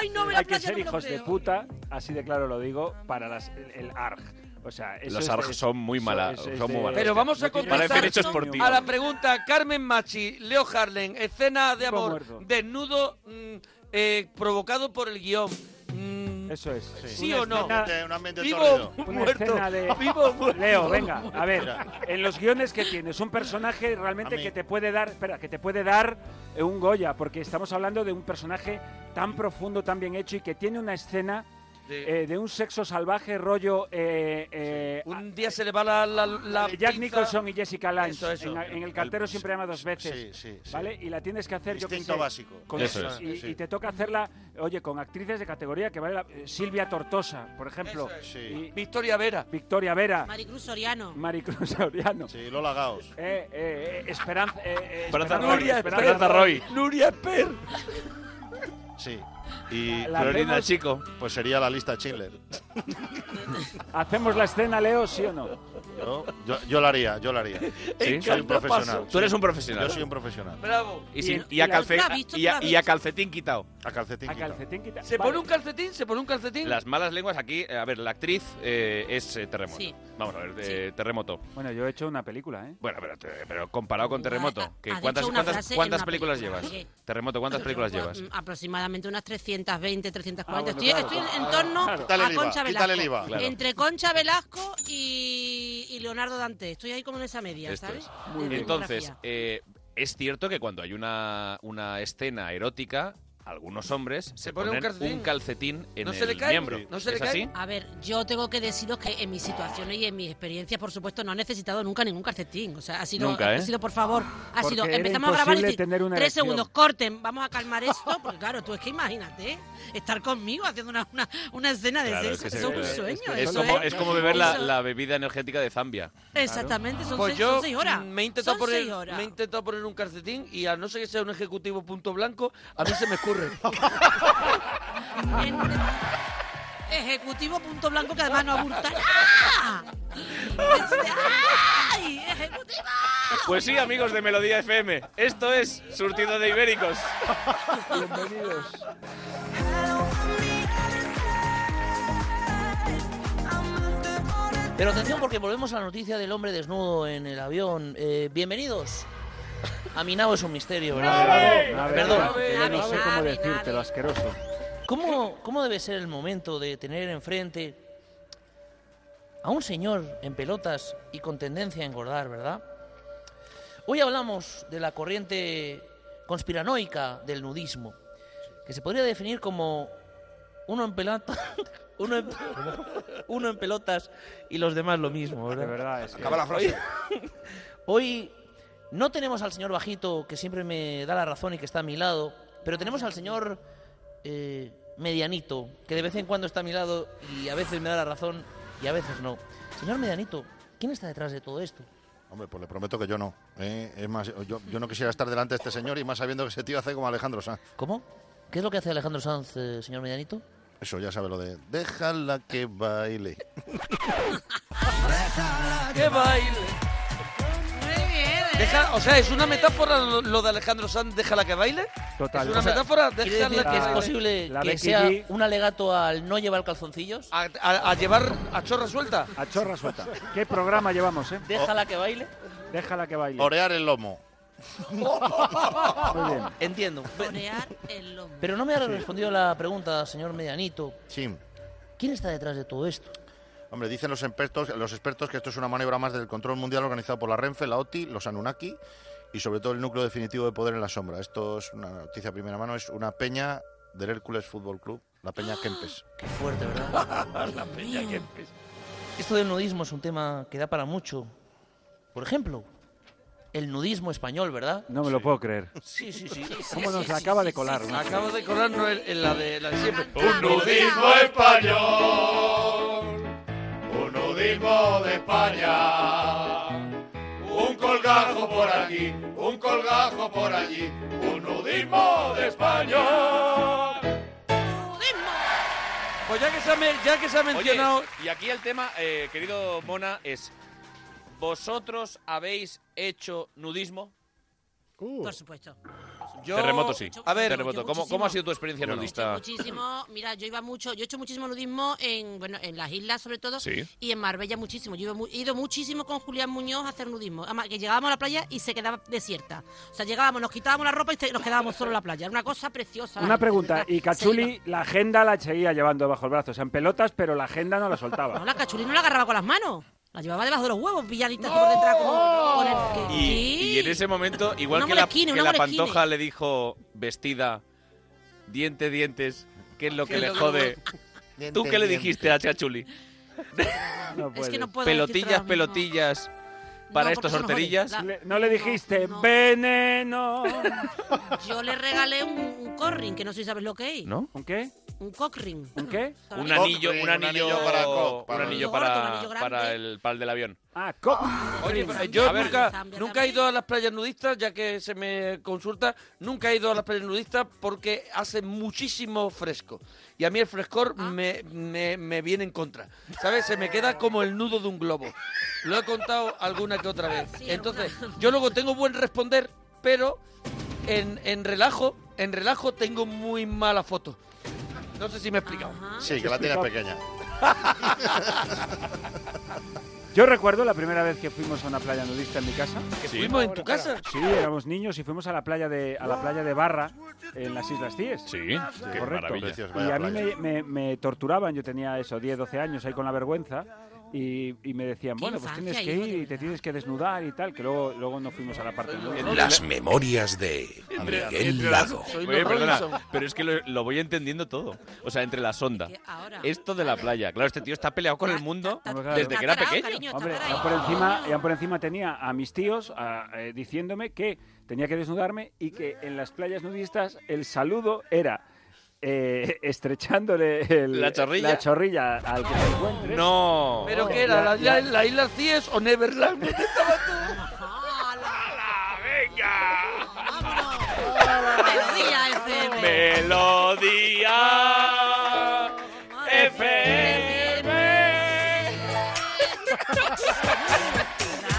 [SPEAKER 4] Ay, no, me la
[SPEAKER 7] Hay que
[SPEAKER 4] playa no
[SPEAKER 7] ser
[SPEAKER 4] me lo
[SPEAKER 7] hijos de
[SPEAKER 4] creo.
[SPEAKER 7] puta, así de claro lo digo, para las, el, el ARG. O sea, eso
[SPEAKER 1] Los
[SPEAKER 7] es de-
[SPEAKER 1] ARG son muy mala-
[SPEAKER 7] eso es
[SPEAKER 1] son muy
[SPEAKER 7] de-
[SPEAKER 1] malos.
[SPEAKER 3] Pero vamos a
[SPEAKER 7] No tiene-
[SPEAKER 3] compensar
[SPEAKER 1] Parecen hechos por ti.
[SPEAKER 3] a la pregunta Carmen Machi, Leo Harlen, escena de
[SPEAKER 7] Tipo
[SPEAKER 3] amor,
[SPEAKER 7] muerto.
[SPEAKER 3] desnudo mm, eh, provocado por el guión. Mm,
[SPEAKER 7] Eso es.
[SPEAKER 3] ¿Sí o no?
[SPEAKER 5] Un ambiente- un ambiente
[SPEAKER 3] Vivo
[SPEAKER 5] tórrido.
[SPEAKER 7] Una
[SPEAKER 3] muerto.
[SPEAKER 7] escena de-
[SPEAKER 3] Vivo muerto.
[SPEAKER 7] Leo, venga, a ver, en los guiones que tienes, un personaje realmente
[SPEAKER 5] A mí.
[SPEAKER 7] que te puede dar, espera, que te puede dar eh, un Goya, porque estamos hablando de un personaje tan profundo, tan bien hecho y que tiene una escena
[SPEAKER 3] De-
[SPEAKER 7] eh, de un sexo salvaje rollo eh, eh,
[SPEAKER 3] un día se le va la, la, la
[SPEAKER 7] a- de Jack
[SPEAKER 3] pinza.
[SPEAKER 7] Nicholson y Jessica Lange.
[SPEAKER 3] Eso, eso.
[SPEAKER 7] En, en el cartero siempre llama dos veces.
[SPEAKER 5] Sí, sí, sí.
[SPEAKER 7] ¿Vale? Y la tienes que hacer, yo qué
[SPEAKER 5] Instinto
[SPEAKER 7] sé,
[SPEAKER 5] básico.
[SPEAKER 7] con-
[SPEAKER 1] Eso es.
[SPEAKER 7] y,
[SPEAKER 5] Sí.
[SPEAKER 7] y te toca hacerla, oye, con actrices de categoría que vale la- eh, Silvia Tortosa, por ejemplo.
[SPEAKER 3] Eso es.
[SPEAKER 5] Sí,
[SPEAKER 7] Y
[SPEAKER 3] Victoria Vera.
[SPEAKER 7] Victoria Vera.
[SPEAKER 4] Maricruz Soriano.
[SPEAKER 7] Maricruz Soriano.
[SPEAKER 5] sí, Lola Gaos.
[SPEAKER 7] Eh, eh, eh, Esperanza, eh, eh,
[SPEAKER 1] Esperanza Roy,
[SPEAKER 7] Roy,
[SPEAKER 3] Nuria
[SPEAKER 1] Esperanza
[SPEAKER 3] Esper.
[SPEAKER 1] Roy.
[SPEAKER 3] Nuria Esper.
[SPEAKER 5] Sí. Y
[SPEAKER 7] La-
[SPEAKER 1] Florina
[SPEAKER 7] vemos-
[SPEAKER 1] Chico.
[SPEAKER 5] pues sería la lista Schindler.
[SPEAKER 7] ¿Hacemos la escena, Leo, sí o no?
[SPEAKER 5] Yo, yo, yo la haría, yo la haría.
[SPEAKER 1] Sí.
[SPEAKER 5] Soy un profesional.
[SPEAKER 1] Tú eres un profesional.
[SPEAKER 5] Yo soy un profesional.
[SPEAKER 3] Bravo.
[SPEAKER 1] Y, sin-
[SPEAKER 7] Y-
[SPEAKER 1] y a
[SPEAKER 7] y la-
[SPEAKER 1] calce-
[SPEAKER 4] ¿Tú la has visto?
[SPEAKER 1] y a-
[SPEAKER 4] ¿Tú la
[SPEAKER 1] y a
[SPEAKER 4] has visto?
[SPEAKER 1] calcetín quitado.
[SPEAKER 5] A calcetín.
[SPEAKER 7] A
[SPEAKER 5] quitado.
[SPEAKER 7] calcetín quita.
[SPEAKER 3] ¿Se
[SPEAKER 7] Vale.
[SPEAKER 3] pone un calcetín? ¿Se pone un calcetín?
[SPEAKER 1] Las malas lenguas aquí, eh, a ver, la actriz eh, es eh, Terremoto.
[SPEAKER 4] Sí.
[SPEAKER 1] Vamos a ver, eh, Terremoto.
[SPEAKER 7] Bueno, yo he hecho una película, ¿eh?
[SPEAKER 1] Bueno, pero, te- pero comparado con Terremoto,
[SPEAKER 4] Ha-
[SPEAKER 1] que
[SPEAKER 4] ha
[SPEAKER 1] ¿cuántas,
[SPEAKER 4] dicho una
[SPEAKER 1] cuántas,
[SPEAKER 4] frase en
[SPEAKER 1] cuántas
[SPEAKER 4] una
[SPEAKER 1] películas
[SPEAKER 4] película,
[SPEAKER 1] llevas?
[SPEAKER 4] Miguel.
[SPEAKER 1] Terremoto, ¿cuántas películas llevas?
[SPEAKER 4] Mm, Aproximadamente unas 320, 340.
[SPEAKER 7] Ah, bueno,
[SPEAKER 4] estoy
[SPEAKER 7] claro,
[SPEAKER 4] estoy en-
[SPEAKER 7] claro,
[SPEAKER 4] en torno
[SPEAKER 7] claro.
[SPEAKER 5] Dale,
[SPEAKER 4] a Concha Velasco.
[SPEAKER 1] Ah,
[SPEAKER 8] Quítale el IVA. Claro.
[SPEAKER 4] Entre Concha Velasco y, y Leonardo Dante. Estoy ahí como en esa media,
[SPEAKER 1] Esto
[SPEAKER 4] ¿sabes?
[SPEAKER 1] es.
[SPEAKER 4] De
[SPEAKER 1] Entonces,
[SPEAKER 4] filmografía.
[SPEAKER 1] eh, es cierto que cuando hay una, una escena erótica, algunos hombres se,
[SPEAKER 4] pone
[SPEAKER 1] ponen
[SPEAKER 4] un
[SPEAKER 1] un calcetín,
[SPEAKER 4] calcetín.
[SPEAKER 1] en
[SPEAKER 3] ¿No
[SPEAKER 1] el
[SPEAKER 3] se le cae?
[SPEAKER 1] miembro.
[SPEAKER 3] ¿No se le
[SPEAKER 1] ¿Es
[SPEAKER 3] cae?
[SPEAKER 1] así?
[SPEAKER 4] A ver, yo tengo que deciros que en mis situaciones y en mis experiencias, por supuesto, no han necesitado nunca ningún calcetín. O sea, ha sido,
[SPEAKER 7] Nunca,
[SPEAKER 4] ha
[SPEAKER 7] ¿eh?
[SPEAKER 4] sido por favor, ha
[SPEAKER 7] Porque
[SPEAKER 4] sido,
[SPEAKER 7] era
[SPEAKER 4] empezamos a grabar y
[SPEAKER 7] imposible
[SPEAKER 4] decir,
[SPEAKER 7] tener una
[SPEAKER 4] tres
[SPEAKER 7] erección".
[SPEAKER 4] segundos, corten, vamos a calmar esto, porque claro, tú es que imagínate ¿eh? estar conmigo haciendo una, una, una escena de
[SPEAKER 1] Claro, es
[SPEAKER 4] sexo,
[SPEAKER 1] que
[SPEAKER 4] eso
[SPEAKER 1] se-
[SPEAKER 4] es un sueño.
[SPEAKER 1] es
[SPEAKER 4] eso
[SPEAKER 1] como,
[SPEAKER 4] es-
[SPEAKER 1] es como beber la,
[SPEAKER 4] eso-
[SPEAKER 1] la bebida energética de Zambia.
[SPEAKER 4] Exactamente, son,
[SPEAKER 3] Pues
[SPEAKER 4] seis,
[SPEAKER 3] yo
[SPEAKER 4] son seis horas.
[SPEAKER 3] Me he, intentado
[SPEAKER 4] Son
[SPEAKER 3] poner,
[SPEAKER 4] seis horas.
[SPEAKER 3] me he intentado poner un calcetín y a no ser que sea un ejecutivo punto blanco, a mí se me escurre.
[SPEAKER 4] Ejecutivo punto blanco que además no abulta nada. Dice, ¡Ay! ejecutivo!
[SPEAKER 1] Pues sí, amigos de Melodía FM, esto es Surtido de Ibéricos.
[SPEAKER 3] Bienvenidos. Pero atención porque volvemos a la noticia del hombre desnudo en el avión. Eh, bienvenidos. A mi nave es un misterio, ¿verdad?
[SPEAKER 7] Nave,
[SPEAKER 3] Perdón.
[SPEAKER 7] nave,
[SPEAKER 3] Elena.
[SPEAKER 7] no sé cómo decirte, lo asqueroso.
[SPEAKER 12] ¿Cómo, ¿Cómo debe ser el momento de tener enfrente a un señor en pelotas y con tendencia a engordar, verdad? Hoy hablamos de la corriente conspiranoica del nudismo, que se podría definir como uno en pelotas, uno en, uno en pelotas y los demás lo mismo, ¿verdad?
[SPEAKER 7] De verdad, es que-
[SPEAKER 12] Acaba la frase. Hoy no tenemos al señor bajito que siempre me da la razón y que está a mi lado, pero tenemos al señor eh, medianito que de vez en cuando está a mi lado y a veces me da la razón y a veces no. Señor medianito, ¿quién está detrás de todo esto?
[SPEAKER 8] Hombre, pues le prometo que yo no. ¿eh? Es más, yo, yo no quisiera estar delante de este señor y más sabiendo que ese tío hace como Alejandro Sanz.
[SPEAKER 12] ¿Cómo? ¿Qué es lo que hace Alejandro Sanz, eh, señor medianito?
[SPEAKER 8] Eso, ya sabe lo de déjala que baile.
[SPEAKER 3] ¡Qué baile!
[SPEAKER 12] ¿eh?
[SPEAKER 3] Deja- o sea, ¿es una metáfora lo, lo de Alejandro Sanz, déjala que baile?
[SPEAKER 7] Total.
[SPEAKER 3] ¿Es una
[SPEAKER 7] O sea,
[SPEAKER 3] metáfora?
[SPEAKER 12] ¿Quiere decir
[SPEAKER 3] Déjala
[SPEAKER 12] que
[SPEAKER 3] que
[SPEAKER 12] es
[SPEAKER 3] baile.
[SPEAKER 12] posible
[SPEAKER 7] La
[SPEAKER 12] que
[SPEAKER 7] Becky
[SPEAKER 12] sea
[SPEAKER 7] G.
[SPEAKER 12] un alegato al no llevar calzoncillos?
[SPEAKER 3] A, a- a llevar a chorra suelta.
[SPEAKER 7] A chorra suelta. ¿Qué programa llevamos, eh?
[SPEAKER 12] Déjala que baile.
[SPEAKER 7] Déjala que baile.
[SPEAKER 8] Orear el lomo.
[SPEAKER 7] Muy bien.
[SPEAKER 12] Entiendo.
[SPEAKER 4] Torear el lomo.
[SPEAKER 12] Pero no me ha respondido la pregunta, señor Medianito.
[SPEAKER 8] Sí.
[SPEAKER 12] ¿Quién está detrás de todo esto?
[SPEAKER 8] Hombre, dicen los expertos, los expertos que esto es una maniobra más del control mundial organizado por la Renfe, la OTI, los Anunnaki y sobre todo el núcleo definitivo de poder en la sombra. Esto es una noticia a primera mano, es una peña del Hércules Fútbol Club, la peña Kempes.
[SPEAKER 12] ¡Ah! Qué fuerte, ¿verdad?
[SPEAKER 3] la peña Kempes.
[SPEAKER 12] Esto del nudismo es un tema que da para mucho. Por ejemplo, el nudismo español, ¿verdad?
[SPEAKER 7] No me lo puedo creer.
[SPEAKER 12] Sí, sí, sí.
[SPEAKER 7] ¿Cómo nos la acaba de colar? ¿no?
[SPEAKER 3] Acabo de colarnos el- el- la de la de siempre.
[SPEAKER 12] Un
[SPEAKER 8] nudismo español, un nudismo de España, un colgajo por aquí, un colgajo por allí, un nudismo de España.
[SPEAKER 3] Pues ya que se ha, men- ya que se ha
[SPEAKER 1] Oye,
[SPEAKER 3] mencionado...
[SPEAKER 1] y aquí el tema, eh, querido Mona, es... ¿Vosotros habéis hecho nudismo?
[SPEAKER 4] Por supuesto.
[SPEAKER 1] Yo- Terremoto sí. A ver, Terremoto, ¿cómo-
[SPEAKER 4] muchísimo.
[SPEAKER 1] cómo ha sido tu experiencia
[SPEAKER 4] Yo
[SPEAKER 1] nudista?
[SPEAKER 4] mucho, Muchísimo. Mira, yo iba mucho, yo he hecho muchísimo nudismo en, bueno, en las islas sobre todo
[SPEAKER 1] Sí.
[SPEAKER 4] y en Marbella muchísimo. Yo iba mu- he ido muchísimo con Julián Muñoz a hacer nudismo. Además, que llegábamos a la playa y se quedaba desierta. O sea, llegábamos, nos quitábamos la ropa y se- nos quedábamos solo en la playa. Era una cosa preciosa. la
[SPEAKER 7] Una
[SPEAKER 4] gente,
[SPEAKER 7] pregunta.
[SPEAKER 4] ¿verdad?
[SPEAKER 7] Y Cachuli, la agenda la seguía llevando bajo el brazo. O sea, en pelotas, pero la agenda no
[SPEAKER 4] No,
[SPEAKER 7] la soltaba.
[SPEAKER 4] la cachuli no la agarraba con las manos. La llevaba debajo de los huevos, pilladita por detrás. Como, con
[SPEAKER 7] ¡Oh!
[SPEAKER 4] el- que-
[SPEAKER 1] Y, y en ese momento, igual
[SPEAKER 4] Una
[SPEAKER 1] que la,
[SPEAKER 4] moleskine,
[SPEAKER 1] que
[SPEAKER 4] una
[SPEAKER 1] la
[SPEAKER 4] moleskine.
[SPEAKER 1] pantoja le dijo vestida, diente, dientes, ¿qué es lo que
[SPEAKER 4] ¿Qué
[SPEAKER 1] le
[SPEAKER 4] es lo
[SPEAKER 1] jode?
[SPEAKER 4] que-
[SPEAKER 1] ¿Tú qué le
[SPEAKER 4] Diente,
[SPEAKER 1] dijiste a Chachuli?
[SPEAKER 4] Es que no
[SPEAKER 1] pelotillas,
[SPEAKER 4] puedo decir todo lo mismo.
[SPEAKER 1] pelotillas para
[SPEAKER 4] No,
[SPEAKER 1] estos
[SPEAKER 4] porque eso no Ah. jode.
[SPEAKER 1] horterillas.
[SPEAKER 4] La-
[SPEAKER 7] Le- no le dijiste veneno.
[SPEAKER 4] Yo le regalé un, un corring, que no sé si sabes lo que es.
[SPEAKER 7] ¿Un qué?
[SPEAKER 4] Un cockring.
[SPEAKER 7] ¿Un qué?
[SPEAKER 1] Un anillo, un anillo, para, un anillo
[SPEAKER 4] Gordo,
[SPEAKER 1] para-
[SPEAKER 4] un anillo grande.
[SPEAKER 1] para el pal del avión.
[SPEAKER 7] Ah,
[SPEAKER 3] Oye, pero yo
[SPEAKER 1] A ver.
[SPEAKER 3] nunca, nunca he ido a las playas nudistas, ya que se me consulta, nunca he ido a las playas nudistas porque hace muchísimo fresco. Y a mí el frescor me, me- me viene en contra. ¿Sabes? Se me queda como el nudo de un globo. Lo he contado alguna que otra vez. Entonces, yo luego tengo buen responder, pero en, en relajo, en relajo tengo muy mala foto. No sé si me he explicado.
[SPEAKER 8] Sí, que la tienes pequeña.
[SPEAKER 7] Yo recuerdo la primera vez que fuimos a una playa nudista en mi casa.
[SPEAKER 3] ¿Que Sí. fuimos en tu casa?
[SPEAKER 7] Sí, éramos niños y fuimos a la playa de, a la playa de Barra, en las Islas Cíes.
[SPEAKER 1] Sí, qué
[SPEAKER 7] correcto.
[SPEAKER 1] maravilla. Precios,
[SPEAKER 7] Y
[SPEAKER 1] vaya
[SPEAKER 7] a mí me,
[SPEAKER 1] playa.
[SPEAKER 7] me- me torturaban, yo tenía eso, 10, 12 años ahí con la vergüenza. Y, y me decían,
[SPEAKER 1] Qué
[SPEAKER 7] bueno, pues tienes
[SPEAKER 1] infancia,
[SPEAKER 7] que ir y te tienes que desnudar y tal, que luego, luego no fuimos a la parte. nudista.
[SPEAKER 18] Las memorias de Miguel Lago.
[SPEAKER 1] Oye, perdona, pero es que lo, lo voy entendiendo todo. O sea, entre la sonda. Esto de la playa. Claro, este tío está peleado con el mundo desde que era pequeño.
[SPEAKER 7] Hombre, y
[SPEAKER 1] ¿eh?
[SPEAKER 7] aún por encima, y aún por encima tenía a mis tíos a- eh, diciéndome que tenía que desnudarme y que en las playas nudistas el saludo era eh, estrechándole el-
[SPEAKER 1] ¿La chorrilla?
[SPEAKER 7] la chorrilla al que te encuentres.
[SPEAKER 1] No.
[SPEAKER 3] ¿Pero qué era? ¿La, la, la isla Cies o Neverland? ¿Dónde estabas tú?
[SPEAKER 4] Melodía FM.
[SPEAKER 1] Melodía FM.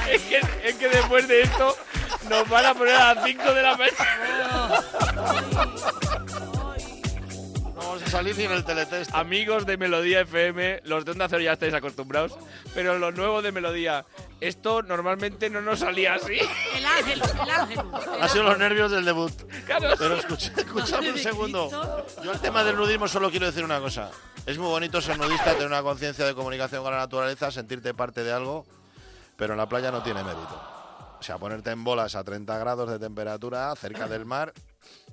[SPEAKER 1] Es que, es que después de esto nos van a poner a las 5 de la mañana. Vamos a salir sin el teletexto. Amigos de Melodía FM, los de Onda Cero ya estáis acostumbrados, pero los nuevos de Melodía, esto normalmente no nos salía así.
[SPEAKER 4] El ángel, el ángel. el
[SPEAKER 8] Ha sido los
[SPEAKER 4] ángel.
[SPEAKER 8] nervios del debut. Pero escucha,
[SPEAKER 4] Madre
[SPEAKER 8] escúchame un
[SPEAKER 4] de
[SPEAKER 8] segundo.
[SPEAKER 4] Cristo.
[SPEAKER 8] Yo el tema
[SPEAKER 10] Ah.
[SPEAKER 8] del nudismo solo quiero decir una cosa. Es muy bonito ser nudista, tener una conciencia de comunicación con la naturaleza, sentirte parte de algo, pero en la playa no tiene mérito. O sea, ponerte en bolas a 30 grados de temperatura, cerca del mar,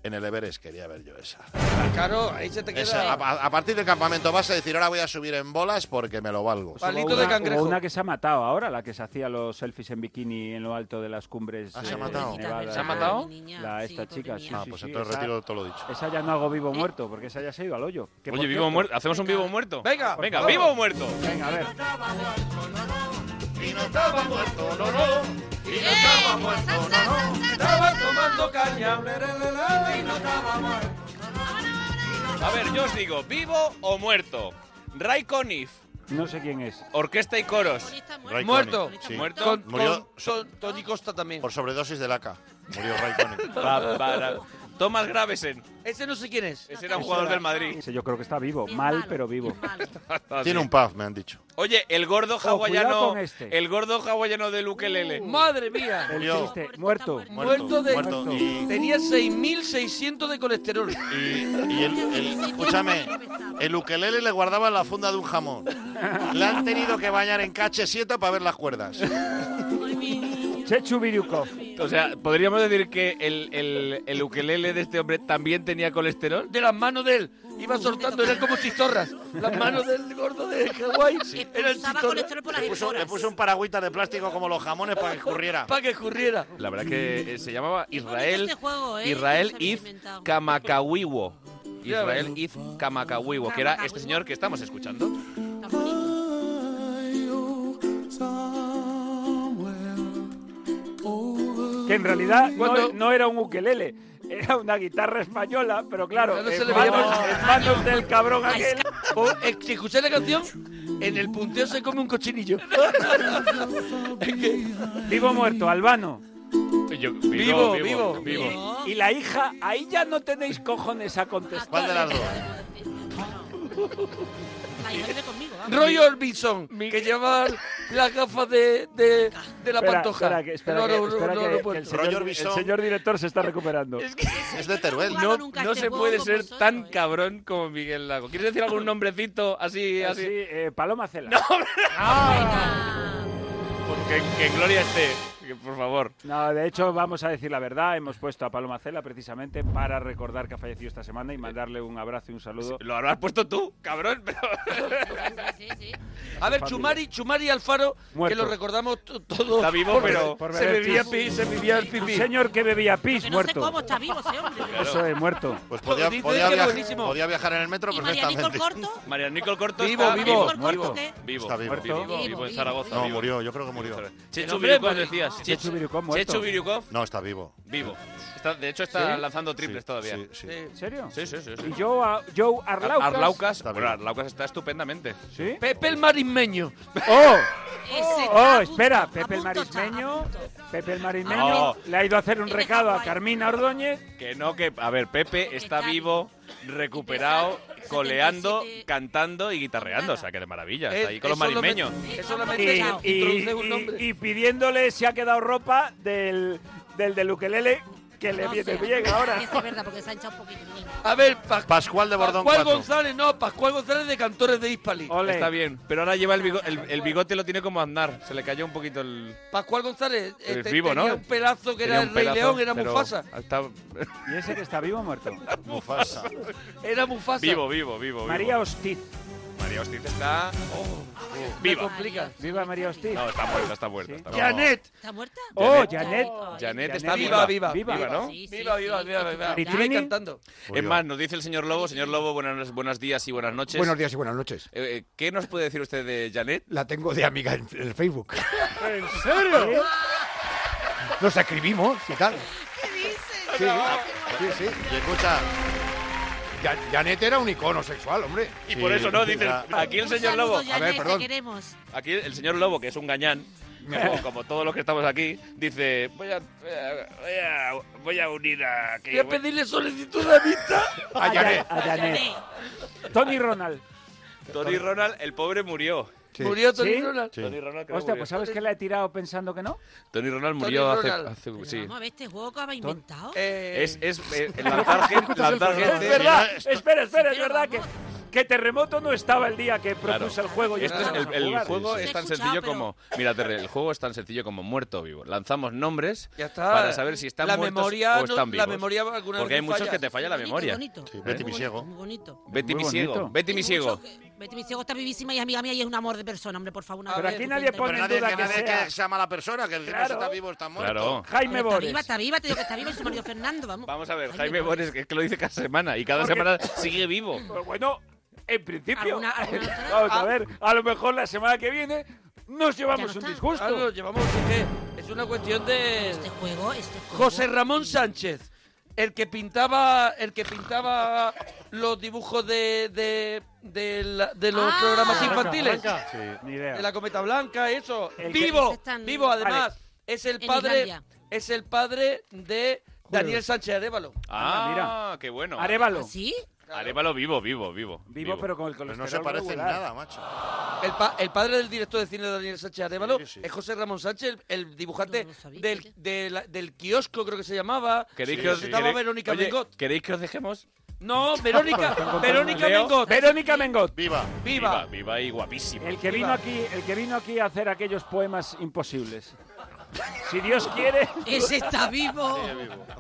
[SPEAKER 8] en el Everest quería ver yo esa.
[SPEAKER 3] Claro, ahí se te queda.
[SPEAKER 8] Esa, a, a- a partir del campamento vas a decir, ahora voy a subir en bolas porque me lo valgo.
[SPEAKER 7] Pues Hubo una, hubo una que se ha matado ahora, la que se hacía los selfies en bikini en lo alto de las cumbres.
[SPEAKER 8] Ah, se ha
[SPEAKER 7] eh,
[SPEAKER 8] matado.
[SPEAKER 7] nevadas.
[SPEAKER 8] ¿Se ha matado?
[SPEAKER 7] La- esta chica, sí,
[SPEAKER 8] Ah,
[SPEAKER 7] sí,
[SPEAKER 8] pues
[SPEAKER 7] sí,
[SPEAKER 8] entonces
[SPEAKER 7] esa-
[SPEAKER 8] retiro todo lo dicho.
[SPEAKER 7] Esa ya no hago vivo o muerto, porque esa ya se ha ido al hoyo. Que, por
[SPEAKER 1] Oye, vivo
[SPEAKER 7] cierto-
[SPEAKER 1] o muerto. ¿Hacemos un vivo o muerto?
[SPEAKER 7] Venga, por
[SPEAKER 1] Venga,
[SPEAKER 7] favor.
[SPEAKER 1] vivo o muerto.
[SPEAKER 7] Venga, a ver.
[SPEAKER 8] Y no estaba muerto, no, no.
[SPEAKER 3] Y no estaba muerto, no, no. Estaba tomando caña. le, le, le, le, Y no estaba muerto.
[SPEAKER 1] A ver, yo os digo, vivo o muerto. Ray Conniff,
[SPEAKER 7] No sé quién es.
[SPEAKER 1] orquesta y coros.
[SPEAKER 8] Ray
[SPEAKER 3] Muerto.
[SPEAKER 8] Connick, sí.
[SPEAKER 1] Muerto.
[SPEAKER 3] Con,
[SPEAKER 8] Murió
[SPEAKER 3] con- con Tony Costa también.
[SPEAKER 8] por sobredosis de laca. Murió Ray Connick.
[SPEAKER 1] Pa- para- Thomas Gravesen.
[SPEAKER 3] Ese no sé quién es.
[SPEAKER 1] Ese era un jugador del Madrid. Ah,
[SPEAKER 7] Ese yo creo que está vivo, mal, pero vivo.
[SPEAKER 8] Tiene un pub, me han dicho.
[SPEAKER 1] Oye, el gordo
[SPEAKER 7] cuidado
[SPEAKER 1] hawaiano.
[SPEAKER 7] con este.
[SPEAKER 1] El gordo hawaiano de Lukelele.
[SPEAKER 3] Uh. Madre mía.
[SPEAKER 7] El triste, muerto.
[SPEAKER 3] Muerto de.
[SPEAKER 8] muerto. Y-
[SPEAKER 3] Tenía 6.600 de colesterol.
[SPEAKER 8] Y, y el, el- escúchame, el ukelele le guardaba en la funda de un jamón. Le han tenido que bañar en KH7 para ver las cuerdas.
[SPEAKER 7] Chechu Biriukov.
[SPEAKER 1] O sea, podríamos decir que el, el, el ukelele de este hombre también tenía colesterol.
[SPEAKER 3] De las manos de él. Iba soltando, eran como chistorras. Las manos del gordo de Hawái. Eran chistorras.
[SPEAKER 8] Le puso, le puso un paragüita de plástico como los jamones para que escurriera.
[SPEAKER 3] Para que escurriera.
[SPEAKER 1] La verdad que eh, se llamaba Israel.
[SPEAKER 4] este juego, ¿eh?
[SPEAKER 1] Israel
[SPEAKER 4] Que nos han
[SPEAKER 1] Iz Kamakawiwo.
[SPEAKER 3] Ya
[SPEAKER 1] Israel Iz Kamakawiwo, que era este señor que estamos escuchando.
[SPEAKER 7] Que en realidad no, e-
[SPEAKER 3] Cuando-
[SPEAKER 7] no era un ukelele, era una guitarra española, pero claro,
[SPEAKER 3] Claro,
[SPEAKER 7] en,
[SPEAKER 3] se le veía
[SPEAKER 7] manos,
[SPEAKER 3] por-
[SPEAKER 7] en manos del cabrón aquel.
[SPEAKER 3] O, eh, si escucháis la canción, en el punteo se come un cochinillo.
[SPEAKER 7] Vivo o muerto, albano.
[SPEAKER 1] Yo-
[SPEAKER 3] Vivo, vivo, vivo.
[SPEAKER 7] Y la hija, ahí ya no tenéis cojones a contestar.
[SPEAKER 8] ¿Cuál de las dos?
[SPEAKER 4] La hija vive conmigo, vamos.
[SPEAKER 3] Roy Orbison, que lleva las gafas de, de, de la
[SPEAKER 7] Espera,
[SPEAKER 3] pantoja.
[SPEAKER 7] Espera, que, espera
[SPEAKER 3] No,
[SPEAKER 7] que-
[SPEAKER 3] no, no,
[SPEAKER 7] espera
[SPEAKER 3] no,
[SPEAKER 7] que-
[SPEAKER 3] no,
[SPEAKER 7] que
[SPEAKER 3] puedo.
[SPEAKER 7] el, señor,
[SPEAKER 8] Roger Bison.
[SPEAKER 7] el señor director se está recuperando.
[SPEAKER 8] Es de Teruel.
[SPEAKER 1] No, no se puede ser tan cabrón como Miguel Lago. ¿Quieres decir algún nombrecito así?
[SPEAKER 7] Así,
[SPEAKER 1] así?
[SPEAKER 7] eh, Paloma Cela.
[SPEAKER 1] No, porque que Gloria esté, que por favor.
[SPEAKER 7] No, de hecho, vamos a decir la verdad. Hemos puesto a Paloma Cela precisamente para recordar que ha fallecido esta semana y mandarle un abrazo y un saludo.
[SPEAKER 1] Lo habrás puesto tú, cabrón. pero-
[SPEAKER 3] A ver,
[SPEAKER 7] Familia.
[SPEAKER 3] Chumari, Chumari Alfaro,
[SPEAKER 7] Muerto.
[SPEAKER 3] que lo recordamos t- todos.
[SPEAKER 1] Está vivo,
[SPEAKER 3] porque
[SPEAKER 1] pero-
[SPEAKER 7] Por
[SPEAKER 3] se
[SPEAKER 7] beber
[SPEAKER 3] bebía
[SPEAKER 7] pis.
[SPEAKER 3] pis, se bebía el pipí.
[SPEAKER 7] Un señor que bebía pis,
[SPEAKER 4] Que no sé
[SPEAKER 7] muerto.
[SPEAKER 4] cómo está vivo ese hombre.
[SPEAKER 7] Eso es, muerto.
[SPEAKER 8] Pues podía,
[SPEAKER 3] Dicen
[SPEAKER 8] podía
[SPEAKER 3] que
[SPEAKER 8] viajar-
[SPEAKER 3] buenísimo.
[SPEAKER 8] podía viajar en el metro
[SPEAKER 4] ¿Y Marianito el
[SPEAKER 8] perfectamente.
[SPEAKER 4] corto?
[SPEAKER 1] María Nicole Corto
[SPEAKER 3] Vivo,
[SPEAKER 1] está
[SPEAKER 3] Ah, vivo,
[SPEAKER 1] vivo.
[SPEAKER 4] ¿Marianito el corto
[SPEAKER 3] vivo.
[SPEAKER 4] qué?
[SPEAKER 1] Vivo,
[SPEAKER 8] Está vivo.
[SPEAKER 1] vivo,
[SPEAKER 4] Vivo,
[SPEAKER 1] vivo en
[SPEAKER 4] vivo.
[SPEAKER 1] Zaragoza.
[SPEAKER 8] No,
[SPEAKER 1] vivo.
[SPEAKER 8] murió, yo creo que murió.
[SPEAKER 1] Chechu
[SPEAKER 3] Hombre,
[SPEAKER 1] Virukov
[SPEAKER 3] Mari-
[SPEAKER 1] decías.
[SPEAKER 7] Chechu Virukov, muerto.
[SPEAKER 1] Chechu Virukov,
[SPEAKER 8] No, está vivo.
[SPEAKER 1] vivo. Está- de hecho, está
[SPEAKER 7] ¿Sí?
[SPEAKER 1] lanzando triples
[SPEAKER 8] Sí,
[SPEAKER 1] todavía.
[SPEAKER 8] sí, sí.
[SPEAKER 7] ¿En serio?
[SPEAKER 1] Sí, sí, sí. sí.
[SPEAKER 7] Y Joe, a- Joe Arlaucas.
[SPEAKER 1] Arlaucas,
[SPEAKER 8] Está
[SPEAKER 1] bueno,
[SPEAKER 8] bien.
[SPEAKER 1] Arlaucas está estupendamente.
[SPEAKER 7] ¿Sí?
[SPEAKER 3] Pepe el marismeño.
[SPEAKER 7] ¡Oh!
[SPEAKER 4] Ese está a
[SPEAKER 7] ¡Oh,
[SPEAKER 4] punto,
[SPEAKER 7] espera!
[SPEAKER 4] a
[SPEAKER 7] Pepe el
[SPEAKER 4] punto está, a
[SPEAKER 7] Marismeño.
[SPEAKER 4] punto.
[SPEAKER 7] Pepe el Marismeño
[SPEAKER 1] No.
[SPEAKER 7] le ha ido a hacer un
[SPEAKER 4] Tiene
[SPEAKER 7] recado a
[SPEAKER 4] Hawái.
[SPEAKER 7] Carmina Ordóñez.
[SPEAKER 1] Que no, que. A ver, Pepe está
[SPEAKER 4] está
[SPEAKER 1] vivo, recuperado. coleando, cantando y guitarreando. O sea, que de maravilla. Está ahí con los marismeños.
[SPEAKER 7] Y, y- y- y pidiéndole si ha quedado ropa del, del, del ukelele que le viene bien ahora.
[SPEAKER 4] Es verdad, porque se ha echado un poquito.
[SPEAKER 3] A ver,
[SPEAKER 8] Pascual de Bordón
[SPEAKER 3] Pascual
[SPEAKER 8] 4.
[SPEAKER 3] González, no, Pascual González de Cantores de Hispali.
[SPEAKER 1] Está bien, pero ahora lleva el bigote, el, el bigote lo tiene como andar. Se le cayó un poquito el.
[SPEAKER 3] Pascual González eh,
[SPEAKER 1] El
[SPEAKER 3] te-
[SPEAKER 1] vivo,
[SPEAKER 3] tenía
[SPEAKER 1] ¿no?
[SPEAKER 3] un pelazo que
[SPEAKER 1] Tenía
[SPEAKER 3] era
[SPEAKER 1] un
[SPEAKER 3] el Rey
[SPEAKER 1] pelazo,
[SPEAKER 3] León, era
[SPEAKER 1] pero
[SPEAKER 3] Mufasa.
[SPEAKER 1] está-
[SPEAKER 7] ¿Y ese que está vivo o muerto?
[SPEAKER 8] Mufasa.
[SPEAKER 3] Era Mufasa.
[SPEAKER 1] Vivo, vivo, vivo. vivo.
[SPEAKER 7] María Hostiz.
[SPEAKER 1] María Hostiz está. oh,
[SPEAKER 7] Me
[SPEAKER 1] viva.
[SPEAKER 7] complica. Viva María Hostiz.
[SPEAKER 1] No, está muerta, está muerta. está muerta.
[SPEAKER 3] Janet.
[SPEAKER 4] ¿Está muerta?
[SPEAKER 7] Oh, Janet.
[SPEAKER 1] Janet está
[SPEAKER 3] viva,
[SPEAKER 1] viva,
[SPEAKER 3] viva,
[SPEAKER 1] viva, ¿no?
[SPEAKER 3] Viva, viva, viva, viva.
[SPEAKER 1] ¿Y
[SPEAKER 3] Por ahí cantando.
[SPEAKER 1] Es más, nos dice el señor Lobo. Señor Lobo, buenas, buenos días y buenas noches.
[SPEAKER 27] Buenos días y buenas noches.
[SPEAKER 1] Eh, eh, ¿Qué nos puede decir usted de Janet?
[SPEAKER 27] La tengo de amiga en el Facebook.
[SPEAKER 1] ¿En
[SPEAKER 27] serio? Nos escribimos y tal. Sí, sí, sí.
[SPEAKER 8] Y escucha.
[SPEAKER 27] Janet era un icono sexual, hombre.
[SPEAKER 1] Y por eso no, dicen, aquí el señor Lobo.
[SPEAKER 27] A ver, perdón.
[SPEAKER 4] queremos.
[SPEAKER 1] Aquí el señor Lobo, que es un gañán, como, como todos los que estamos aquí, dice, voy a, voy a, voy a- voy a unir a... que-
[SPEAKER 3] Voy a pedirle solicitud de amistad
[SPEAKER 7] A Janet. A Janet. Tony Ronald.
[SPEAKER 1] Tony Ronald, el pobre murió.
[SPEAKER 3] ¿Murió Tony Ronald?
[SPEAKER 1] Tony Ronald, creo que
[SPEAKER 7] Hostia,
[SPEAKER 1] murió.
[SPEAKER 7] pues ¿sabes que la he tirado pensando que no?
[SPEAKER 1] Tony Ronald murió hace...
[SPEAKER 7] Ronald.
[SPEAKER 1] hace-
[SPEAKER 7] Pero
[SPEAKER 1] sí.
[SPEAKER 4] Vamos a ver este juego que habéis
[SPEAKER 1] Ton-
[SPEAKER 4] inventado.
[SPEAKER 1] Es, es eh, lanzar gente... lanzar gente-
[SPEAKER 7] Es verdad, espera, espera, es verdad que, que Terremoto no estaba el día que propuso el juego. y
[SPEAKER 1] Esto Este es- el,
[SPEAKER 7] empezamos a
[SPEAKER 1] el
[SPEAKER 7] jugar.
[SPEAKER 1] juego es tan sencillo como. Mira, Terry, el juego es tan sencillo como muerto o vivo. Lanzamos nombres
[SPEAKER 3] Ya está.
[SPEAKER 1] para saber si están
[SPEAKER 3] La
[SPEAKER 1] muertos
[SPEAKER 3] memoria
[SPEAKER 1] o
[SPEAKER 3] no-
[SPEAKER 1] están
[SPEAKER 3] la
[SPEAKER 1] vivos.
[SPEAKER 3] memoria alguna
[SPEAKER 1] Porque
[SPEAKER 3] vez
[SPEAKER 1] hay
[SPEAKER 3] me
[SPEAKER 1] muchos
[SPEAKER 3] falla.
[SPEAKER 1] que te falla la
[SPEAKER 3] Bonito,
[SPEAKER 1] memoria.
[SPEAKER 4] bonito. Sí,
[SPEAKER 8] Betty Misiego.
[SPEAKER 4] Muy bonito.
[SPEAKER 1] Betty
[SPEAKER 4] Muy
[SPEAKER 1] Misiego.
[SPEAKER 4] bonito.
[SPEAKER 1] Betty
[SPEAKER 4] Hay
[SPEAKER 1] Misiego.
[SPEAKER 4] Betty, mi ciego está vivísima y es amiga mía y es un amor de persona, hombre, por favor. una
[SPEAKER 7] Pero
[SPEAKER 4] cosa
[SPEAKER 7] aquí
[SPEAKER 4] estupenda.
[SPEAKER 7] nadie pone en duda
[SPEAKER 8] que
[SPEAKER 7] que
[SPEAKER 8] nadie
[SPEAKER 7] sea.
[SPEAKER 8] que sea mala persona, que encima si está vivo está muerto.
[SPEAKER 1] Claro.
[SPEAKER 7] Jaime
[SPEAKER 4] Pero Está
[SPEAKER 7] Boris.
[SPEAKER 4] viva, está viva, te digo que está viva y su marido Fernando, vamos.
[SPEAKER 1] Vamos a ver, Jaime Bones, que es que lo dice cada semana y cada semana sigue vivo.
[SPEAKER 7] Pero bueno, en principio.
[SPEAKER 4] Alguna- alguna-
[SPEAKER 7] Vamos a ver, a lo mejor la semana que viene nos llevamos
[SPEAKER 3] Ya no
[SPEAKER 7] un
[SPEAKER 3] está.
[SPEAKER 7] disgusto.
[SPEAKER 3] Claro, llevamos un qué. Es una cuestión de. Este
[SPEAKER 4] juego, este
[SPEAKER 3] José Ramón Sánchez. El que pintaba, el que pintaba los dibujos de, de, de la- de los
[SPEAKER 7] Ah.
[SPEAKER 3] programas
[SPEAKER 7] Blanca,
[SPEAKER 3] infantiles.
[SPEAKER 7] Blanca. Sí, ni idea.
[SPEAKER 3] De la cometa blanca, eso.
[SPEAKER 7] El que-
[SPEAKER 3] vivo,
[SPEAKER 7] Ese tan-
[SPEAKER 3] vivo, además.
[SPEAKER 7] Vale.
[SPEAKER 3] Es el
[SPEAKER 7] En
[SPEAKER 3] padre,
[SPEAKER 7] Islandia.
[SPEAKER 3] es el padre de Daniel Sánchez Arevalo.
[SPEAKER 1] Ah, mira. qué bueno.
[SPEAKER 7] Arévalo.
[SPEAKER 4] ¿Ah, ¿Sí?
[SPEAKER 1] Arévalo vivo, vivo, vivo.
[SPEAKER 7] Vivo, pero con el colesterol regular.
[SPEAKER 8] macho.
[SPEAKER 3] El, pa- el padre del director de cine Daniel Sánchez Arevalo es José Ramón Sánchez, el, el dibujante del, de la- del kiosco, creo que se llamaba.
[SPEAKER 1] ¿Queréis
[SPEAKER 3] Sí,
[SPEAKER 1] que os
[SPEAKER 3] Estaba
[SPEAKER 1] queréis-
[SPEAKER 3] Verónica
[SPEAKER 1] Oye,
[SPEAKER 3] Mengot.
[SPEAKER 1] ¿Queréis que os dejemos?
[SPEAKER 3] No, Verónica, Verónica
[SPEAKER 1] Leo.
[SPEAKER 3] Mengot.
[SPEAKER 7] Verónica Mengot.
[SPEAKER 8] Viva.
[SPEAKER 1] Viva. Viva y guapísima.
[SPEAKER 7] El que vino aquí, el que vino aquí a hacer aquellos poemas imposibles. Si Dios quiere.
[SPEAKER 4] Ese está vivo.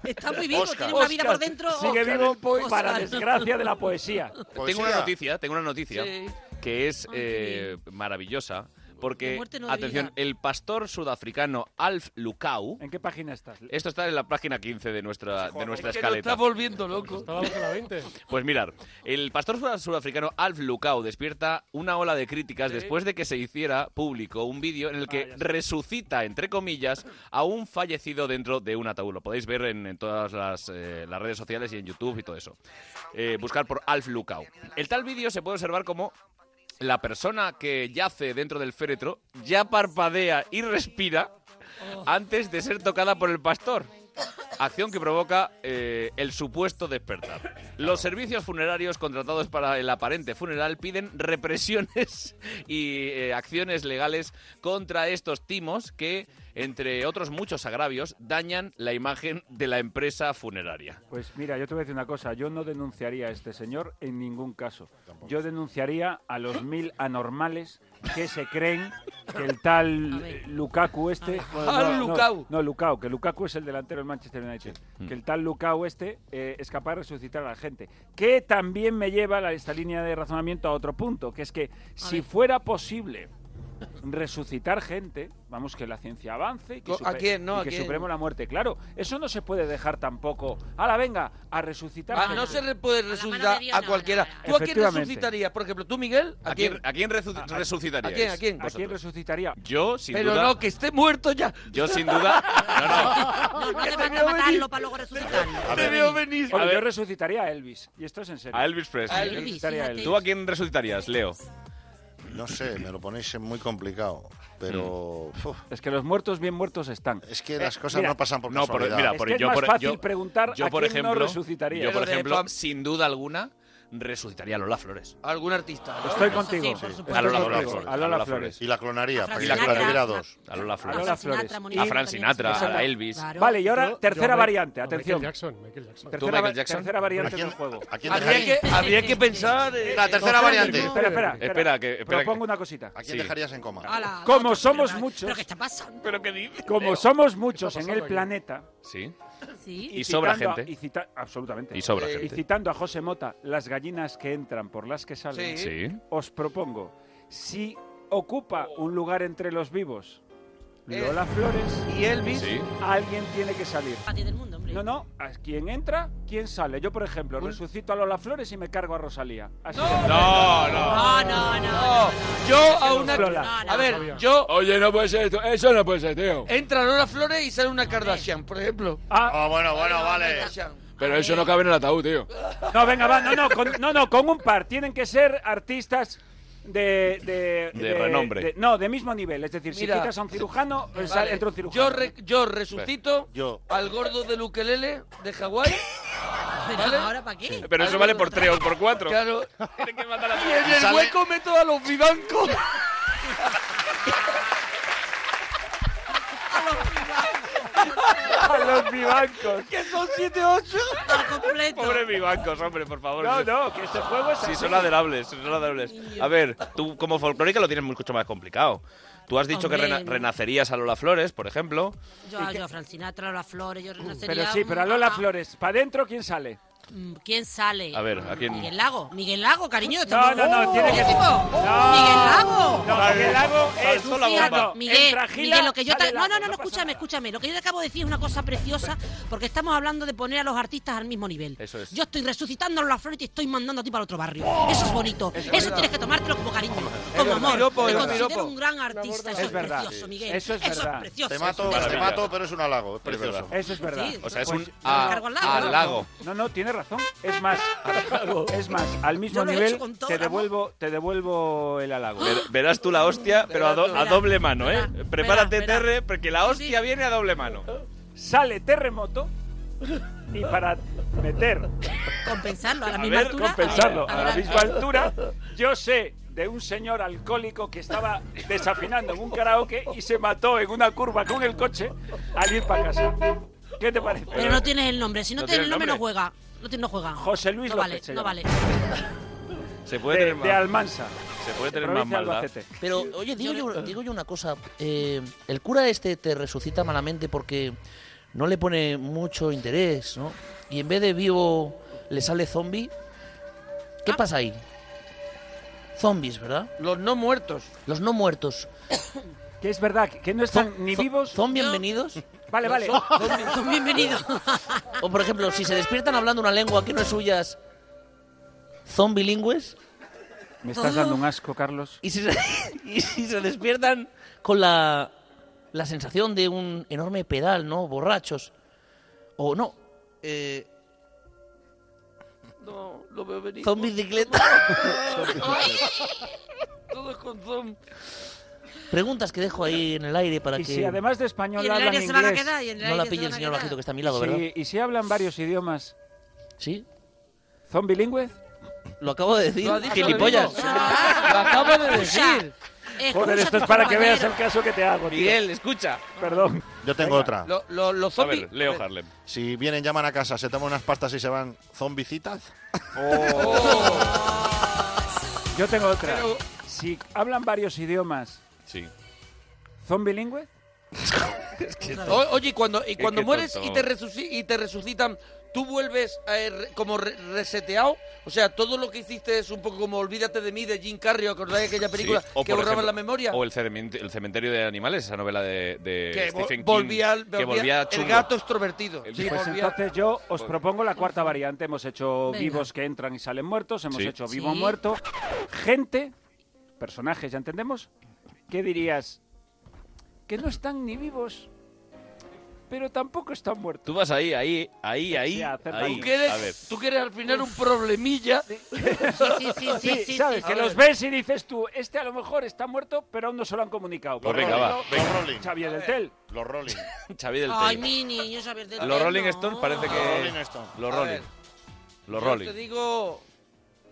[SPEAKER 4] Está muy vivo,
[SPEAKER 7] Oscar.
[SPEAKER 4] tiene una vida por
[SPEAKER 7] Oscar.
[SPEAKER 4] dentro.
[SPEAKER 7] Sigue
[SPEAKER 4] Oscar.
[SPEAKER 7] vivo pues,
[SPEAKER 4] Oscar.
[SPEAKER 7] para desgracia de la poesía.
[SPEAKER 3] Pues
[SPEAKER 1] Tengo una noticia, tengo una noticia
[SPEAKER 7] Sí.
[SPEAKER 1] que es eh, maravillosa. Porque,
[SPEAKER 7] De muerte no de
[SPEAKER 1] atención,
[SPEAKER 7] vida.
[SPEAKER 1] el pastor sudafricano Alf Lukau.
[SPEAKER 7] ¿En qué página estás?
[SPEAKER 1] Esto está en la página 15 de nuestra, de nuestra
[SPEAKER 3] que lo está
[SPEAKER 1] escaleta.
[SPEAKER 3] volviendo loco. Estábamos
[SPEAKER 9] a la 20.
[SPEAKER 1] Pues mirar, el pastor sud- sudafricano Alf Lukau despierta una ola de críticas después de que se hiciera público un vídeo en el que resucita, entre comillas, a un fallecido dentro de un ataúd. Lo podéis ver en, en todas las, eh, las redes sociales y en YouTube y todo eso. Eh, buscar por Alf Lukau. El tal vídeo se puede observar como la persona que yace dentro del féretro ya parpadea y respira Oh. antes de ser tocada por el pastor. Acción que provoca eh, el supuesto despertar. Los servicios funerarios contratados para el aparente funeral piden represiones y eh, acciones legales contra estos timos que, entre otros muchos agravios, dañan la imagen de la empresa funeraria.
[SPEAKER 7] Pues mira, yo te voy a decir una cosa. Yo no denunciaría a este señor en ningún caso. Yo denunciaría a los mil anormales que se creen que el tal eh, Lukaku este...
[SPEAKER 3] Ah,
[SPEAKER 7] no, no,
[SPEAKER 3] Lukau.
[SPEAKER 7] No, Lukau, que Lukaku es el delantero del Manchester United.
[SPEAKER 1] Mm.
[SPEAKER 7] Que el tal Lukau este eh, es capaz de resucitar a la gente. Que también me lleva la- esta línea de razonamiento a otro punto, que es que si fuera posible resucitar gente, vamos que la ciencia avance y que,
[SPEAKER 3] Co- ¿a quién, no?
[SPEAKER 7] y
[SPEAKER 3] ¿a
[SPEAKER 7] que
[SPEAKER 3] quién?
[SPEAKER 7] superemos la muerte, claro, eso no se puede dejar tampoco. Ahora venga, a resucitar.
[SPEAKER 3] Ah,
[SPEAKER 7] gente.
[SPEAKER 3] no se le puede resucitar a cualquiera. ¿Tú a quién
[SPEAKER 7] Efectivamente.
[SPEAKER 3] resucitarías? Por ejemplo, tú, Miguel, ¿a,
[SPEAKER 1] ¿A quién, a quién resu- resucitaríais?
[SPEAKER 3] ¿A quién? ¿A quién?
[SPEAKER 1] vosotros?
[SPEAKER 7] resucitaría?
[SPEAKER 1] Yo, sin
[SPEAKER 3] Pero
[SPEAKER 1] duda.
[SPEAKER 3] no, que esté muerto ya.
[SPEAKER 1] Yo, sin duda. No, no.
[SPEAKER 4] No, no hace
[SPEAKER 3] Que te
[SPEAKER 4] falta
[SPEAKER 3] veo venir.
[SPEAKER 4] matarlo para luego resucitarlo.
[SPEAKER 1] ver.
[SPEAKER 7] Oye,
[SPEAKER 1] A ver.
[SPEAKER 7] yo resucitaría a Elvis. Y esto es en serio.
[SPEAKER 1] A Elvis Presley.
[SPEAKER 7] Yo resucitaría a Elvis.
[SPEAKER 1] ¿Tú a quién resucitarías, Leo?
[SPEAKER 8] No sé, me lo ponéis muy complicado, pero...
[SPEAKER 3] Mm.
[SPEAKER 8] uf,
[SPEAKER 7] Es que los muertos bien muertos están. Eh,
[SPEAKER 8] Es que las cosas no pasan por
[SPEAKER 1] No, por-
[SPEAKER 8] casualidad.
[SPEAKER 1] mira,
[SPEAKER 7] Es
[SPEAKER 1] por-
[SPEAKER 7] que es
[SPEAKER 1] yo
[SPEAKER 7] más
[SPEAKER 1] por-
[SPEAKER 7] fácil
[SPEAKER 1] yo-
[SPEAKER 7] preguntar
[SPEAKER 1] yo,
[SPEAKER 7] a
[SPEAKER 1] por
[SPEAKER 7] quién no
[SPEAKER 1] ejemplo,
[SPEAKER 7] resucitaría.
[SPEAKER 1] Yo, por
[SPEAKER 7] Pero de
[SPEAKER 1] ejemplo,
[SPEAKER 7] fam-
[SPEAKER 1] sin duda alguna, resucitaría a Lola Flores.
[SPEAKER 3] Algún artista. ¿no?
[SPEAKER 7] Estoy contigo.
[SPEAKER 4] por
[SPEAKER 1] Sí.
[SPEAKER 4] supuesto.
[SPEAKER 1] A Lola
[SPEAKER 4] Estoy
[SPEAKER 1] Flores.
[SPEAKER 4] contigo.
[SPEAKER 7] A Lola Flores.
[SPEAKER 8] Y la clonaría,
[SPEAKER 1] A
[SPEAKER 8] para
[SPEAKER 1] Fran
[SPEAKER 8] que la
[SPEAKER 1] Sinatra.
[SPEAKER 8] clonara dos.
[SPEAKER 1] A Lola Flores.
[SPEAKER 7] Lola Flores.
[SPEAKER 1] A Fran Sinatra,
[SPEAKER 7] Exacto.
[SPEAKER 1] a Elvis.
[SPEAKER 7] Vale, y ahora
[SPEAKER 9] Yo-
[SPEAKER 7] tercera
[SPEAKER 9] yo me-
[SPEAKER 7] variante,
[SPEAKER 9] a
[SPEAKER 7] atención.
[SPEAKER 9] Michael Jackson, Michael Jackson.
[SPEAKER 7] Tercera,
[SPEAKER 1] Michael
[SPEAKER 7] va-
[SPEAKER 1] Jackson?
[SPEAKER 7] tercera variante
[SPEAKER 1] ¿A quién-
[SPEAKER 7] del juego.
[SPEAKER 8] ¿a quién
[SPEAKER 3] Habría que, habría que pensar. eh,
[SPEAKER 8] La tercera variante.
[SPEAKER 7] Espera, espera.
[SPEAKER 1] Espera, que- espera que-
[SPEAKER 7] Propongo una cosita.
[SPEAKER 8] ¿A quién dejarías en coma?
[SPEAKER 4] Ala,
[SPEAKER 7] Como
[SPEAKER 4] otro,
[SPEAKER 7] somos
[SPEAKER 4] pero-
[SPEAKER 7] muchos,
[SPEAKER 4] ¿Pero qué está pasando?
[SPEAKER 1] ¿Pero qué dices?
[SPEAKER 7] como
[SPEAKER 1] Leo?
[SPEAKER 7] somos muchos en
[SPEAKER 1] pasando
[SPEAKER 7] el
[SPEAKER 1] aquí?
[SPEAKER 7] planeta.
[SPEAKER 1] Sí.
[SPEAKER 4] Sí.
[SPEAKER 1] Y sobra
[SPEAKER 7] citando a-
[SPEAKER 1] gente.
[SPEAKER 7] y cita- absolutamente. Eh,
[SPEAKER 1] Y sobra
[SPEAKER 7] Y
[SPEAKER 1] gente.
[SPEAKER 7] citando a José Mota, las gallinas que entran por las que salen,
[SPEAKER 1] Sí. Sí.
[SPEAKER 7] os propongo, si ocupa un lugar entre los vivos Lola Flores y Elvis,
[SPEAKER 1] Eh. Sí.
[SPEAKER 7] alguien tiene que salir.
[SPEAKER 4] A ti del mundo, hombre.
[SPEAKER 7] No, no, a quien entra, quien sale. Yo, por ejemplo, resucito a Lola Flores y me cargo a Rosalía. Así de-
[SPEAKER 1] No, no.
[SPEAKER 4] No, no, no.
[SPEAKER 3] Yo a una.
[SPEAKER 7] Lola.
[SPEAKER 3] A ver, yo.
[SPEAKER 9] Oye, no puede ser esto. Eso no puede ser, tío.
[SPEAKER 3] Entra Lola Flores y sale una Kardashian, por ejemplo.
[SPEAKER 8] Ah, bueno, bueno, vale.
[SPEAKER 3] Kardashian.
[SPEAKER 9] Pero eso no cabe en el ataúd, tío.
[SPEAKER 7] No, venga, va, no, no, con, no, no, con un par. Tienen que ser artistas de. De,
[SPEAKER 1] De renombre.
[SPEAKER 7] de- no, de mismo nivel. Es decir,
[SPEAKER 3] Mira.
[SPEAKER 7] si quitas a un cirujano, eh, sale-
[SPEAKER 3] Vale,
[SPEAKER 7] entra un cirujano.
[SPEAKER 3] Yo, re- yo resucito
[SPEAKER 8] Yo.
[SPEAKER 3] al gordo del ukelele de Hawái. ¿Vale?
[SPEAKER 4] Pero ahora, ¿para qué?
[SPEAKER 1] Pero eso vale por tres o por cuatro.
[SPEAKER 3] Claro.
[SPEAKER 1] Tiene que matar a
[SPEAKER 3] Y en el
[SPEAKER 8] Sale-
[SPEAKER 3] hueco meto a los vivancos.
[SPEAKER 7] A los vivancos.
[SPEAKER 3] que son 7 8.
[SPEAKER 4] Al completo.
[SPEAKER 1] Pobre mi bancos, hombre, por favor.
[SPEAKER 7] No, no, que este juego es.
[SPEAKER 1] Sí,
[SPEAKER 7] así.
[SPEAKER 1] son adorables, son adorables. A ver, tú como folclórica lo tienes mucho más complicado. Tú has dicho que
[SPEAKER 4] Hombre.
[SPEAKER 1] rena- renacerías a Lola Flores, por ejemplo.
[SPEAKER 4] Yo, yo, a Fran Sinatra, Lola Flores, yo renacería...
[SPEAKER 7] Pero sí, pero a Lola
[SPEAKER 4] ah,
[SPEAKER 7] Flores, ¿para adentro quién sale?
[SPEAKER 4] mm, ¿Quién sale? Mm,
[SPEAKER 1] A ver, ¿a quién?
[SPEAKER 4] Miguel Lago. Miguel Lago, cariño.
[SPEAKER 7] No,
[SPEAKER 4] estamos-
[SPEAKER 7] no, no, tiene que
[SPEAKER 4] ¡Buenísimo!
[SPEAKER 7] No.
[SPEAKER 4] Miguel Lago.
[SPEAKER 7] No, porque el lago es
[SPEAKER 1] Saltó la bomba.
[SPEAKER 4] Fíjate,
[SPEAKER 7] cirujano.
[SPEAKER 4] Miguel,
[SPEAKER 7] Entra, Gila,
[SPEAKER 4] Miguel, lo que yo
[SPEAKER 7] sale
[SPEAKER 4] te- no,
[SPEAKER 7] Lago,
[SPEAKER 4] no, no, no,
[SPEAKER 7] pasa
[SPEAKER 4] escúchame,
[SPEAKER 7] nada.
[SPEAKER 4] escúchame. Lo que yo te acabo de decir es una cosa preciosa porque estamos hablando de poner a los artistas al mismo nivel.
[SPEAKER 1] Eso es.
[SPEAKER 4] Yo estoy resucitando a la flor y te estoy mandando a ti para otro barrio.
[SPEAKER 7] ¡Oh!
[SPEAKER 4] Eso es bonito. Eso tienes que tomártelo como cariño, como
[SPEAKER 3] verdad.
[SPEAKER 4] amor.
[SPEAKER 3] Piropo,
[SPEAKER 4] te
[SPEAKER 3] es
[SPEAKER 4] considero
[SPEAKER 3] piropo.
[SPEAKER 4] un gran artista. Eso es,
[SPEAKER 7] Es verdad.
[SPEAKER 4] precioso, Miguel.
[SPEAKER 7] Eso es verdad.
[SPEAKER 4] precioso.
[SPEAKER 8] Te
[SPEAKER 4] eso
[SPEAKER 8] mato,
[SPEAKER 4] es
[SPEAKER 8] te
[SPEAKER 1] Maravilla.
[SPEAKER 8] mato, pero es un halago, es precioso.
[SPEAKER 7] Eso es verdad.
[SPEAKER 4] Sí.
[SPEAKER 1] O sea, es un
[SPEAKER 4] me cargo al lago,
[SPEAKER 1] a-
[SPEAKER 4] ¿no?
[SPEAKER 1] halago.
[SPEAKER 7] No, no, tienes razón. Es más, es más, al mismo
[SPEAKER 4] Yo lo he
[SPEAKER 7] nivel
[SPEAKER 4] hecho con todo
[SPEAKER 7] te
[SPEAKER 4] el amor.
[SPEAKER 7] devuelvo, te devuelvo el halago.
[SPEAKER 1] Ver- Verás tú la hostia, pero a, do- a
[SPEAKER 4] Verás,
[SPEAKER 1] doble mano, ¿eh?
[SPEAKER 4] verás, verás,
[SPEAKER 1] Prepárate,
[SPEAKER 4] verás.
[SPEAKER 1] Terre, porque la hostia viene a doble mano.
[SPEAKER 7] Sale terremoto y para meter,
[SPEAKER 4] Compensarlo a la
[SPEAKER 1] A
[SPEAKER 4] misma
[SPEAKER 1] ver,
[SPEAKER 4] altura.
[SPEAKER 7] compensarlo a la
[SPEAKER 4] habrá-
[SPEAKER 7] misma altura, yo sé de un señor alcohólico que estaba desafinando en un karaoke y se mató en una curva con el coche al ir para casa. ¿Qué te parece?
[SPEAKER 4] Pero no tienes el nombre. Si no,
[SPEAKER 1] No tiene
[SPEAKER 4] tienes el
[SPEAKER 1] el
[SPEAKER 4] nombre, no
[SPEAKER 1] nombre.
[SPEAKER 4] juega. No, te- no juega.
[SPEAKER 7] José Luis
[SPEAKER 4] no
[SPEAKER 7] López
[SPEAKER 4] vale,
[SPEAKER 7] se
[SPEAKER 4] no
[SPEAKER 7] llama.
[SPEAKER 4] vale.
[SPEAKER 1] Se puede
[SPEAKER 7] de,
[SPEAKER 1] tener
[SPEAKER 7] de
[SPEAKER 1] más,
[SPEAKER 7] Almansa,
[SPEAKER 1] se puede tener más
[SPEAKER 7] provincia de
[SPEAKER 1] maldad.
[SPEAKER 7] Albacete.
[SPEAKER 12] Pero, oye, digo yo, digo yo una cosa. eh, el cura este te resucita malamente porque no le pone mucho interés, ¿no? Y en vez de vivo le sale zombie. ¿Qué
[SPEAKER 7] Ah.
[SPEAKER 12] pasa ahí? Zombies, ¿verdad?
[SPEAKER 3] Los no muertos.
[SPEAKER 12] Los no muertos.
[SPEAKER 7] Que es verdad que no están ni
[SPEAKER 12] Zo-
[SPEAKER 7] vivos.
[SPEAKER 12] ¿Son bienvenidos?
[SPEAKER 7] Vale, vale.
[SPEAKER 4] Son bienvenidos.
[SPEAKER 12] O, por ejemplo, si se despiertan hablando una lengua que no es suyas, ¿son bilingües?
[SPEAKER 7] Me estás dando
[SPEAKER 4] Oh.
[SPEAKER 7] un asco, Carlos.
[SPEAKER 12] Y si se, y si se despiertan con la, la sensación de un enorme pedal, ¿no? Borrachos. O no. Eh,
[SPEAKER 3] No, lo veo venir.
[SPEAKER 12] son bicicleta.
[SPEAKER 3] Todos con zom.
[SPEAKER 12] Preguntas que dejo ahí en el aire para
[SPEAKER 7] Y
[SPEAKER 12] que
[SPEAKER 7] si además de
[SPEAKER 4] Y
[SPEAKER 7] español
[SPEAKER 4] en el
[SPEAKER 7] hablan
[SPEAKER 4] aire se van a
[SPEAKER 7] inglés.
[SPEAKER 4] quedar. y en el
[SPEAKER 12] no la
[SPEAKER 4] aire se
[SPEAKER 12] pille el
[SPEAKER 4] van a
[SPEAKER 12] señor
[SPEAKER 4] quedar.
[SPEAKER 12] bajito que está a mi
[SPEAKER 7] y
[SPEAKER 12] lado, ¿verdad?
[SPEAKER 7] si- y si hablan varios idiomas,
[SPEAKER 12] Sí.
[SPEAKER 7] ¿son bilingües?
[SPEAKER 12] Lo acabo de decir.
[SPEAKER 3] Lo ha dicho,
[SPEAKER 12] Gilipollas.
[SPEAKER 3] lo digo.
[SPEAKER 4] Lo
[SPEAKER 3] acabo de
[SPEAKER 4] decir.
[SPEAKER 7] Joder, esto es para que veas el caso que te hago, tío.
[SPEAKER 1] Miguel, escucha.
[SPEAKER 7] Perdón.
[SPEAKER 8] Yo tengo otra.
[SPEAKER 3] Lo- lo- los
[SPEAKER 1] A
[SPEAKER 3] zombies.
[SPEAKER 1] ver, Leo Harlem.
[SPEAKER 8] Si vienen, llaman a casa, se toman unas pastas y se van zombicitas.
[SPEAKER 7] Yo tengo otra. Si hablan varios idiomas,
[SPEAKER 1] Sí.
[SPEAKER 7] ¿son bilingües?
[SPEAKER 3] O- oye, y cuando, y cuando
[SPEAKER 1] qué
[SPEAKER 3] mueres
[SPEAKER 1] tonto.
[SPEAKER 3] y te, resuci- y te resucitan, ¿tú vuelves a er- como re- reseteado? O sea, todo lo que hiciste es un poco como Olvídate de mí, de Jim Carrey, ¿acordáis aquella película
[SPEAKER 1] Sí, o
[SPEAKER 3] que
[SPEAKER 1] por
[SPEAKER 3] borraba
[SPEAKER 1] ejemplo-
[SPEAKER 3] la memoria?
[SPEAKER 1] O el cementerio, el cementerio de animales, esa novela de, de
[SPEAKER 3] que vo-
[SPEAKER 1] Stephen King.
[SPEAKER 3] volvía, al-
[SPEAKER 1] que volvía
[SPEAKER 3] volvía
[SPEAKER 1] chungo.
[SPEAKER 3] el gato extrovertido.
[SPEAKER 1] El-
[SPEAKER 3] Sí,
[SPEAKER 7] Pues
[SPEAKER 3] volvía-
[SPEAKER 7] entonces yo os propongo la cuarta variante. Hemos hecho
[SPEAKER 4] Venga.
[SPEAKER 7] vivos que entran y salen muertos, hemos
[SPEAKER 1] Sí.
[SPEAKER 7] hecho vivo
[SPEAKER 4] Sí.
[SPEAKER 7] muerto. Gente, personajes, ¿ya entendemos? ¿Qué dirías? Que no están ni vivos, pero tampoco están muertos.
[SPEAKER 1] Tú vas ahí, ahí, ahí, ahí.
[SPEAKER 7] Ya, acerta
[SPEAKER 1] ahí.
[SPEAKER 7] uno.
[SPEAKER 3] ¿Tú, quieres,
[SPEAKER 1] A ver.
[SPEAKER 3] tú quieres al final un problemilla.
[SPEAKER 4] Sí, sí, sí, sí,
[SPEAKER 7] Sí,
[SPEAKER 4] sí,
[SPEAKER 7] sabes,
[SPEAKER 4] sí.
[SPEAKER 7] que
[SPEAKER 3] A ver.
[SPEAKER 7] los ves y dices tú, este a lo mejor está muerto, pero aún no se lo han comunicado.
[SPEAKER 1] Pues
[SPEAKER 7] Por
[SPEAKER 1] venga,
[SPEAKER 7] ejemplo,
[SPEAKER 1] va,
[SPEAKER 8] Los Rolling.
[SPEAKER 7] Xavier del Tel.
[SPEAKER 8] Los Rolling.
[SPEAKER 1] Xavi del
[SPEAKER 4] Ay,
[SPEAKER 1] Tell.
[SPEAKER 4] mi niño, saber de
[SPEAKER 1] Los Rolling Stones parece
[SPEAKER 8] Los Rolling
[SPEAKER 1] que.
[SPEAKER 8] Stones.
[SPEAKER 1] Los
[SPEAKER 3] A
[SPEAKER 1] Rolling.
[SPEAKER 3] ver,
[SPEAKER 1] Los
[SPEAKER 3] yo
[SPEAKER 1] Rolling.
[SPEAKER 3] Te digo.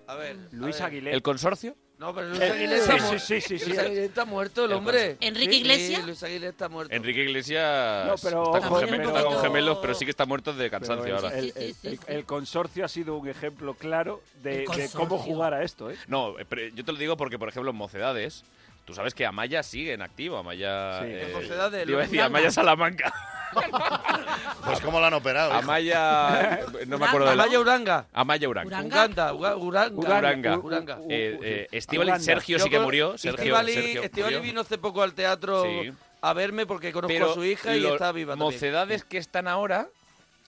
[SPEAKER 3] A ver.
[SPEAKER 7] Luis
[SPEAKER 3] a ver.
[SPEAKER 7] Aguilera.
[SPEAKER 1] ¿El consorcio?
[SPEAKER 3] No, pero Luis
[SPEAKER 7] Eh,
[SPEAKER 3] Aguilera
[SPEAKER 7] sí,
[SPEAKER 3] está,
[SPEAKER 7] sí,
[SPEAKER 3] mu-
[SPEAKER 7] sí, sí, sí.
[SPEAKER 3] Luis Aguilera está muerto, el
[SPEAKER 1] El
[SPEAKER 3] hombre.
[SPEAKER 1] consorcio. ¿Enrique
[SPEAKER 3] Sí,
[SPEAKER 1] Iglesias?
[SPEAKER 3] Sí, Luis Aguilera está muerto.
[SPEAKER 1] Enrique Iglesias
[SPEAKER 7] No, pero
[SPEAKER 1] está, con
[SPEAKER 7] ojo,
[SPEAKER 1] geme-
[SPEAKER 7] pero-
[SPEAKER 1] está con gemelos, pero sí que está muerto de
[SPEAKER 7] Pero
[SPEAKER 1] cansancio
[SPEAKER 7] el-
[SPEAKER 1] ahora.
[SPEAKER 7] El, el- el- el consorcio ha sido un ejemplo claro de, de cómo jugar a esto, ¿eh?
[SPEAKER 1] No, eh, pero yo te lo digo porque, por ejemplo, en Mocedades, tú sabes que Amaya sigue en activo. Amaya.
[SPEAKER 8] Sí.
[SPEAKER 1] eh,
[SPEAKER 8] En Mocedades,
[SPEAKER 1] te iba a
[SPEAKER 8] lo-
[SPEAKER 1] decir Amaya Salamanca.
[SPEAKER 8] Pues cómo la han operado. hijo?
[SPEAKER 1] Amaya. No me acuerdo de la.
[SPEAKER 3] Amaya Uranga.
[SPEAKER 1] Amaya Uranga.
[SPEAKER 3] Uganda, Uga- Uranga.
[SPEAKER 1] Uranga.
[SPEAKER 3] Uranga.
[SPEAKER 1] Eh, eh, Estíbaliz
[SPEAKER 3] Uganda.
[SPEAKER 1] Sergio
[SPEAKER 3] Yo
[SPEAKER 1] sí que
[SPEAKER 3] con-
[SPEAKER 1] murió. Sergio,
[SPEAKER 3] Estíbaliz-
[SPEAKER 1] Sergio
[SPEAKER 3] Estíbaliz
[SPEAKER 1] murió.
[SPEAKER 3] vino hace poco al teatro
[SPEAKER 1] Sí.
[SPEAKER 3] a verme porque conozco a su hija y
[SPEAKER 1] lo-
[SPEAKER 3] está viva también.
[SPEAKER 1] Mocedades que están ahora.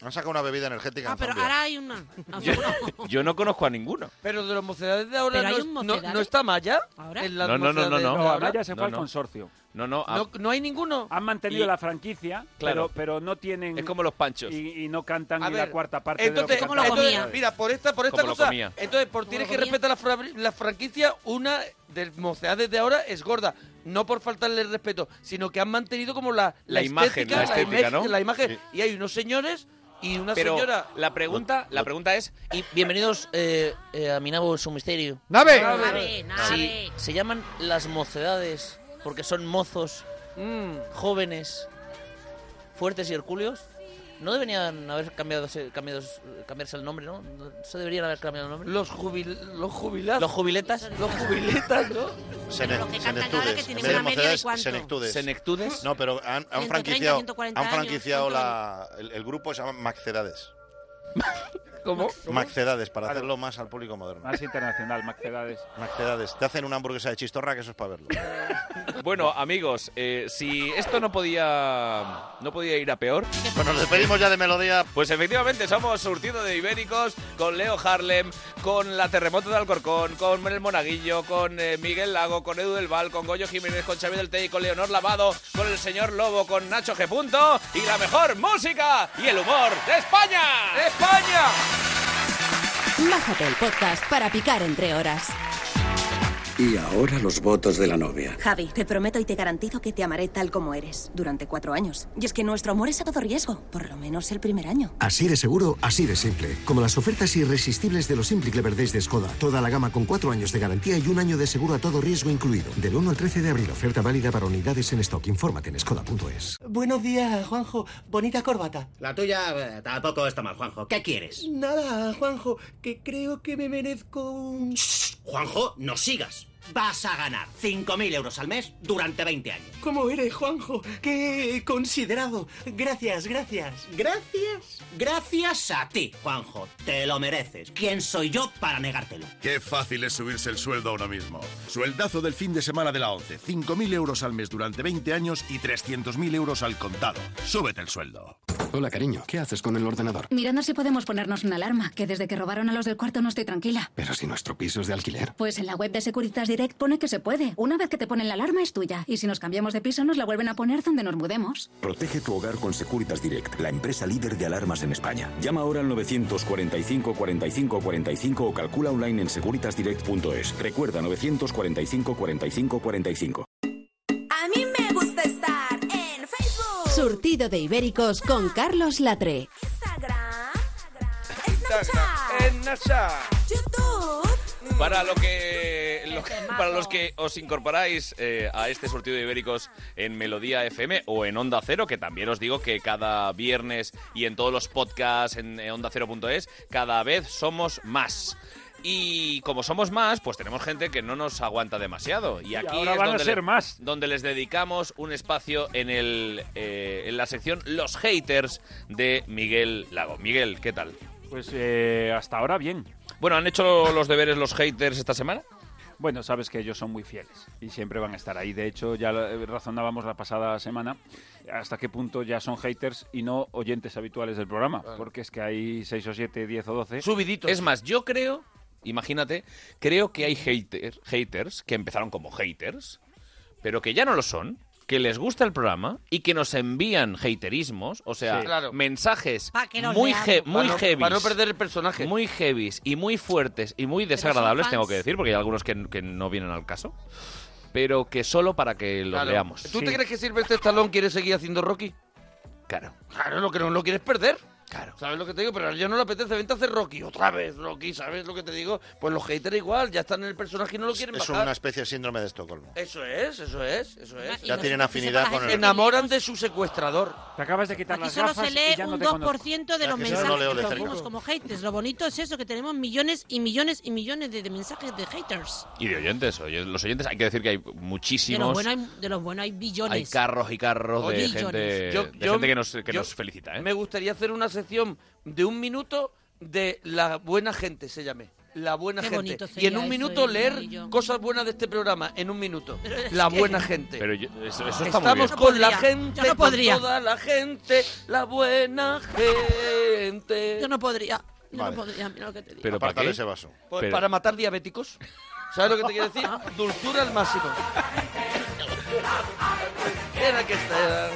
[SPEAKER 8] Han sacado una bebida energética.
[SPEAKER 4] Ah, pero ahora hay una.
[SPEAKER 1] Yo no conozco a ninguno.
[SPEAKER 3] Pero de los mocedades de ahora
[SPEAKER 4] Pero
[SPEAKER 3] no,
[SPEAKER 4] hay
[SPEAKER 3] es-
[SPEAKER 4] un
[SPEAKER 3] no-
[SPEAKER 4] Mocedades.
[SPEAKER 3] no está Maya. En las
[SPEAKER 1] No, no, no, no.
[SPEAKER 3] Mocedades
[SPEAKER 1] No,
[SPEAKER 3] de ahora.
[SPEAKER 7] Amaya se fue
[SPEAKER 1] No,
[SPEAKER 7] al
[SPEAKER 1] no.
[SPEAKER 7] consorcio.
[SPEAKER 1] No, no. a-
[SPEAKER 7] No-
[SPEAKER 3] No hay ninguno.
[SPEAKER 7] Han mantenido
[SPEAKER 3] Y-
[SPEAKER 7] la franquicia,
[SPEAKER 1] Claro.
[SPEAKER 7] pero, pero no tienen...
[SPEAKER 1] Es como los panchos.
[SPEAKER 7] Y, y no cantan
[SPEAKER 3] A
[SPEAKER 7] ni
[SPEAKER 3] ver,
[SPEAKER 7] la cuarta parte
[SPEAKER 3] Entonces,
[SPEAKER 7] de lo que Pues,
[SPEAKER 3] entonces,
[SPEAKER 7] cantaban.
[SPEAKER 3] mira, por esta, por esta
[SPEAKER 7] Como lo
[SPEAKER 3] cosa,
[SPEAKER 7] comía.
[SPEAKER 3] entonces, por tienes que respetar la, fra- la franquicia, una de mocedades de ahora es gorda. No por faltarle el respeto, sino que han mantenido como la,
[SPEAKER 1] La imagen, la estética,
[SPEAKER 3] imagen,
[SPEAKER 1] ¿no?
[SPEAKER 3] la imagen. Y hay unos señores y una
[SPEAKER 1] Pero
[SPEAKER 3] señora.
[SPEAKER 1] la pregunta, la pregunta es...
[SPEAKER 12] Y bienvenidos eh, eh, a Minabo su misterio.
[SPEAKER 3] ¡Nave! ¡Nave,
[SPEAKER 12] Sí, se llaman las mocedades porque son mozos,
[SPEAKER 3] Mm.
[SPEAKER 12] jóvenes, fuertes y hercúleos. No deberían haber cambiado, ese- cambiado- cambiarse el nombre, ¿no? No se deberían haber cambiado el nombre.
[SPEAKER 3] Los, jubil, los jubilados.
[SPEAKER 12] Los jubiletas.
[SPEAKER 3] Los jubiletas, ¿no?
[SPEAKER 8] Sene-
[SPEAKER 12] los que cantan ahora que
[SPEAKER 8] Senectudes.
[SPEAKER 12] tienen
[SPEAKER 8] En vez de
[SPEAKER 12] una media de
[SPEAKER 8] Mocedades,
[SPEAKER 12] cuánto.
[SPEAKER 8] Senectudes.
[SPEAKER 1] ¿Senectudes?
[SPEAKER 8] No, pero han, han
[SPEAKER 12] 130,
[SPEAKER 8] franquiciado,
[SPEAKER 12] 140
[SPEAKER 8] han
[SPEAKER 12] años,
[SPEAKER 8] franquiciado
[SPEAKER 12] ¿cuánto
[SPEAKER 8] la, el, el grupo, se llama Macedades.
[SPEAKER 3] ¿Cómo?
[SPEAKER 8] Macedades, para hacerlo más al público moderno.
[SPEAKER 7] Más internacional, Macedades.
[SPEAKER 8] Macedades. Te hacen una hamburguesa de chistorra, que eso es para verlo.
[SPEAKER 1] Bueno, amigos, eh, si esto no podía no podía ir a peor...
[SPEAKER 8] Pues nos despedimos ya de melodía.
[SPEAKER 1] Pues efectivamente, somos surtido de ibéricos con Leo Harlem, con la Terremoto de Alcorcón, con el Monaguillo, con eh, Miguel Lago, con Edu del Val, con Goyo Jiménez, con Xavier del Tey, con Leonor Lavado, con el señor Lobo, con Nacho G. Punto, y la mejor música y el humor de España. ¡España!
[SPEAKER 2] Bájate el podcast para picar entre horas.
[SPEAKER 23] Y ahora los votos de la novia.
[SPEAKER 28] Javi, te prometo y te garantizo que te amaré tal como eres durante cuatro años. Y es que nuestro amor es a todo riesgo, por lo menos el primer año.
[SPEAKER 15] Así de seguro, así de simple. Como las ofertas irresistibles de los Simply Clever Days de Skoda. Toda la gama con cuatro años de garantía y un año de seguro a todo riesgo incluido. Del 1 al 13 de abril, oferta válida para unidades en stock. Infórmate en skoda.es.
[SPEAKER 22] Buenos días, Juanjo. Bonita corbata.
[SPEAKER 14] La tuya eh, tampoco está mal, Juanjo. ¿Qué quieres?
[SPEAKER 22] Nada, Juanjo, que creo que me merezco un...
[SPEAKER 14] Juanjo, no sigas. Vas a ganar 5.000 euros al mes durante 20 años.
[SPEAKER 22] ¿Cómo eres, Juanjo? ¡Qué considerado! Gracias, gracias. Gracias.
[SPEAKER 14] Gracias a ti, Juanjo. Te lo mereces. ¿Quién soy yo para negártelo?
[SPEAKER 19] Qué fácil es subirse el sueldo ahora mismo. Sueldazo del fin de semana de la 11. 5.000 euros al mes durante 20 años y 300.000 euros al contado. Súbete el sueldo.
[SPEAKER 23] Hola, cariño. ¿Qué haces con el ordenador?
[SPEAKER 24] Mirando si podemos ponernos una alarma, que desde que robaron a los del cuarto no estoy tranquila.
[SPEAKER 23] Pero si nuestro piso es de alquiler.
[SPEAKER 24] Pues en la web de Securitas Direct pone que se puede. Una vez que te ponen la alarma es tuya. Y si nos cambiamos de piso nos la vuelven a poner donde nos mudemos.
[SPEAKER 25] Protege tu hogar con Securitas Direct, la empresa líder de alarmas en España. Llama ahora al 945 45 45 o calcula online en securitasdirect.es. Recuerda 945 45 45.
[SPEAKER 2] A mí me gusta estar en Facebook. Surtido de Ibéricos con Carlos Latre.
[SPEAKER 3] En NASA.
[SPEAKER 1] Para lo que, lo que- para los que os incorporáis eh, a este surtido de ibéricos en Melodía FM o en Onda Cero, que también os digo que cada viernes y en todos los podcasts en eh, ondacero.es, cada vez somos más. Y como somos más, pues tenemos gente que no nos aguanta demasiado. Y aquí
[SPEAKER 7] ahora
[SPEAKER 1] es
[SPEAKER 7] van a
[SPEAKER 1] donde le-
[SPEAKER 7] ser más.
[SPEAKER 1] donde les dedicamos un espacio en, el, eh, en la sección Los Haters de Miguel Lago. Miguel, ¿qué tal?
[SPEAKER 7] Pues eh, hasta ahora bien.
[SPEAKER 1] Bueno, ¿han hecho los deberes los haters esta semana?
[SPEAKER 7] Bueno, sabes que ellos son muy fieles y siempre van a estar ahí. De hecho, ya eh, razonábamos la pasada semana hasta qué punto ya son haters y no oyentes habituales del programa, porque es que hay 6 o 7, 10 o 12.
[SPEAKER 1] Subiditos. Es más, yo creo, imagínate, creo que hay hater- haters que empezaron como haters, pero que ya no lo son, que les gusta el programa y que nos envían haterismos, o sea,
[SPEAKER 3] Sí. Claro.
[SPEAKER 1] mensajes
[SPEAKER 3] Pa' que los
[SPEAKER 1] muy,
[SPEAKER 3] leamos.
[SPEAKER 1] he-
[SPEAKER 3] Pa'
[SPEAKER 1] muy
[SPEAKER 3] no-
[SPEAKER 1] heavy.
[SPEAKER 3] pa' no perder el personaje.
[SPEAKER 1] Muy heavies y muy fuertes y muy
[SPEAKER 3] son
[SPEAKER 1] desagradables,
[SPEAKER 3] fans.
[SPEAKER 1] tengo que decir, porque hay algunos que, que no vienen al caso, pero que solo para que los
[SPEAKER 3] Claro.
[SPEAKER 1] leamos.
[SPEAKER 3] ¿Tú te crees que Silvestre Stallone quiere seguir haciendo Rocky?
[SPEAKER 1] Claro.
[SPEAKER 3] Claro, lo que no lo quieres perder. Claro. ¿Sabes lo que te digo? Pero ya no le apetece. Vente a hacer Rocky. Otra vez Rocky. ¿Sabes lo que te digo? Pues los haters igual. Ya están en el personaje y no lo quieren
[SPEAKER 8] Eso es
[SPEAKER 3] bajar.
[SPEAKER 8] una especie de síndrome de Estocolmo.
[SPEAKER 3] Eso es, eso es, eso es.
[SPEAKER 8] Ya tienen afinidad con el...
[SPEAKER 3] Se enamoran de su secuestrador.
[SPEAKER 7] Te acabas de quitar
[SPEAKER 4] Aquí solo se lee un 2% de los
[SPEAKER 3] que eso no
[SPEAKER 4] mensajes
[SPEAKER 3] lo leo
[SPEAKER 4] que
[SPEAKER 3] de cerca.
[SPEAKER 4] recibimos como haters. Lo bonito es eso, que tenemos millones y millones y millones de, de mensajes de haters.
[SPEAKER 1] Y de oyentes, oye, los oyentes, hay que decir que hay
[SPEAKER 4] De los
[SPEAKER 1] muchísimos.
[SPEAKER 4] buenos hay, de los buenos hay billones.
[SPEAKER 1] Hay carros y carros de
[SPEAKER 4] Oye,
[SPEAKER 1] gente,
[SPEAKER 4] Jones. Yo-
[SPEAKER 1] de
[SPEAKER 3] yo-
[SPEAKER 1] gente que, nos, que
[SPEAKER 3] yo-
[SPEAKER 1] nos felicita, ¿eh?
[SPEAKER 3] Me gustaría hacer una sección de un minuto de la buena gente, se llame. La buena
[SPEAKER 4] Qué
[SPEAKER 3] gente.
[SPEAKER 4] bonito
[SPEAKER 3] Y en
[SPEAKER 4] sería
[SPEAKER 3] un
[SPEAKER 4] eso,
[SPEAKER 3] minuto
[SPEAKER 4] el
[SPEAKER 3] leer
[SPEAKER 4] amarillo.
[SPEAKER 3] cosas buenas de este programa. En un minuto.
[SPEAKER 4] Pero es
[SPEAKER 3] La
[SPEAKER 4] que-
[SPEAKER 3] buena gente.
[SPEAKER 1] Pero yo- eso, eso está muy
[SPEAKER 3] Estamos
[SPEAKER 1] bien.
[SPEAKER 3] con la
[SPEAKER 4] podría,
[SPEAKER 3] gente,
[SPEAKER 4] yo no podría.
[SPEAKER 3] con toda la gente, la buena gente.
[SPEAKER 4] Yo no podría. Yo
[SPEAKER 8] Vale.
[SPEAKER 4] no podría, mira lo que te digo.
[SPEAKER 1] Pero ¿para
[SPEAKER 8] Apártale
[SPEAKER 1] qué?
[SPEAKER 8] ese vaso.
[SPEAKER 3] Pues
[SPEAKER 1] Pero-
[SPEAKER 3] para matar diabéticos. ¿Sabes lo que te quiero decir? Dulzura al máximo. Tiene que estar.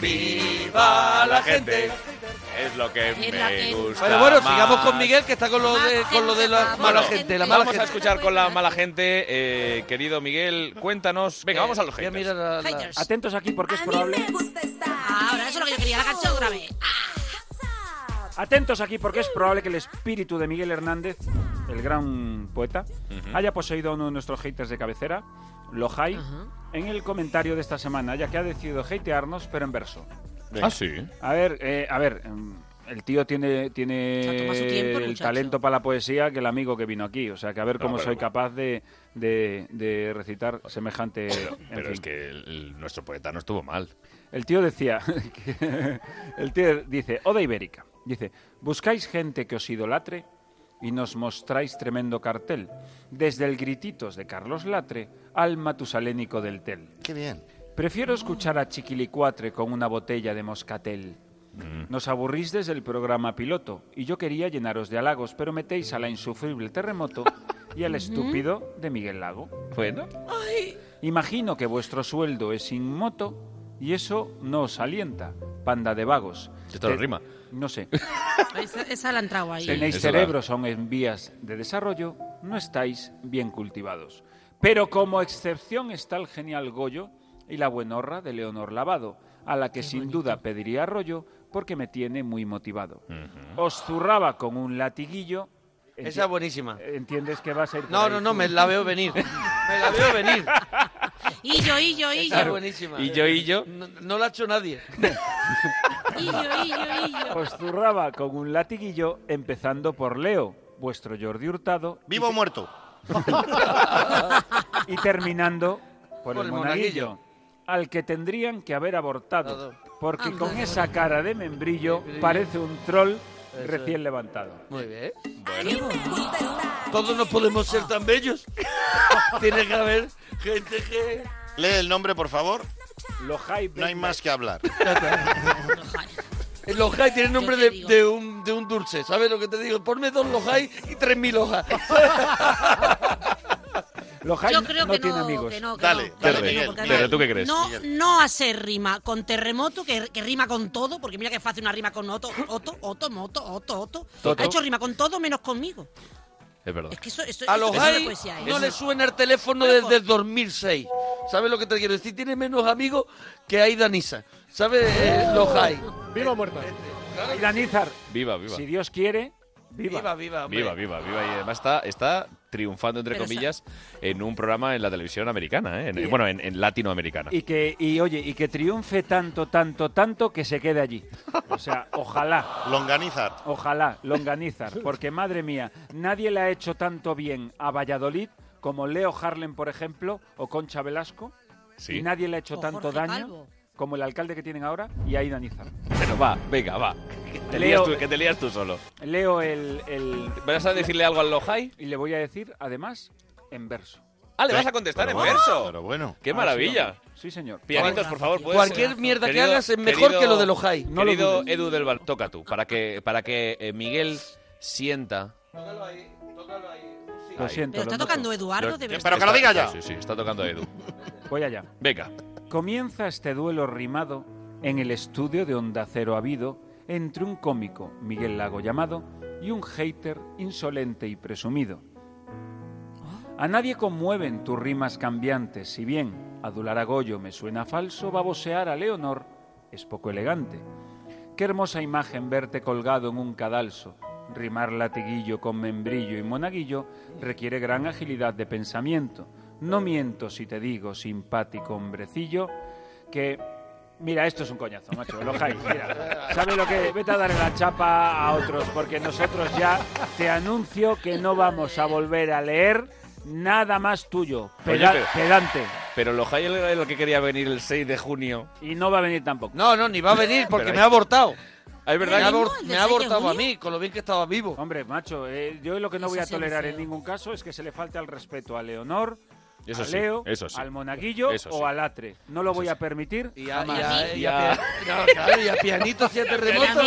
[SPEAKER 3] ¡Viva la gente!
[SPEAKER 1] Es lo que
[SPEAKER 3] Es la
[SPEAKER 1] me
[SPEAKER 3] que-
[SPEAKER 1] gusta.
[SPEAKER 3] Bueno, bueno, sigamos
[SPEAKER 1] más.
[SPEAKER 3] con Miguel, que está con lo de, con lo de la mala
[SPEAKER 1] Bueno,
[SPEAKER 3] gente. La mala
[SPEAKER 1] vamos
[SPEAKER 3] gente.
[SPEAKER 1] a escuchar con la mala gente. eh, querido Miguel, cuéntanos. Eh, Venga, vamos a los haters.
[SPEAKER 7] Atentos aquí porque es probable.
[SPEAKER 4] Ah, Ahora, eso es lo que yo quería, la canción otra vez.
[SPEAKER 7] Atentos aquí porque es probable que el espíritu de Miguel Hernández, el gran poeta,
[SPEAKER 1] Mm.
[SPEAKER 7] Ah, haya poseído a uno de nuestros haters de cabecera, Lojai, en el comentario de esta semana, ya que ha decidido hatearnos, pero en verso.
[SPEAKER 1] Venga. Ah, sí.
[SPEAKER 7] A ver, eh, a ver. mm, El tío tiene, tiene
[SPEAKER 1] Se ha tomado su tiempo, el
[SPEAKER 7] el
[SPEAKER 1] muchacho.
[SPEAKER 7] talento para la poesía que el amigo que vino aquí. O sea, que a ver
[SPEAKER 1] No,
[SPEAKER 7] cómo
[SPEAKER 1] pero-
[SPEAKER 7] soy capaz de, de- de recitar semejante...
[SPEAKER 1] Pero,
[SPEAKER 7] en
[SPEAKER 1] pero
[SPEAKER 7] fin.
[SPEAKER 1] es que el- el- nuestro poeta no estuvo mal.
[SPEAKER 7] El tío decía, que- el tío dice, Oda Ibérica, dice, buscáis gente que os idolatre y nos mostráis tremendo cartel, desde el Grititos de Carlos Latre al Matusalénico del Tel.
[SPEAKER 8] Qué bien.
[SPEAKER 7] Prefiero escuchar a Chiquilicuatre con una botella de moscatel.
[SPEAKER 1] Mm.
[SPEAKER 7] Nos aburrís desde el programa piloto y yo quería llenaros de halagos, pero metéis a la insufrible terremoto y al
[SPEAKER 4] Ujú.
[SPEAKER 7] estúpido de Miguel Lago.
[SPEAKER 1] Bueno.
[SPEAKER 4] Ay,
[SPEAKER 7] Imagino que vuestro sueldo es sin moto y eso no os alienta, panda de vagos.
[SPEAKER 1] Esto no
[SPEAKER 7] Te-
[SPEAKER 1] rima.
[SPEAKER 7] No sé.
[SPEAKER 4] esa, esa la ha entrado ahí.
[SPEAKER 7] Tenéis cerebros aún en vías de desarrollo, no estáis bien cultivados. Pero como excepción está el genial Goyo y la buenorra de Leonor Lavado, a la que sin duda pediría rollo porque me tiene muy motivado. Os zurraba con un latiguillo.
[SPEAKER 3] Esa es buenísima.
[SPEAKER 7] ¿Entiendes que vas a ir por
[SPEAKER 3] No,
[SPEAKER 7] ahí
[SPEAKER 3] no, no,
[SPEAKER 7] tú?
[SPEAKER 3] me la veo venir. Me la veo venir.
[SPEAKER 4] Y yo, y yo, y
[SPEAKER 3] Esa es
[SPEAKER 4] yo.
[SPEAKER 3] buenísima.
[SPEAKER 1] Y yo, y yo.
[SPEAKER 3] No, no la ha hecho nadie.
[SPEAKER 4] Y yo, y yo, y yo.
[SPEAKER 7] Os zurraba con un latiguillo, empezando por Leo, vuestro Jordi Hurtado.
[SPEAKER 8] ¿Vivo o muerto?
[SPEAKER 7] y terminando por, el, monaguillo, al que tendrían que haber abortado, porque con esa cara de membrillo parece un troll recién levantado.
[SPEAKER 3] Muy bien. Todos no podemos
[SPEAKER 7] Ah.
[SPEAKER 3] ser tan bellos. Tiene que haber gente que.
[SPEAKER 8] Lee el nombre, por favor.
[SPEAKER 7] No
[SPEAKER 8] hay más que hablar.
[SPEAKER 3] eh, Lojai tiene nombre de, de un, de un dulce, ¿sabes lo que te digo? Ponme dos Lojai y tres mil hojas.
[SPEAKER 7] Lojai
[SPEAKER 4] Yo creo que, no, que no, que no, que no,
[SPEAKER 1] Miguel,
[SPEAKER 4] porque
[SPEAKER 1] dale.
[SPEAKER 4] además
[SPEAKER 1] ¿tú qué crees?
[SPEAKER 4] No,
[SPEAKER 1] Miguel.
[SPEAKER 4] no hacer rima con terremoto, que, que rima con todo, porque mira que fácil una rima con Otto, Otto, Otto, Moto, Otto, Otto.
[SPEAKER 3] Toto.
[SPEAKER 4] Ha hecho rima con todo menos conmigo.
[SPEAKER 1] Es verdad.
[SPEAKER 4] Que eso, eso,
[SPEAKER 3] A
[SPEAKER 4] eso
[SPEAKER 3] los
[SPEAKER 4] es
[SPEAKER 3] Jai
[SPEAKER 4] una poesía, ¿eh?
[SPEAKER 3] no le suena el teléfono desde el 2006. ¿Sabes lo que te quiero decir? Tiene menos amigos que Aida Nisa. ¿Sabes eh, los Jai?
[SPEAKER 7] Viva muerta. Y Danizar,
[SPEAKER 1] Viva, viva.
[SPEAKER 7] si Dios quiere, viva.
[SPEAKER 3] Viva, viva, hombre.
[SPEAKER 1] Viva, viva, viva. Y además está, está triunfando, entre
[SPEAKER 7] Pero
[SPEAKER 1] comillas, en un programa en la televisión americana, ¿eh? En- bueno, en, en latinoamericana.
[SPEAKER 7] Y que, y oye, y que triunfe tanto, tanto, tanto que se quede allí. O sea, ojalá.
[SPEAKER 8] Longanizar.
[SPEAKER 7] Ojalá, longanizar. Porque madre mía, nadie le ha hecho tanto bien a Valladolid como Leo Harlem, por ejemplo, o Concha Velasco.
[SPEAKER 1] Sí.
[SPEAKER 7] Y nadie le ha hecho
[SPEAKER 1] O
[SPEAKER 7] tanto
[SPEAKER 1] Jorge
[SPEAKER 7] daño
[SPEAKER 1] Calvo.
[SPEAKER 7] como el alcalde que tienen ahora y Aida Nizar.
[SPEAKER 1] Pero va, venga, va. Que te,
[SPEAKER 7] Leo-
[SPEAKER 1] lías tú, que te lías tú solo.
[SPEAKER 7] Leo el, el-
[SPEAKER 1] ¿Vas a decirle algo al Lojai?
[SPEAKER 7] Y le voy a decir, además, en verso.
[SPEAKER 1] Ah, le vas a contestar en verso.
[SPEAKER 8] Pero bueno.
[SPEAKER 1] ¡Qué
[SPEAKER 7] Ah,
[SPEAKER 1] maravilla!
[SPEAKER 7] Sí, señor.
[SPEAKER 1] Pianitos, por favor, puedes- Ah,
[SPEAKER 3] Cualquier mierda que hagas es mejor que lo de los Jai. No lo
[SPEAKER 1] querido
[SPEAKER 3] dudes.
[SPEAKER 1] Edu del Val, toca tú, para que, para que eh, Miguel sienta.
[SPEAKER 7] Lo siento,
[SPEAKER 4] Pero
[SPEAKER 7] lo
[SPEAKER 4] está
[SPEAKER 7] noto.
[SPEAKER 4] tocando Eduardo, de verdad.
[SPEAKER 7] que lo diga ya.
[SPEAKER 1] Sí, sí, está tocando Edu.
[SPEAKER 7] Voy allá.
[SPEAKER 1] Venga.
[SPEAKER 7] Comienza este duelo rimado en el estudio de Onda Cero Habido entre un cómico, Miguel Lago llamado, y un hater insolente y presumido. A nadie conmueven tus rimas cambiantes, si bien adular a Goyo me suena falso, babosear a Leonor es poco elegante. qué hermosa imagen verte colgado en un cadalso. Rimar latiguillo con membrillo y monaguillo requiere gran agilidad de pensamiento. No miento si te digo, simpático hombrecillo, que... Mira, esto es un coñazo, macho. Lo hay, mira. ¿Sabe lo que? Vete a darle la chapa a otros, porque nosotros ya te anuncio que no vamos a volver a leer nada más tuyo. Peda-
[SPEAKER 1] Oye, pero-
[SPEAKER 7] pedante.
[SPEAKER 1] Pero lo Hayel era lo que quería venir el 6 de junio.
[SPEAKER 7] Y no va a venir tampoco.
[SPEAKER 3] No, no, ni va a venir porque me ha abortado.
[SPEAKER 1] Es verdad
[SPEAKER 3] Me ha,
[SPEAKER 1] que-
[SPEAKER 3] abor- me ha abortado a mí, con lo bien que estaba vivo.
[SPEAKER 7] Hombre, macho, eh, yo lo que no
[SPEAKER 3] Eso
[SPEAKER 7] voy a
[SPEAKER 3] sí lo
[SPEAKER 7] tolerar
[SPEAKER 3] sé.
[SPEAKER 7] en ningún caso es que se le falte al respeto a Leonor,
[SPEAKER 1] Eso
[SPEAKER 7] a
[SPEAKER 1] sí,
[SPEAKER 7] Leo,
[SPEAKER 1] eso sí.
[SPEAKER 7] al monaguillo
[SPEAKER 1] Eso sí.
[SPEAKER 7] o al atre. No lo voy a permitir. Y
[SPEAKER 3] a- y a- y a- no, claro, y a pianito si a terremoto.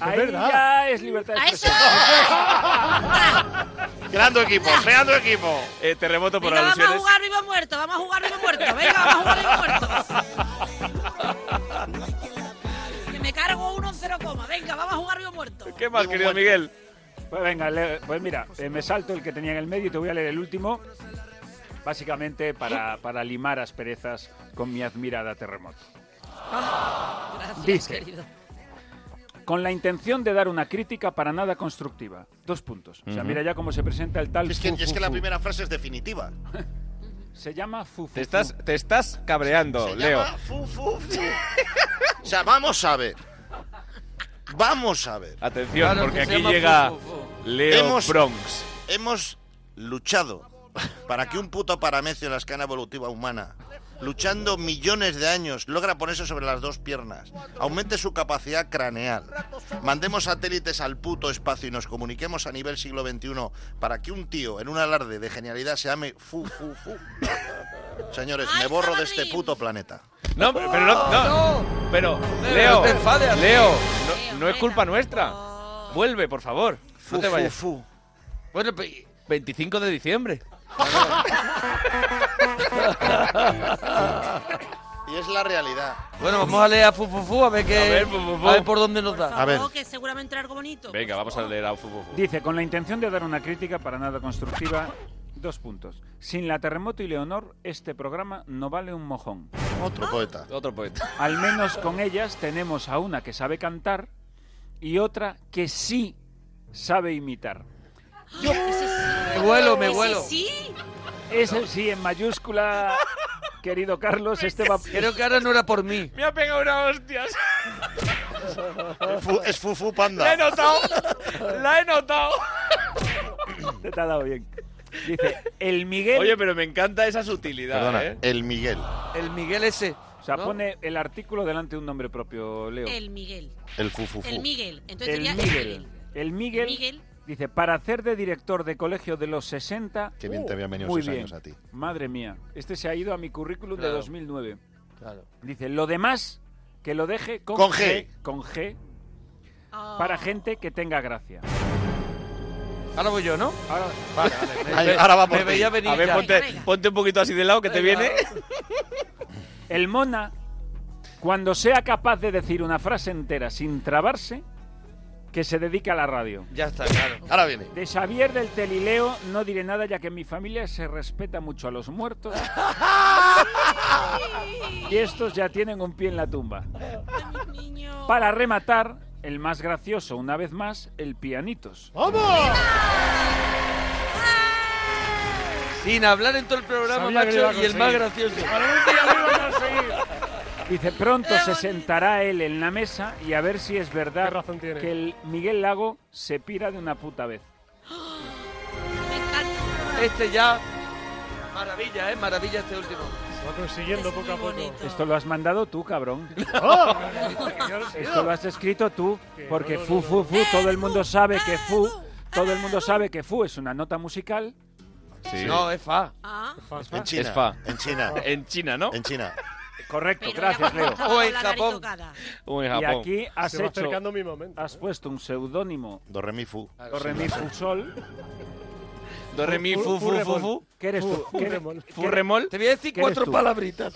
[SPEAKER 7] Ahí
[SPEAKER 3] Es verdad.
[SPEAKER 7] ya es libertad de expresión.
[SPEAKER 1] Creando equipo, creando equipo. terremoto Eh, por
[SPEAKER 4] Venga, vamos a
[SPEAKER 1] alusiones.
[SPEAKER 4] jugar vivo o muerto, vamos a jugar vivo o muerto. Venga, vamos a jugar vivo o muerto. que me cargo uno en cero coma. Venga, vamos a jugar vivo o muerto.
[SPEAKER 1] ¿Qué más, querido Miguel?
[SPEAKER 7] Pues venga, le- pues mira, eh, me salto el que tenía en el medio y te voy a leer el último. Básicamente para, para limar asperezas con mi admirada terremoto.
[SPEAKER 3] Ah.
[SPEAKER 4] Gracias,
[SPEAKER 7] Dice.
[SPEAKER 4] querido.
[SPEAKER 7] Con la intención de dar una crítica para nada constructiva. Dos puntos. O sea,
[SPEAKER 8] Ujú.
[SPEAKER 7] mira ya cómo se presenta el tal.
[SPEAKER 8] Es que,
[SPEAKER 7] fu,
[SPEAKER 8] es
[SPEAKER 7] fu,
[SPEAKER 8] que la
[SPEAKER 7] fu.
[SPEAKER 8] primera frase es definitiva.
[SPEAKER 7] Se llama Fufu.
[SPEAKER 1] Te estás, te estás cabreando,
[SPEAKER 8] Se
[SPEAKER 1] Leo.
[SPEAKER 8] llama fu, fu, fu. o sea, vamos a ver. Vamos a ver.
[SPEAKER 1] Atención, porque aquí llega Leo Bronx.
[SPEAKER 8] Hemos luchado para que un puto paramecio de la escala evolutiva humana, luchando millones de años, logra ponerse sobre las dos piernas, aumente su capacidad craneal, mandemos satélites al puto espacio y nos comuniquemos a nivel siglo XXI para que un tío en un alarde de genialidad se llame fu, fu, fu. Señores, me borro de este puto planeta.
[SPEAKER 1] No, pero pero no, no. Pero, Leo,
[SPEAKER 8] no te enfades así.
[SPEAKER 1] Leo, no, no es culpa nuestra. Vuelve, por favor. No te vayas.
[SPEAKER 3] Bueno, pues,
[SPEAKER 1] 25 de diciembre.
[SPEAKER 8] Y es la realidad.
[SPEAKER 3] Bueno, vamos a leer a Fufufu a ver qué.
[SPEAKER 1] A ver, Fu, Fu, Fu.
[SPEAKER 3] a ver por dónde nos da.
[SPEAKER 1] A ver.
[SPEAKER 4] Oh, que seguramente algo bonito.
[SPEAKER 1] Venga, vamos a leer a Fufu.
[SPEAKER 7] Dice, con la intención de dar una crítica para nada constructiva, dos puntos. Sin la terremoto y Leonor, este programa no vale un mojón.
[SPEAKER 8] Otro poeta.
[SPEAKER 1] Otro poeta.
[SPEAKER 7] Al menos con ellas tenemos a una que sabe cantar y otra que sí sabe imitar. Yo
[SPEAKER 3] Me huelo, me huelo.
[SPEAKER 7] vuelo. Ese sí, en mayúscula, querido Carlos, este va...
[SPEAKER 3] Creo que ahora no era por mí.
[SPEAKER 1] Me ha pegado una hostia.
[SPEAKER 8] es Fufu Panda.
[SPEAKER 1] La he notado. La he notado.
[SPEAKER 7] Te ha dado bien. Dice, el Miguel...
[SPEAKER 1] Oye, pero me encanta esa sutilidad,
[SPEAKER 8] Perdona,
[SPEAKER 1] ¿eh?
[SPEAKER 8] el Miguel.
[SPEAKER 7] El Miguel ese. O sea,
[SPEAKER 1] ¿no?
[SPEAKER 7] pone el artículo delante de un nombre propio, Leo.
[SPEAKER 4] El Miguel.
[SPEAKER 8] El fufufu.
[SPEAKER 4] El Miguel. Entonces
[SPEAKER 7] el
[SPEAKER 4] sería
[SPEAKER 7] Miguel.
[SPEAKER 4] el Miguel.
[SPEAKER 7] El Miguel,
[SPEAKER 4] Miguel.
[SPEAKER 7] dice, para hacer de director de colegio de los 60...
[SPEAKER 8] Qué bien te habían venido
[SPEAKER 7] muy
[SPEAKER 8] esos
[SPEAKER 7] bien.
[SPEAKER 8] años a ti.
[SPEAKER 7] Madre mía, este se ha ido a mi currículum
[SPEAKER 8] Claro.
[SPEAKER 7] de 2009. Dice, lo demás, que lo deje con,
[SPEAKER 8] Con G.
[SPEAKER 7] Con G. Para
[SPEAKER 4] Ah.
[SPEAKER 7] gente que tenga gracia.
[SPEAKER 3] Ahora voy yo, ¿no?
[SPEAKER 7] Ahora,
[SPEAKER 3] Ahí, ahora va por Me ti. veía venir
[SPEAKER 1] A ver,
[SPEAKER 3] ya.
[SPEAKER 1] ponte,
[SPEAKER 3] Venga, venga.
[SPEAKER 1] ponte un poquito así de lado que te
[SPEAKER 7] Venga.
[SPEAKER 1] viene.
[SPEAKER 7] El mona, cuando sea capaz de decir una frase entera sin trabarse, que se dedique a la radio.
[SPEAKER 3] Ya está, claro.
[SPEAKER 8] Ahora viene.
[SPEAKER 7] De Xavier del Telileo no diré nada ya que en mi familia se respeta mucho a los muertos. y estos ya tienen un pie en la tumba. Para rematar, el más gracioso, una vez más, el pianitos.
[SPEAKER 8] ¡Vamos!
[SPEAKER 3] Sin hablar en todo el programa,
[SPEAKER 7] Sabía que lo iba a
[SPEAKER 3] macho, y el más gracioso.
[SPEAKER 7] Dice, pronto se sentará él en la mesa y a ver si es verdad que el Miguel Lago se pira de una puta vez.
[SPEAKER 3] Este ya. Maravilla, ¿eh? Maravilla este último. Va consiguiendo poco a poco.
[SPEAKER 7] Esto lo has mandado tú, cabrón. Este Esto lo has escrito tú, porque
[SPEAKER 3] no, no,
[SPEAKER 7] fu,
[SPEAKER 3] no.
[SPEAKER 7] Eh, fu, fu, todo el mundo sabe que fu, todo el mundo sabe que fu es una nota musical.
[SPEAKER 3] No, es fa.
[SPEAKER 7] Ah.
[SPEAKER 8] En China.
[SPEAKER 1] Es fa.
[SPEAKER 8] En China.
[SPEAKER 1] En China, ¿no?
[SPEAKER 8] En China.
[SPEAKER 7] Correcto,
[SPEAKER 1] Pero
[SPEAKER 7] gracias,
[SPEAKER 1] ya hemos
[SPEAKER 7] Leo.
[SPEAKER 1] estado O en con la Japón. O en
[SPEAKER 7] Y
[SPEAKER 1] Japón.
[SPEAKER 7] aquí has
[SPEAKER 1] Se va
[SPEAKER 7] hecho,
[SPEAKER 1] acercando
[SPEAKER 7] has puesto un seudónimo.
[SPEAKER 8] Dorremifu.
[SPEAKER 7] Dorremifu sol.
[SPEAKER 1] Do, re, mi, fu, fu, fu, fu.
[SPEAKER 7] ¿Qué eres tú? ¿Qué eres-
[SPEAKER 1] Furremol.
[SPEAKER 7] qué-
[SPEAKER 1] Furremol.
[SPEAKER 3] Te voy a decir
[SPEAKER 7] ¿Qué eres
[SPEAKER 3] cuatro
[SPEAKER 7] tú?
[SPEAKER 3] palabritas.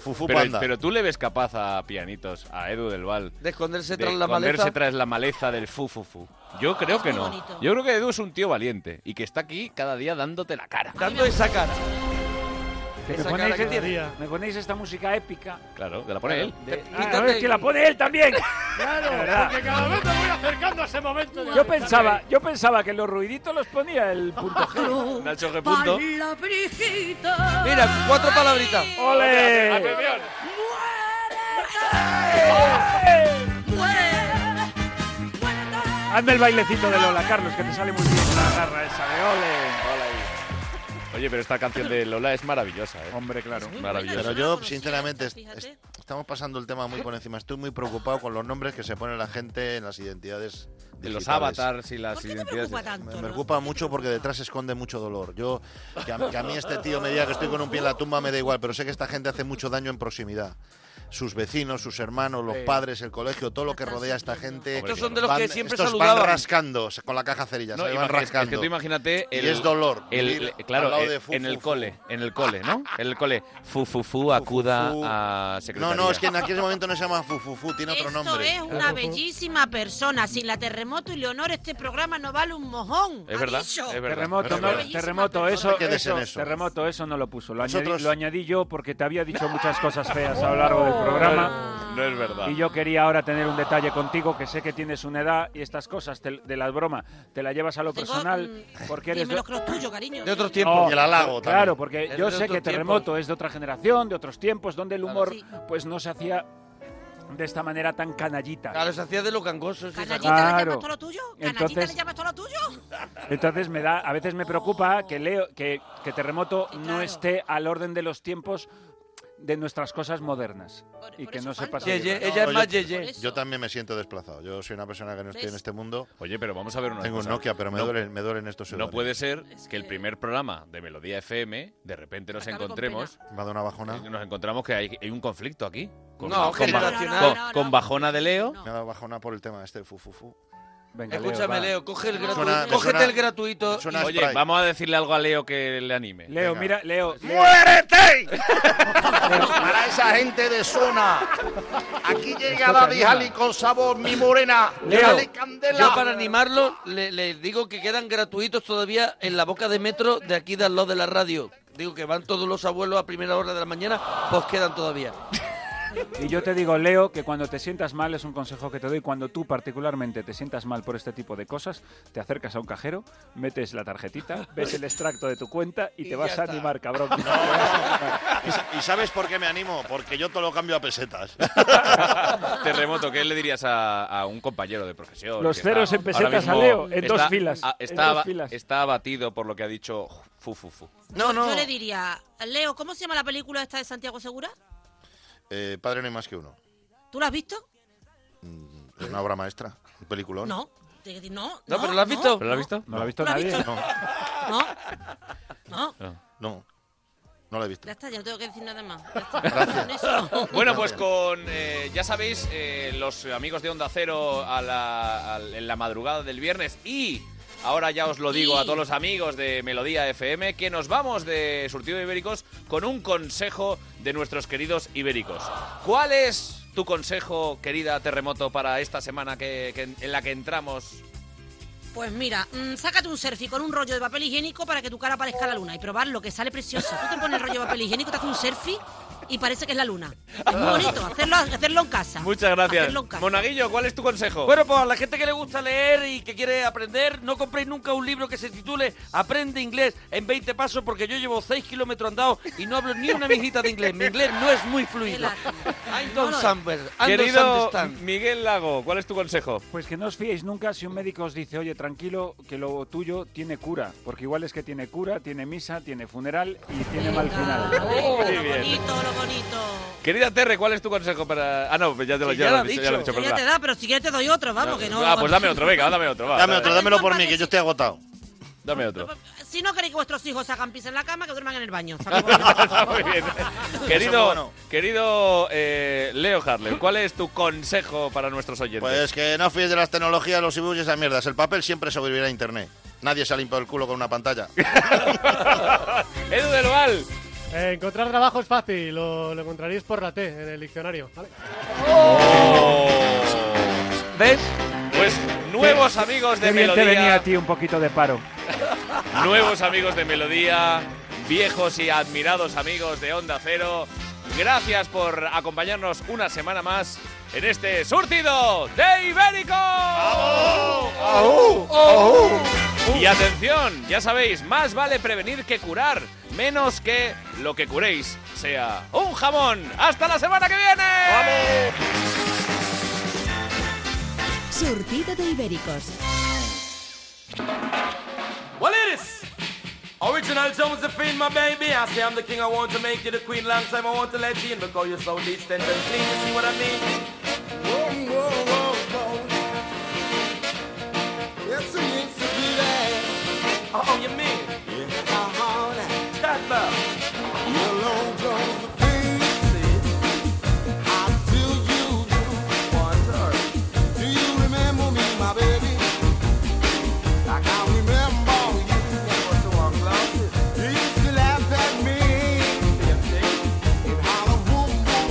[SPEAKER 8] Fufu
[SPEAKER 1] pero,
[SPEAKER 8] Panda.
[SPEAKER 1] pero tú le ves capaz a Pianitos, a Edu del Val.
[SPEAKER 3] De esconderse
[SPEAKER 1] de
[SPEAKER 3] tras la
[SPEAKER 1] esconderse
[SPEAKER 3] maleza.
[SPEAKER 1] tras la maleza del fu, fu, fu. Yo creo que no. Yo creo que Edu es un tío valiente y que está aquí cada día dándote la cara.
[SPEAKER 3] Dando esa cara. Esa
[SPEAKER 7] me
[SPEAKER 3] cara
[SPEAKER 7] ponéis,
[SPEAKER 3] que
[SPEAKER 7] esta-
[SPEAKER 3] tiene.
[SPEAKER 7] me ponéis esta música épica.
[SPEAKER 1] Claro, que la pone él.
[SPEAKER 7] De-
[SPEAKER 1] Te-
[SPEAKER 7] Ah,
[SPEAKER 1] quítate
[SPEAKER 7] no, es que la pone él también.
[SPEAKER 1] Claro,
[SPEAKER 7] De verdad.
[SPEAKER 9] Porque cada vez me voy acercando a ese momento. de-
[SPEAKER 7] Yo pensaba, yo pensaba que los ruiditos los ponía el punto G.
[SPEAKER 1] Nacho G.
[SPEAKER 7] punto.
[SPEAKER 3] Mira, cuatro palabritas.
[SPEAKER 7] ¡Ole!
[SPEAKER 9] Atención.
[SPEAKER 7] Hazme el bailecito de Lola, Carlos, que te sale muy bien la garra esa de ole.
[SPEAKER 1] Oye, pero esta canción de Lola es maravillosa, ¿eh?
[SPEAKER 7] Hombre, claro.
[SPEAKER 1] Maravillosa.
[SPEAKER 8] Pero yo, sinceramente, est- est- estamos pasando el tema muy por encima. Estoy muy preocupado con los nombres que se pone la gente en las identidades.
[SPEAKER 1] De los
[SPEAKER 8] digitales.
[SPEAKER 1] avatars y las identidades.
[SPEAKER 8] Me- Me, preocupa mucho porque detrás se esconde mucho dolor. Yo que a, que a mí este tío me diga que estoy con un pie en la tumba me da igual, pero sé que esta gente hace mucho daño en proximidad. Sus vecinos, sus hermanos, los
[SPEAKER 3] Sí.
[SPEAKER 8] padres, el colegio, todo lo que rodea a esta gente.
[SPEAKER 3] Estos son de los
[SPEAKER 8] van-
[SPEAKER 3] que siempre
[SPEAKER 8] estos van
[SPEAKER 3] saludaban.
[SPEAKER 8] rascando se- con la caja cerilla,
[SPEAKER 1] No,
[SPEAKER 8] se van
[SPEAKER 1] imagi- es que-
[SPEAKER 8] rascando.
[SPEAKER 1] es que tú imagínate
[SPEAKER 8] Y
[SPEAKER 1] el,
[SPEAKER 8] es dolor.
[SPEAKER 1] el-
[SPEAKER 8] vivir
[SPEAKER 1] el- claro,
[SPEAKER 8] al lado
[SPEAKER 1] el-
[SPEAKER 8] de fu,
[SPEAKER 1] en
[SPEAKER 8] fu,
[SPEAKER 1] el
[SPEAKER 8] fu.
[SPEAKER 1] cole, en el cole, ¿no? En el cole, fu fu fu acuda a
[SPEAKER 8] No,
[SPEAKER 1] secretaría.
[SPEAKER 8] no, es que en aquel momento no se llama Fufufu, tiene otro
[SPEAKER 4] Esto
[SPEAKER 8] nombre.
[SPEAKER 4] es una bellísima persona. Sin la terremoto y Leonor, este programa no vale un mojón.
[SPEAKER 1] Es verdad,
[SPEAKER 4] Aviso.
[SPEAKER 1] es verdad.
[SPEAKER 7] Terremoto,
[SPEAKER 1] Es
[SPEAKER 7] no,
[SPEAKER 1] verdad.
[SPEAKER 7] terremoto, eso,
[SPEAKER 1] que
[SPEAKER 7] eso,
[SPEAKER 1] en eso.
[SPEAKER 7] terremoto, eso no lo puso. Lo,
[SPEAKER 1] Nosotros-
[SPEAKER 7] añadí, lo añadí yo porque te había dicho muchas cosas feas a lo largo del programa.
[SPEAKER 1] No es verdad.
[SPEAKER 7] Y yo quería ahora tener un detalle contigo, que sé que tienes una edad y estas cosas te- de la broma te la llevas a lo personal porque eres
[SPEAKER 4] mm, Dímelo que lo tuyo, cariño.
[SPEAKER 7] de otros
[SPEAKER 8] tiempos. Y el halago también.
[SPEAKER 7] Claro, porque
[SPEAKER 8] Es
[SPEAKER 7] yo
[SPEAKER 8] de
[SPEAKER 7] sé
[SPEAKER 8] otros
[SPEAKER 7] que Terremoto es de otra generación, de otros tiempos, donde el humor pues no se hacía de esta manera tan canallita.
[SPEAKER 3] Claro, se hacía de los gangosos.
[SPEAKER 7] ¿Canallita
[SPEAKER 4] ¿Canallita le llamas todo lo tuyo? ¿Canallita le
[SPEAKER 7] Entonces,
[SPEAKER 4] llamas todo lo tuyo? Oh.
[SPEAKER 7] entonces me da, a veces me preocupa que Leo, que, que Terremoto no esté al orden de los tiempos de nuestras cosas modernas y que no se pase.
[SPEAKER 8] No, yo-
[SPEAKER 3] yeye.
[SPEAKER 8] Yo también me siento desplazado. Yo soy una persona que no estoy
[SPEAKER 1] ¿Ves?
[SPEAKER 8] en este mundo.
[SPEAKER 1] Oye, pero vamos a ver una
[SPEAKER 8] Tengo
[SPEAKER 1] cosa.
[SPEAKER 8] un Nokia, pero me,
[SPEAKER 1] No-
[SPEAKER 8] duelen, me duelen estos
[SPEAKER 1] No
[SPEAKER 8] segundos.
[SPEAKER 1] puede ser que el primer programa de Melodía FM de repente nos encontremos
[SPEAKER 8] Me ha dado una bajona.
[SPEAKER 1] y nos encontramos que hay, hay un conflicto aquí.
[SPEAKER 8] No,
[SPEAKER 1] ba- ba-
[SPEAKER 8] generacional.
[SPEAKER 1] con-
[SPEAKER 8] No, no, no.
[SPEAKER 1] con bajona de Leo.
[SPEAKER 8] Me ha dado bajona por el tema este fufufu.
[SPEAKER 7] Venga,
[SPEAKER 3] Escúchame, Leo, coge el
[SPEAKER 8] Me
[SPEAKER 3] gratuito.
[SPEAKER 8] suena- me
[SPEAKER 3] cógete
[SPEAKER 8] suena-
[SPEAKER 3] el gratuito.
[SPEAKER 8] me suena
[SPEAKER 3] y-
[SPEAKER 1] Oye, vamos a decirle algo a Leo que le anime.
[SPEAKER 7] Leo, mira, Leo.
[SPEAKER 8] ¡Muérete! Para esa gente de zona. Aquí llega
[SPEAKER 3] Esto
[SPEAKER 8] la
[SPEAKER 3] te
[SPEAKER 8] Dijali
[SPEAKER 3] anima.
[SPEAKER 8] con sabor, mi morena.
[SPEAKER 3] Leo,
[SPEAKER 8] Dale candela.
[SPEAKER 3] yo para animarlo le, le digo que quedan gratuitos todavía en la boca de metro de aquí de al lado de la radio. Digo que van todos los abuelos a primera hora de la mañana, pues quedan todavía.
[SPEAKER 7] Y yo te digo, Leo, que cuando te sientas mal, es un consejo que te doy, cuando tú particularmente te sientas mal por este tipo de cosas, te acercas a un cajero, metes la tarjetita, ves el extracto de tu cuenta y, te
[SPEAKER 8] ya
[SPEAKER 7] vas a
[SPEAKER 8] está.
[SPEAKER 7] animar, cabrón.
[SPEAKER 8] ¿Y sa- ¿Y sabes por qué me animo? Porque yo todo lo cambio a pesetas.
[SPEAKER 1] Terremoto, ¿qué le dirías a, a un compañero de profesión?
[SPEAKER 7] Los
[SPEAKER 1] que está
[SPEAKER 7] ceros en
[SPEAKER 1] ahora
[SPEAKER 7] pesetas
[SPEAKER 1] mismo-
[SPEAKER 7] a Leo, en
[SPEAKER 1] está-
[SPEAKER 7] dos filas,
[SPEAKER 1] a-
[SPEAKER 7] en
[SPEAKER 1] está,
[SPEAKER 7] dos
[SPEAKER 1] aba-
[SPEAKER 7] filas.
[SPEAKER 1] está abatido por lo que ha dicho fu, fu, fu.
[SPEAKER 8] No, no.
[SPEAKER 4] Yo le diría, Leo, ¿cómo se llama la película esta de Santiago Segura?
[SPEAKER 8] Eh, padre no hay más que uno.
[SPEAKER 4] ¿Tú la has visto?
[SPEAKER 8] Es una obra maestra. Un peliculón.
[SPEAKER 4] No. Te- No, no,
[SPEAKER 8] No, pero ¿lo has visto? ¿Pero lo has visto?
[SPEAKER 7] No lo ha visto
[SPEAKER 4] ¿Lo has
[SPEAKER 7] nadie.
[SPEAKER 4] visto? No. No.
[SPEAKER 8] No. No la he visto.
[SPEAKER 4] Ya está, ya no tengo que decir nada más. Ya está. Con
[SPEAKER 8] Gracias.
[SPEAKER 4] eso.
[SPEAKER 1] Bueno, pues con, eh, ya sabéis, eh, los amigos de Onda Cero a la- al- en la madrugada del viernes y ahora ya os lo digo a todos los amigos de Melodía FM que nos vamos de Surtido de Ibéricos con un consejo de nuestros queridos ibéricos. ¿Cuál es tu consejo, querida Terremoto, para esta semana que- que- en la que entramos?
[SPEAKER 4] Pues mira, mm, sácate un selfie con un rollo de papel higiénico para que tu cara parezca la luna y probarlo, que sale precioso. Tú te pones el rollo de papel higiénico, te haces un selfie y parece que es la luna. Es muy bonito, hacerlo, hacerlo en casa.
[SPEAKER 1] Muchas gracias.
[SPEAKER 4] Hacerlo en casa.
[SPEAKER 1] Monaguillo, ¿cuál es tu consejo?
[SPEAKER 3] Bueno, pues a la gente que le gusta leer y que quiere aprender, no compréis nunca un libro que se titule Aprende inglés en 20 pasos porque yo llevo 6 kilómetros andados y no hablo ni una mijita de inglés. Mi inglés no es muy fluido. I don't sample, I don't
[SPEAKER 1] Querido
[SPEAKER 3] understand.
[SPEAKER 1] Miguel Lago, ¿cuál es tu consejo?
[SPEAKER 7] Pues que no os fiéis nunca si un médico os dice, oye, tranquilo, que lo tuyo tiene cura, porque igual es que tiene cura, tiene misa, tiene funeral y tiene mal final.
[SPEAKER 1] Muy bien.
[SPEAKER 4] Bonito, lo bonito.
[SPEAKER 1] Querida Terre, ¿cuál es tu consejo para.? Ah, no, pues ya te lo,
[SPEAKER 4] Sí,
[SPEAKER 1] ya
[SPEAKER 4] ya
[SPEAKER 1] lo
[SPEAKER 4] lo
[SPEAKER 1] has
[SPEAKER 4] ha
[SPEAKER 1] dicho, ya
[SPEAKER 4] dicho.
[SPEAKER 1] lo he dicho,
[SPEAKER 4] Sí, ya
[SPEAKER 1] perdón.
[SPEAKER 4] te da, pero si quieres te doy otro, vamos, que no.
[SPEAKER 1] ah, pues dame otro, venga, dame otro. Va,
[SPEAKER 8] Dame otro, dámelo por mí, que yo estoy agotado.
[SPEAKER 1] Dame otro.
[SPEAKER 4] Si no queréis que vuestros hijos hagan pis en la cama, que duerman en el baño.
[SPEAKER 1] Muy bien. Querido, querido eh, Leo Harlem, ¿cuál es tu consejo para nuestros oyentes?
[SPEAKER 8] Pues que no fíes de las tecnologías, los e-books y esas mierdas. El papel siempre sobrevivirá a internet. Nadie se ha limpiado el culo con una pantalla.
[SPEAKER 1] Edu del Val.
[SPEAKER 6] Eh, encontrar trabajo es fácil, lo, lo encontraréis por la T en el diccionario. ¿vale?
[SPEAKER 1] Oh.
[SPEAKER 3] ¿Ves?
[SPEAKER 1] Pues nuevos amigos de
[SPEAKER 7] Qué bien te venía
[SPEAKER 1] Melodía.
[SPEAKER 7] a ti un poquito de paro.
[SPEAKER 1] Nuevos amigos de Melodía. viejos y admirados amigos de Onda Cero. Gracias por acompañarnos una semana más en este surtido de Ibérico.
[SPEAKER 3] ¡Aú! ¡Aú!
[SPEAKER 1] Y atención, ya sabéis, más vale prevenir que curar, menos que lo que curéis sea un jamón. ¡Hasta la semana que viene!
[SPEAKER 2] Surtido de Ibéricos.
[SPEAKER 10] Well, ladies, original Jones the Fiend, my baby. I say I'm the king, I want to make you the queen. Long time I want to let you in because you're so distant and clean. You see what I mean?
[SPEAKER 17] Whoa, whoa, whoa, whoa. It seems to be there.
[SPEAKER 10] Oh, oh, you mean?
[SPEAKER 17] Yeah. Uh-huh. now.
[SPEAKER 10] Chat about.
[SPEAKER 17] You're alone, Jones the Fiend. I feel you.
[SPEAKER 10] Wonder.
[SPEAKER 17] Do you remember me, my baby? Like I remember you.
[SPEAKER 10] What's the one glasses?
[SPEAKER 17] You used to laugh at me and holler, "Whoom, whoom,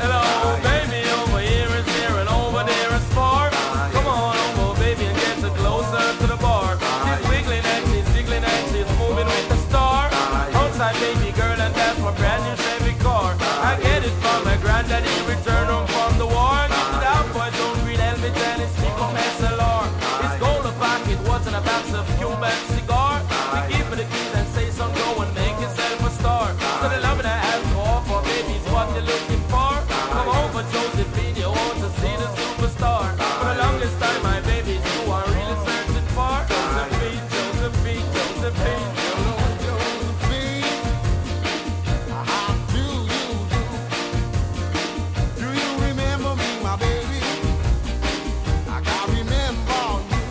[SPEAKER 10] Hello, baby, over here is near and over there is far. Come on over, baby, and get the closer to the bar. She's wiggling and she's jiggling and she's moving with the star. Outside, baby girl, and that's my brand new Chevy car. I get it from my granddaddy, return home from the war. Get it out, boy, don't read Elvis and his Nico SLR. It's gold a pocket, what's in a box of Cuban cigar? They give me the keys and say, son, go and make yourself a star. So the love that I have to offer, baby, is what you're looking for. Come over, Josephine, you want to see the superstar. For the longest time, my baby, you are really searching for. Josephine, Josephine, Josephine.
[SPEAKER 17] Do you, do you remember me, my baby? Like I remember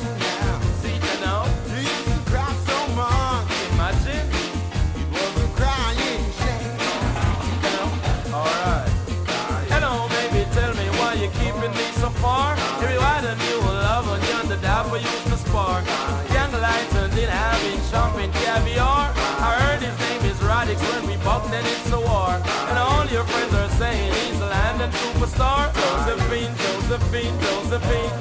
[SPEAKER 17] you now.
[SPEAKER 10] See you now.
[SPEAKER 17] You used to cry so much.
[SPEAKER 10] Imagine.
[SPEAKER 17] It was a crying shame.
[SPEAKER 10] Alright. Hello, baby, tell me why you're keeping me so far. Every word and you will love and you're the devil used to spark. Candlelight and then having champagne caviar. I heard his name is Radix when we bucked and it's a war. And all your friends are saying he's a landing superstar. Josephine, Josephine, Josephine.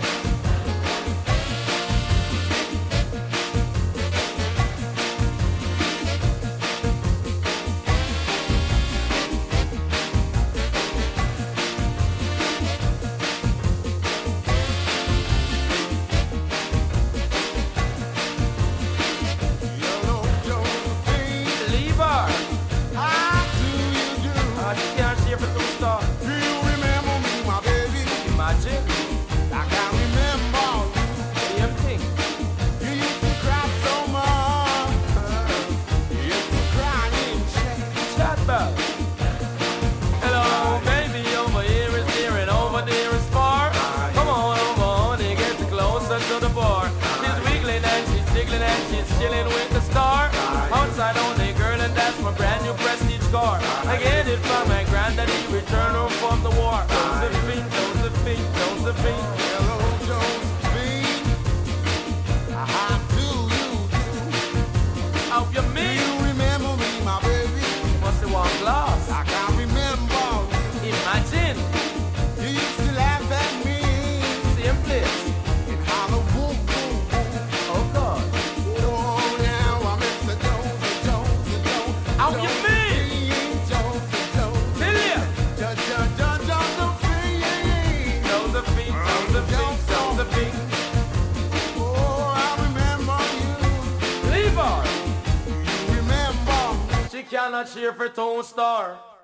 [SPEAKER 10] Lieber.
[SPEAKER 17] How do you do?
[SPEAKER 10] I just can't see for two star.
[SPEAKER 17] Do you remember me, my baby?
[SPEAKER 10] Imagine.
[SPEAKER 17] Like I remember you.
[SPEAKER 10] Same thing.
[SPEAKER 17] You used to cry so much. You used to cry in shame.
[SPEAKER 10] Chat back. Hello, baby, over here is near and over there is far. Come on, over, honey, get closer to the bar. She's wiggling and she's jiggling and she's chilling with the star. Outside only girl, and that's my brand new prestige car. I get it from my granddaddy, return home from the war. Josephine, Josephine, Josephine.
[SPEAKER 17] Hello, Josephine. How do you
[SPEAKER 10] Oh, you
[SPEAKER 17] do? Do
[SPEAKER 10] mean?
[SPEAKER 17] you remember me, my baby?
[SPEAKER 10] Must have one glass.
[SPEAKER 17] Like I remember you.
[SPEAKER 10] Imagine,
[SPEAKER 17] You used to laugh at me
[SPEAKER 10] simply.
[SPEAKER 17] and holler, whoop, whoop, whoop.
[SPEAKER 10] Oh God.
[SPEAKER 17] Oh, now I miss the Josie, Josie, Josie,
[SPEAKER 10] How you mean?
[SPEAKER 17] Josephine, Josie, Josie.
[SPEAKER 10] Tell ya.
[SPEAKER 17] Jo, jo, jo, Josephine.
[SPEAKER 10] Josephine, Josephine, Josephine.
[SPEAKER 17] Oh, I remember you.
[SPEAKER 10] Levi.
[SPEAKER 17] You remember me.
[SPEAKER 10] She cannot cheer for Tone Star.